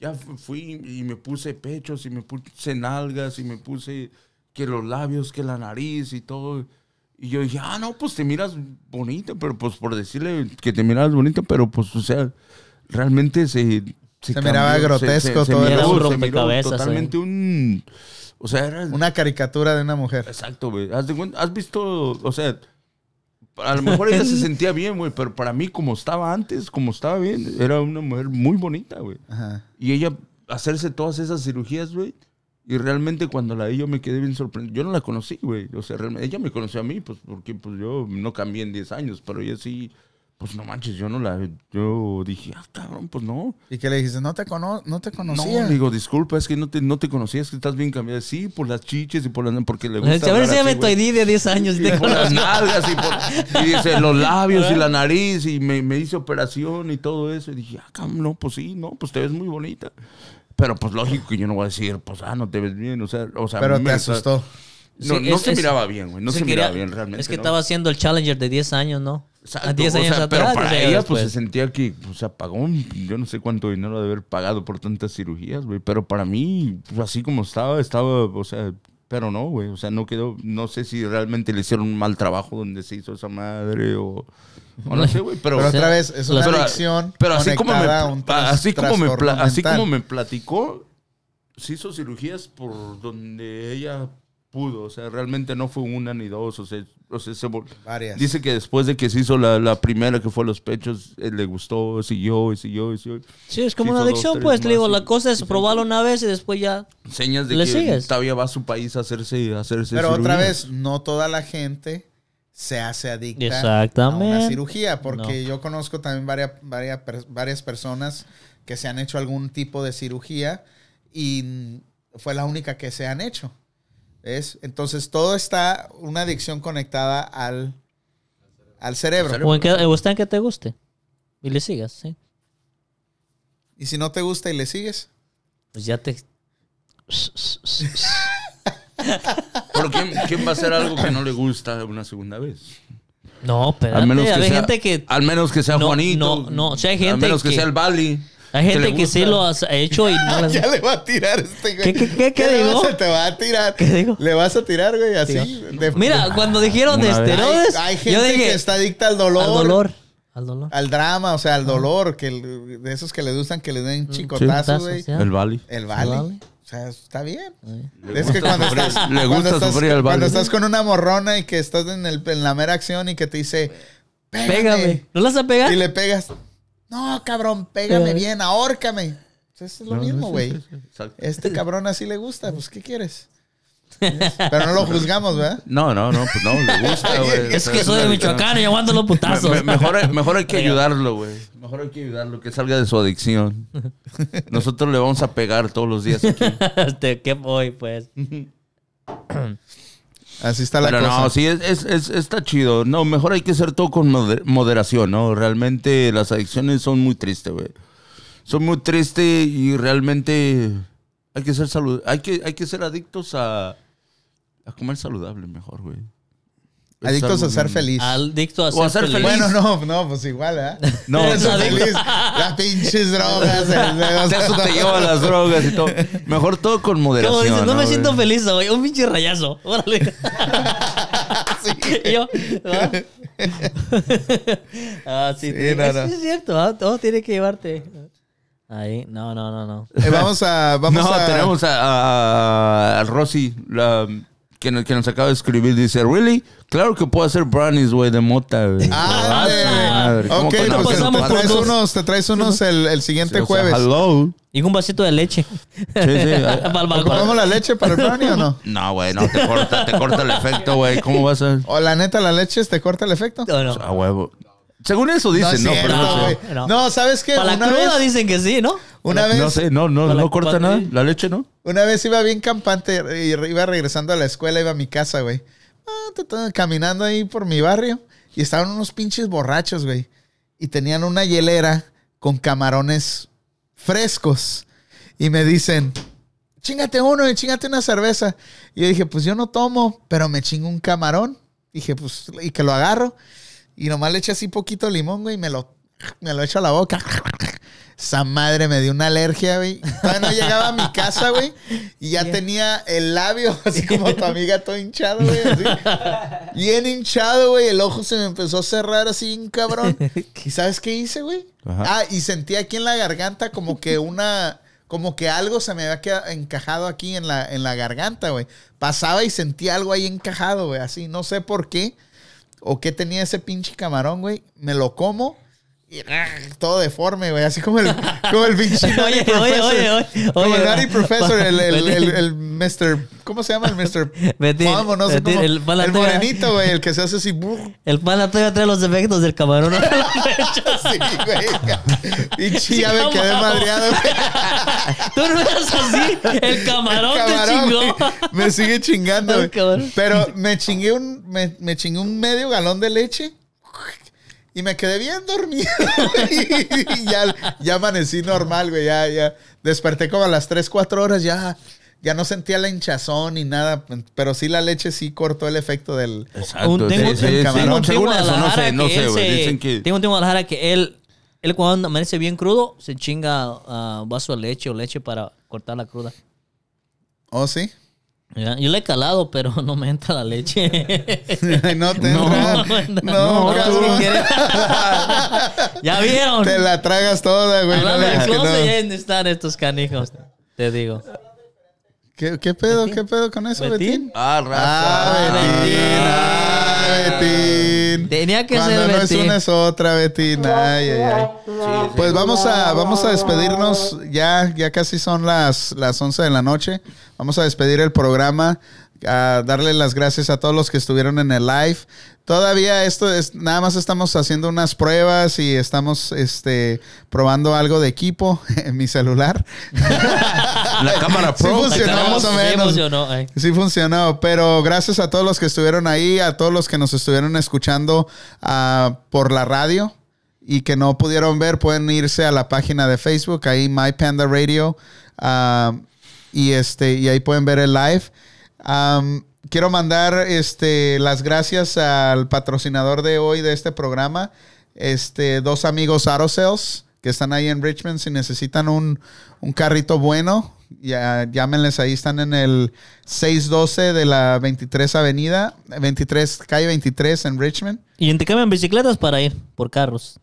S2: ya fu- fui y me puse pechos y me puse nalgas y me puse que los labios, que la nariz y todo. Y yo dije, ah, no, pues te miras bonita, pero pues por decirle que te miras bonita, pero pues, o sea, realmente se...
S1: Se miraba grotesco todo el
S2: miró-
S3: Era un
S2: se miró
S3: rompecabezas ahí.
S2: Totalmente un... O sea, era...
S1: Una caricatura de una mujer.
S2: Exacto, güey. Haz de cuen- ¿Has visto, o sea, a lo mejor ella se sentía bien, güey, pero para mí, como estaba antes, como estaba bien, era una mujer muy bonita, güey.
S1: Ajá.
S2: Y ella hacerse todas esas cirugías, güey. Y realmente cuando la vi yo me quedé bien sorprendido. Yo no la conocí, güey. O sea, realmente, ella me conoció a mí, pues porque pues yo no cambié en 10 años, pero ella sí, pues no manches, yo no la... Yo dije, ah, cabrón, pues no.
S1: Y que le dijiste, no te, cono no te conocía.
S2: No, digo, disculpa, es que no te, no te conocía, es que estás bien cambiada. Sí, por las chiches y por las... Porque le
S6: Pues, A
S2: gusta
S6: ver,
S2: hablar
S6: si
S2: así,
S6: me tu
S2: güey.
S6: ID de 10 años. y
S2: Y
S6: te-
S2: por las nalgas y, por- y dice los labios y la nariz y me, me hice operación y todo eso. Y dije, ah, cabrón, no, pues sí, no, pues te ves muy bonita. Pero pues lógico que yo no voy a decir, pues ah, no te ves bien, o sea, o sea, a
S1: Pero
S2: mí
S1: te
S2: me-
S1: asustó.
S2: No,
S6: Sí,
S2: no
S6: es-
S2: se
S6: es-
S2: miraba bien, güey, no
S6: Sí,
S2: se
S6: quería-
S2: miraba bien realmente.
S6: Es que
S2: ¿no?
S6: estaba haciendo el Challenger de 10 años, ¿no?
S2: Exacto,
S6: a 10
S2: o sea,
S6: años atrás.
S2: Pero para
S6: o sea,
S2: ella, pues
S6: después.
S2: se sentía que, o sea, pagó, un- yo no sé cuánto dinero ha de haber pagado por tantas cirugías, güey. Pero para mí, pues, así como estaba, estaba, o sea, pero no, güey. O sea, no quedó, no sé si realmente le hicieron un mal trabajo donde se hizo esa madre o, o no sé, güey. Pero,
S1: Pero otra vez, es una
S2: pero-
S1: adicción
S2: Pero así como me,
S1: conectada a un tras-
S2: así como me, pla-
S1: trastorno
S2: así como
S1: mental.
S2: me platicó, se hizo cirugías por donde ella pudo. O sea, realmente no fue una ni dos. O sea, o sea se vol-
S1: Varias.
S2: Dice que después de que se hizo la, la primera que fue a los pechos, eh, le gustó, siguió, y siguió, y siguió.
S6: Sí, es como una
S2: Sí, hizo dos,
S6: adicción,
S2: tres
S6: pues. Te
S2: más
S6: digo,
S2: y-
S6: la cosa es
S2: y-
S6: probarlo una vez y después ya.
S2: Señas de
S6: ¿Le
S2: que
S6: sigues?
S2: todavía va a su país a hacerse, a hacerse
S1: Pero otra
S2: cirugía.
S1: vez, no toda la gente se hace adicta a una
S6: Exactamente.
S1: cirugía, porque yo conozco también varias, varias, per- varias personas que se han hecho algún tipo de cirugía y mm, fue la única que se han hecho. ¿Ves? Entonces, todo está una adicción conectada al, al cerebro.
S6: O, en que, o está en que te guste. Y le sigas, sí.
S1: Y si no te gusta y le sigues,
S6: Pues ya te.
S2: Pero ¿quién, quién va a hacer algo que no le gusta una segunda vez?
S6: No, pero
S2: Al menos que,
S6: hay
S2: sea,
S6: gente que.
S2: al menos que sea
S6: No,
S2: Juanito.
S6: no, no, o sea, hay
S2: Al
S6: gente
S2: menos que,
S6: que-
S2: sea el Bali.
S6: Hay
S2: le
S6: gente que sí
S2: gusta.
S6: lo ha ha hecho y no las.
S1: ya le va a tirar este
S6: ¿Qué-
S1: güey.
S6: qué- qué- qué
S1: le
S6: digo?
S1: vas a- te va a tirar.
S6: ¿Qué digo?
S1: Le vas a tirar, güey, así. de-
S6: Mira, cuando dijeron de
S5: Una vez.
S1: hay,
S6: esteroides,
S1: hay gente
S6: yo dije.
S1: que está adicta al dolor.
S6: Al dolor. Al dolor.
S1: al drama, o sea, al dolor, que el- de esos que le gustan que le den chicotazos,
S6: Putazos,
S1: güey.
S6: ya.
S2: El Bali.
S1: El vale.
S6: vale.
S1: O sea, está bien.
S2: Le
S1: Es que
S2: gusta
S1: cuando
S2: sufrir-
S1: estás,
S2: Le
S1: cuando
S2: gusta
S1: estás-
S2: sufrir al Bali.
S1: cuando estás con una morrona y que estás en, el- en la mera acción y que te dice,
S6: Pégame.
S1: pégame.
S6: ¿No las a pegar?
S1: Y le pegas, no, cabrón, pégame
S6: Pégame.
S1: bien, ahórcame. O sea, es lo mismo, güey.
S2: Exacto.
S1: Este cabrón así le gusta, pues, ¿qué quieres? Pero no lo juzgamos, ¿verdad?
S2: No, no, no, pues no, le gusta, güey.
S6: Es que soy de Michoacán y aguanto los putazos.
S2: Me- me- mejor, hay- mejor hay que ayudarlo, güey. Mejor hay que ayudarlo, que salga de su adicción. Nosotros le vamos a pegar todos los días aquí.
S6: Este, ¿Qué voy, pues?
S1: Así está la
S2: Pero
S1: cosa.
S2: no, sí, es, es- es- está chido. No, mejor hay que hacer todo con moder- moderación, ¿no? Realmente las adicciones son muy tristes, güey. Son muy tristes y realmente hay que ser salud hay que, hay que ser adictos a, a comer saludable mejor, güey. Es
S1: Adictos
S2: algo
S1: a ser
S2: bien-
S1: feliz.
S6: Adicto a
S2: O a ser feliz.
S1: Bueno, no, no, pues igual, ¿verdad?
S2: No,
S1: Eso feliz. Las pinches drogas. el dedo-
S2: Eso te lleva a las drogas y todo. Mejor todo con
S6: Como
S2: moderación.
S6: dices, no me
S2: güey?
S6: siento feliz hoy. Un pinche rayazo. Órale. Y yo, ¿ah? ah, sí,
S1: Sí,
S6: te-
S1: no,
S6: es,
S1: no.
S6: es cierto. ah, Todo tiene que llevarte. Ahí, no, no, no, no.
S1: Eh, vamos a. Vamos
S2: no,
S1: a,
S2: tenemos a, a- a Rosy, la, que, nos, que nos acaba de escribir. Dice, ¿really? Claro que puedo hacer brownies, güey, de mota, güey.
S1: Ah,
S2: Madre, ¿cómo
S1: ok,
S2: que no?
S1: pues
S6: Pasamos
S1: te
S6: por
S1: traes
S6: dos.
S1: unos, te traes unos el, el
S2: Sí, o
S1: siguiente
S2: sea,
S1: este jueves.
S2: hello.
S6: Y con un vasito de leche.
S2: Sí, sí.
S6: Para el
S1: ¿Comemos
S6: balcón.
S1: la leche para el brownie o no?
S2: No, güey, no, te corta, te corta el efecto, güey. ¿Cómo vas a...?
S1: ¿O la neta la leche te corta el efecto?
S6: No, no.
S2: A huevo. Según eso dicen, no,
S1: es
S2: pero
S1: cierto,
S2: no sé.
S1: güey.
S6: no.
S1: No, ¿sabes qué?
S6: Para la
S1: Una
S6: cruda
S1: vez,
S6: dicen que sí, ¿no?
S1: una vez,
S2: No sé, no, no,
S6: Para
S2: no
S6: la-
S2: corta
S6: para-
S2: nada. La leche, ¿no?
S1: una vez iba bien campante y re- iba regresando a la escuela, iba a mi casa, güey. Ah, tu, tu, Caminando ahí por mi barrio y estaban unos pinches borrachos, güey. Y tenían una hielera con camarones frescos. Y me dicen, chingate uno y chingate una cerveza. Y yo dije, pues yo no tomo, pero me chingo un camarón. Dije, pues, y que lo agarro. Y nomás le eché así poquito limón, güey, y me lo, me lo echo a la boca. Esa madre me dio una alergia, güey. Todavía no llegaba a mi casa, güey. Y ya tenía el labio, así como tu amiga, todo hinchado, güey. Así. Bien hinchado, güey. El ojo se me empezó a cerrar así, un cabrón. ¿Y sabes qué hice, güey?
S2: Ajá.
S1: Ah, y sentí aquí en la garganta como que una... Como que algo se me había quedado encajado aquí en la, en la garganta, güey. Pasaba y sentí algo ahí encajado, güey. Así, no sé por qué o qué tenía ese pinche camarón, güey. Me lo como y ah, todo deforme, güey. Así como el, como el pinche Nutty
S3: Oye,
S1: Professor.
S3: oye, oye, oye.
S1: Como el Nutty
S3: oye.
S1: Professor, el, el, el, el, el Mr. ¿Cómo se llama el Mr.
S3: Betín,
S1: Juanmo, no sé
S3: Betín,
S1: cómo.
S3: el
S1: El,
S3: Balatea.
S1: morenito, güey, el que se hace así. brr,
S3: El pana todavía trae los efectos del camarón.
S1: así, güey. Pinche ya me
S3: no
S1: quedé
S3: mames.
S1: madreado, güey.
S3: Tú no eras así. El camarón,
S1: Camarón,
S3: te chingó.
S1: güey. Me sigue chingando,
S3: Ay,
S1: güey.
S3: cabrón.
S1: Pero me chingué un, me, me chingué un medio galón de leche. Y me quedé bien dormido, güey. Y ya, ya amanecí normal, güey. Ya, ya. Desperté como a las 3, 4 horas. Ya, ya no sentía la hinchazón ni nada. Pero sí la leche sí cortó el efecto del...
S2: Exacto.
S3: Un- tengo-
S2: sí, sí,
S1: tengo
S2: sí,
S1: un
S2: según eso, no sé, no sé, güey. Dicen que...
S3: Tengo un tío en Guadalajara que él, él cuando amanece bien crudo, se chinga ah, vaso de leche o leche para cortar la cruda.
S1: ¿Oh, sí?
S3: Ya, Yo le he calado, pero no me entra la leche.
S1: Ay, no, te
S3: No,
S1: no,
S3: no,
S1: no,
S3: no, tú
S1: cabrón.
S3: quieres- ya vieron.
S1: Te la tragas toda, güey. No
S3: Hablando
S1: le
S3: de
S1: digas que
S3: closet,
S1: no.
S3: ya están estos canijos. Te digo.
S1: ¿Qué, qué pedo? ¿Qué pedo con eso,
S3: ¿Betín?
S1: Betín?
S2: Ah, raza.
S1: Ah, Betín. Ah, Betín.
S3: Tenía que
S1: Cuando
S3: ser
S1: no es
S3: Betín.
S1: una es otra, Betín. Ay, ay, ay. Pues vamos a, vamos a despedirnos. Ya, ya casi son las, las 11 de la noche. Vamos a despedir el programa. A darle las gracias a todos los que estuvieron en el live. Todavía esto es, nada más estamos haciendo unas pruebas y estamos este, probando algo de equipo en mi celular.
S2: La cámara
S1: Ah, Sí pues,
S2: pro.
S1: funcionó más o menos.
S3: Emocionó, eh.
S1: Sí funcionó, pero gracias a todos los que estuvieron ahí, a todos los que nos estuvieron escuchando ah, por la radio y que no pudieron ver, pueden irse a la página de Facebook, ahí My Panda Radio, ah, y, este, y ahí pueden ver el live. Am, quiero mandar este, las gracias al patrocinador de hoy de este programa, este, dos amigos Arosales que están ahí en Richmond. Si necesitan un, un carrito bueno, ya, llámenles ahí. Están en el 612 de la 23 Avenida, 23, calle 23 en Richmond.
S3: Y intercambian bicicletas para ir por carros.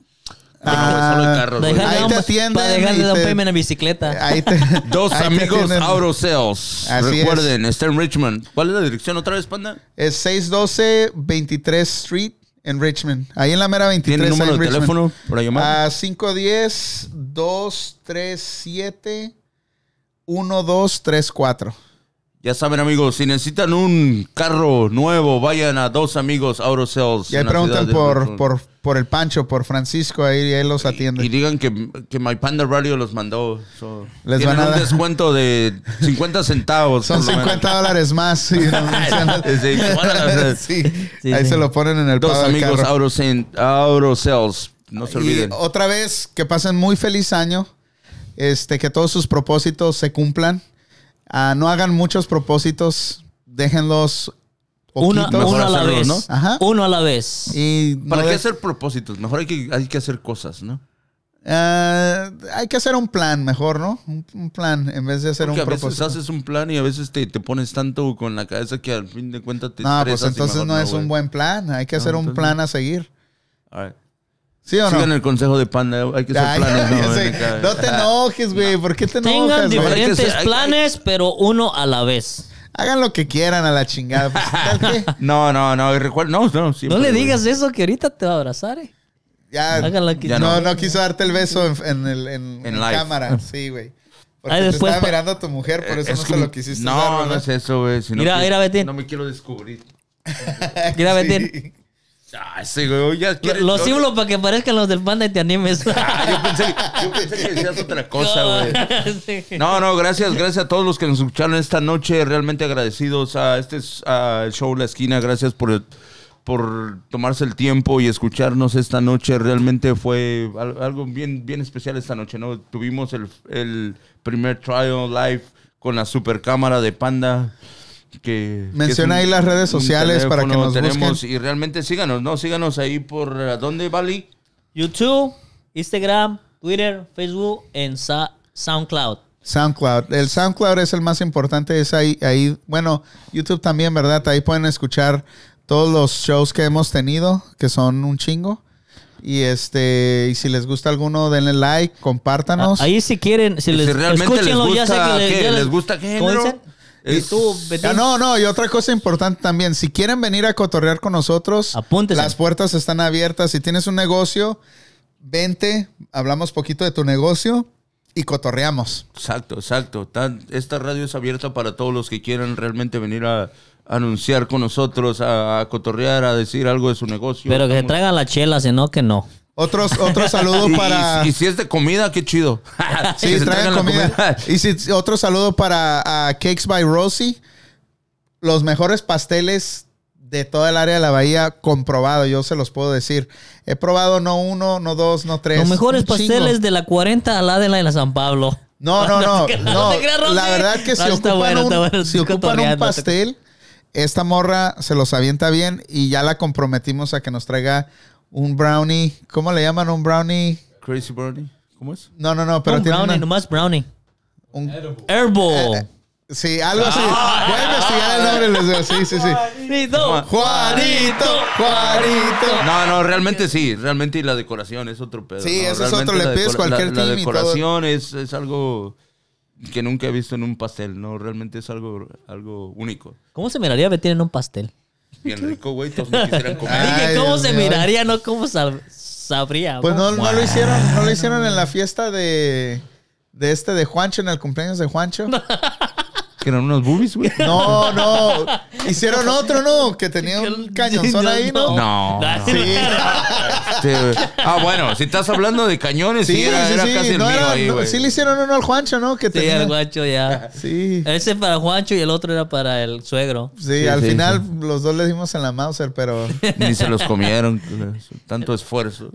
S2: Ah, no, güey, solo el carro, güey.
S1: Deja-
S3: Dejarle
S1: pues, Ahí
S3: un-
S1: te atienden
S3: Para
S1: y
S3: dejarle un
S1: te-
S3: payment en bicicleta.
S1: Ahí te-
S2: Dos
S1: ahí te
S2: amigos
S1: tienen.
S2: Auto Sales.
S1: Así
S2: Recuerden, está en Richmond. ¿Cuál es la dirección otra vez, panda?
S1: Es 612 23 Street en Richmond. Ahí en la mera 23
S2: ¿Tiene el número
S1: en
S2: de
S1: Richmond. Ah.
S2: teléfono para llamar?
S1: A 510 237 1234.
S2: Ya saben, amigos, si necesitan un carro nuevo, vayan a dos amigos Auto Sales.
S1: Y ahí
S2: en la
S1: preguntan
S2: ciudad de
S1: por,
S2: Richmond.
S1: por, por el Pancho, por Francisco, ahí él los
S2: Y
S1: atiende.
S2: digan que, que My Panda Radio los mandó. so,
S1: Les
S2: tienen
S1: van a
S2: un
S1: dar-
S2: descuento de 50 centavos.
S1: Son
S2: por lo menos.
S1: 50 dólares más. sí, no, no,
S2: Sí, sí,
S1: no. Sí,
S3: Sí,
S1: ahí
S3: sí.
S1: se lo ponen en el
S2: Dos
S1: pavo del
S2: amigos
S1: carro.
S2: Auto Sen- Auto Sales. No se
S1: Y oh,
S2: olviden.
S1: otra vez, que pasen muy feliz año. Este, que todos sus propósitos se cumplan. Ah, no hagan muchos propósitos. Déjenlos
S3: Una,
S1: poquitos.
S2: Mejor
S3: uno a la
S2: hacerlo,
S3: vez.
S2: ¿no?
S1: Ajá.
S3: Uno a la vez.
S1: Y no
S2: ¿Para qué
S1: de-
S2: hacer propósitos? Mejor hay que, hay que hacer cosas, ¿no?
S1: Ah, hay que hacer un plan mejor, ¿no? Un, un plan en vez de hacer
S2: Porque a
S1: un
S2: veces
S1: propósito.
S2: haces un plan y a veces te, te pones tanto con la cabeza que al fin de cuentas te
S1: No, pues
S2: estresas y
S1: entonces
S2: mejor
S1: no, es
S2: güey.
S1: un buen plan. Hay que
S2: No,
S1: hacer un
S2: entonces
S1: plan a seguir.
S2: All right.
S1: ¿Sí o no?
S2: Sigan el consejo de Panda, hay que hacer
S1: Ay,
S2: planes.
S1: ya
S2: ¿no?
S1: sé.
S2: Acá.
S1: No te enojes, güey. ¿Por qué te
S3: Tengan
S1: enojas, güey?
S2: diferente-
S3: diferentes
S2: hay- hay-
S3: planes, pero uno a la vez.
S1: Hagan lo que quieran a la chingada. pues, ¿tal qué?
S2: No, no, no, y recuerda, no, no. siempre,
S3: No le
S2: güey.
S3: digas eso que ahorita te va a abrazar, eh.
S1: Ya,
S3: Hagan lo que-
S2: Ya
S1: no,
S2: no.
S1: no quiso darte el beso en, en el, en,
S2: En
S1: en
S2: live.
S1: cámara. Sí, güey. Porque
S3: Ah. Ay,
S1: te
S3: después
S1: estaba
S3: pa-
S1: mirando a tu mujer, por eso no se
S2: como-
S1: lo quisiste
S2: No,
S1: dar,
S2: no
S1: ¿verdad?
S2: es eso, güey. sino
S3: Mira,
S2: que
S3: mira, Betín.
S2: No me quiero descubrir.
S3: Mira,
S1: Sí.
S3: Betín.
S2: Ah, ese güey ya quiere-
S3: Los
S2: no-
S3: símbolos para que parezcan los del panda y te animes.
S2: Ah, yo pensé, yo pensé que decías otra cosa, güey.
S3: Sí.
S2: No, no, gracias, gracias a todos los que nos escucharon esta noche. Realmente agradecidos a este es- a el show La Esquina. Gracias por, por tomarse el tiempo y escucharnos esta noche. Realmente fue al- algo bien, bien especial esta noche, ¿no? Tuvimos el, el primer trial live con la super cámara de Panda. Que, que
S1: Menciona
S2: es
S1: ahí las redes
S2: un
S1: sociales para que nos
S2: tenemos,
S1: busquen.
S2: Y realmente síganos, ¿no? Síganos ahí por... ¿a ¿Dónde, Bali?
S3: YouTube, Instagram, Twitter, Facebook, en Sa- SoundCloud.
S1: SoundCloud. El SoundCloud es el más importante, es ahí, ahí, bueno, YouTube también, ¿verdad? Ahí pueden escuchar todos los shows que hemos tenido, que son un chingo. Y este, y si les gusta alguno, denle like, compártanos.
S7: Ah, Ahí si quieren, si
S2: Si
S7: les,
S2: realmente les
S7: escúchenlo, ya sé
S2: gusta,
S7: que le-
S2: ¿qué?
S7: ya
S2: ¿Les gusta qué
S7: ¿Cómo
S2: género?
S7: dicen?
S2: Es-
S7: Y tú, Betín,
S1: Ah, no, no, y otra cosa importante también, si quieren venir a cotorrear con nosotros,
S7: Apúntese.
S1: las puertas están abiertas. Si tienes un negocio, vente, hablamos poquito de tu negocio y cotorreamos.
S2: Exacto, exacto. Tan- Esta radio es abierta para todos los que quieran realmente venir a anunciar con nosotros, a, a cotorrear, a decir algo de su negocio.
S3: Pero que se
S2: Estamos-
S3: traigan las chelas, si no, que no.
S1: Otros, otro saludo
S2: Y-
S1: para...
S2: Y, si es de comida, qué chido.
S1: Sí,
S2: Que se
S1: traen
S2: traigan la
S1: comida. Y si, otro saludo para ah, Cakes by Rosie. Los mejores pasteles de toda el área de la bahía comprobado, yo se los puedo decir. He probado no uno, no dos, no tres.
S3: Los mejores
S1: Pues, un chingo.
S3: pasteles de la 40 a la de la de la San Pablo.
S1: No, no, no.
S3: te creas,
S1: no.
S3: no te creas, Rosy.
S1: La verdad que si
S3: No, está
S1: ocupan,
S3: bueno,
S1: un,
S3: está bueno,
S1: si
S3: estoy
S1: ocupan un
S3: cotorreando.
S1: pastel, esta morra se los avienta bien y ya la comprometimos a que nos traiga un brownie. ¿Cómo le llaman un brownie?
S2: Crazy Bernie. ¿Cómo es?
S1: No, no, no, pero
S3: un
S1: tiene
S3: brownie,
S1: una-
S3: nomás brownie.
S1: un eh,
S3: Herbal.
S1: Sí, algo así. Voy a investigar el nombre, les digo. Sí, sí, sí.
S3: Juanito.
S1: Juanito, Juanito.
S2: No, no, realmente sí, realmente y la decoración es otro pedo.
S1: Sí,
S2: ¿no?
S1: ese es
S2: Realmente
S1: otro, le
S2: la
S1: pides
S2: decora-
S1: cualquier
S2: La, la
S1: team y todo.
S2: decoración es, es algo que nunca he visto en un pastel, ¿no? Realmente es algo, algo único.
S3: ¿Cómo se miraría Betín en un pastel?
S2: Bien rico, güey, todos me quisieran comer.
S1: Ay,
S3: Dije, ¿cómo
S1: Dios
S3: se
S1: mío.
S3: miraría? No, ¿cómo sab- sabría?
S1: Pues no, no lo hicieron, no lo hicieron en la fiesta de, de este de Juancho, en el cumpleaños de Juancho.
S2: Que eran unos boobies, güey.
S1: No, no. Hicieron otro, ¿no? Que tenía un cañonzón ahí, ¿no?
S2: No. no. Sí, güey. ah, bueno, si estás hablando de cañones, sí,
S1: Sí,
S2: era, era
S1: sí,
S2: casi
S1: sí.
S2: el
S1: no
S2: mío
S1: era-
S2: ahí,
S1: no,
S2: güey.
S1: sí le hicieron uno al Juancho, ¿no? Que
S3: Sí, el
S1: tenía.
S3: guacho ya.
S1: Sí.
S3: Ese para Juancho y el otro era para el suegro.
S1: Sí,
S2: Sí,
S1: al
S2: sí,
S1: final los dos le dimos en la Mauser, pero
S2: Ni se los comieron, tanto esfuerzo.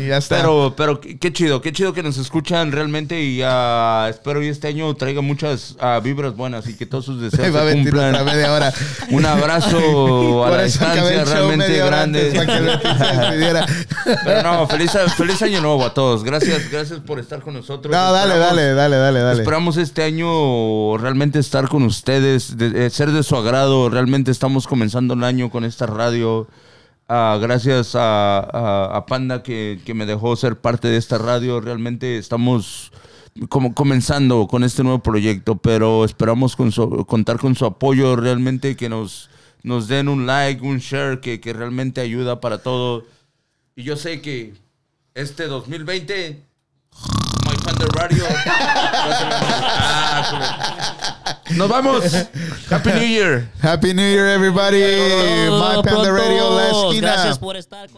S1: y ya está.
S2: Pero, pero qué qué chido, qué chido que nos escuchan realmente y ah, espero y este año traiga muchas ah, vibras buenas y que todos sus deseos
S1: va a
S2: se
S1: venir otra
S2: cumplan.
S1: media hora.
S2: Un abrazo a
S1: Por
S2: la
S1: eso acabé
S2: distancia
S1: el show
S2: realmente
S1: media hora antes, para que
S2: grande.
S1: la pizza se despidiera.
S2: Pero no, feliz, feliz año nuevo a todos. Gracias, gracias por estar con nosotros.
S1: No, dale,
S2: Esperamos-
S1: dale, dale, dale, dale.
S2: Esperamos este año realmente estar con ustedes, de- de ser de su agrado. Realmente estamos comenzando el año con esta radio. Ah, gracias a, a- a Panda que, que me dejó ser parte de esta radio. Realmente estamos como comenzando con este nuevo proyecto, pero esperamos con su- contar con su apoyo. Realmente que nos, nos den un like, un share, que, que realmente ayuda para todo. Y yo sé que este 2020 My Panda Radio. Nos vamos. Happy New Year.
S1: Happy New Year, everybody. My Panda
S3: Pronto.
S1: Radio, la esquina.
S3: Gracias por estar con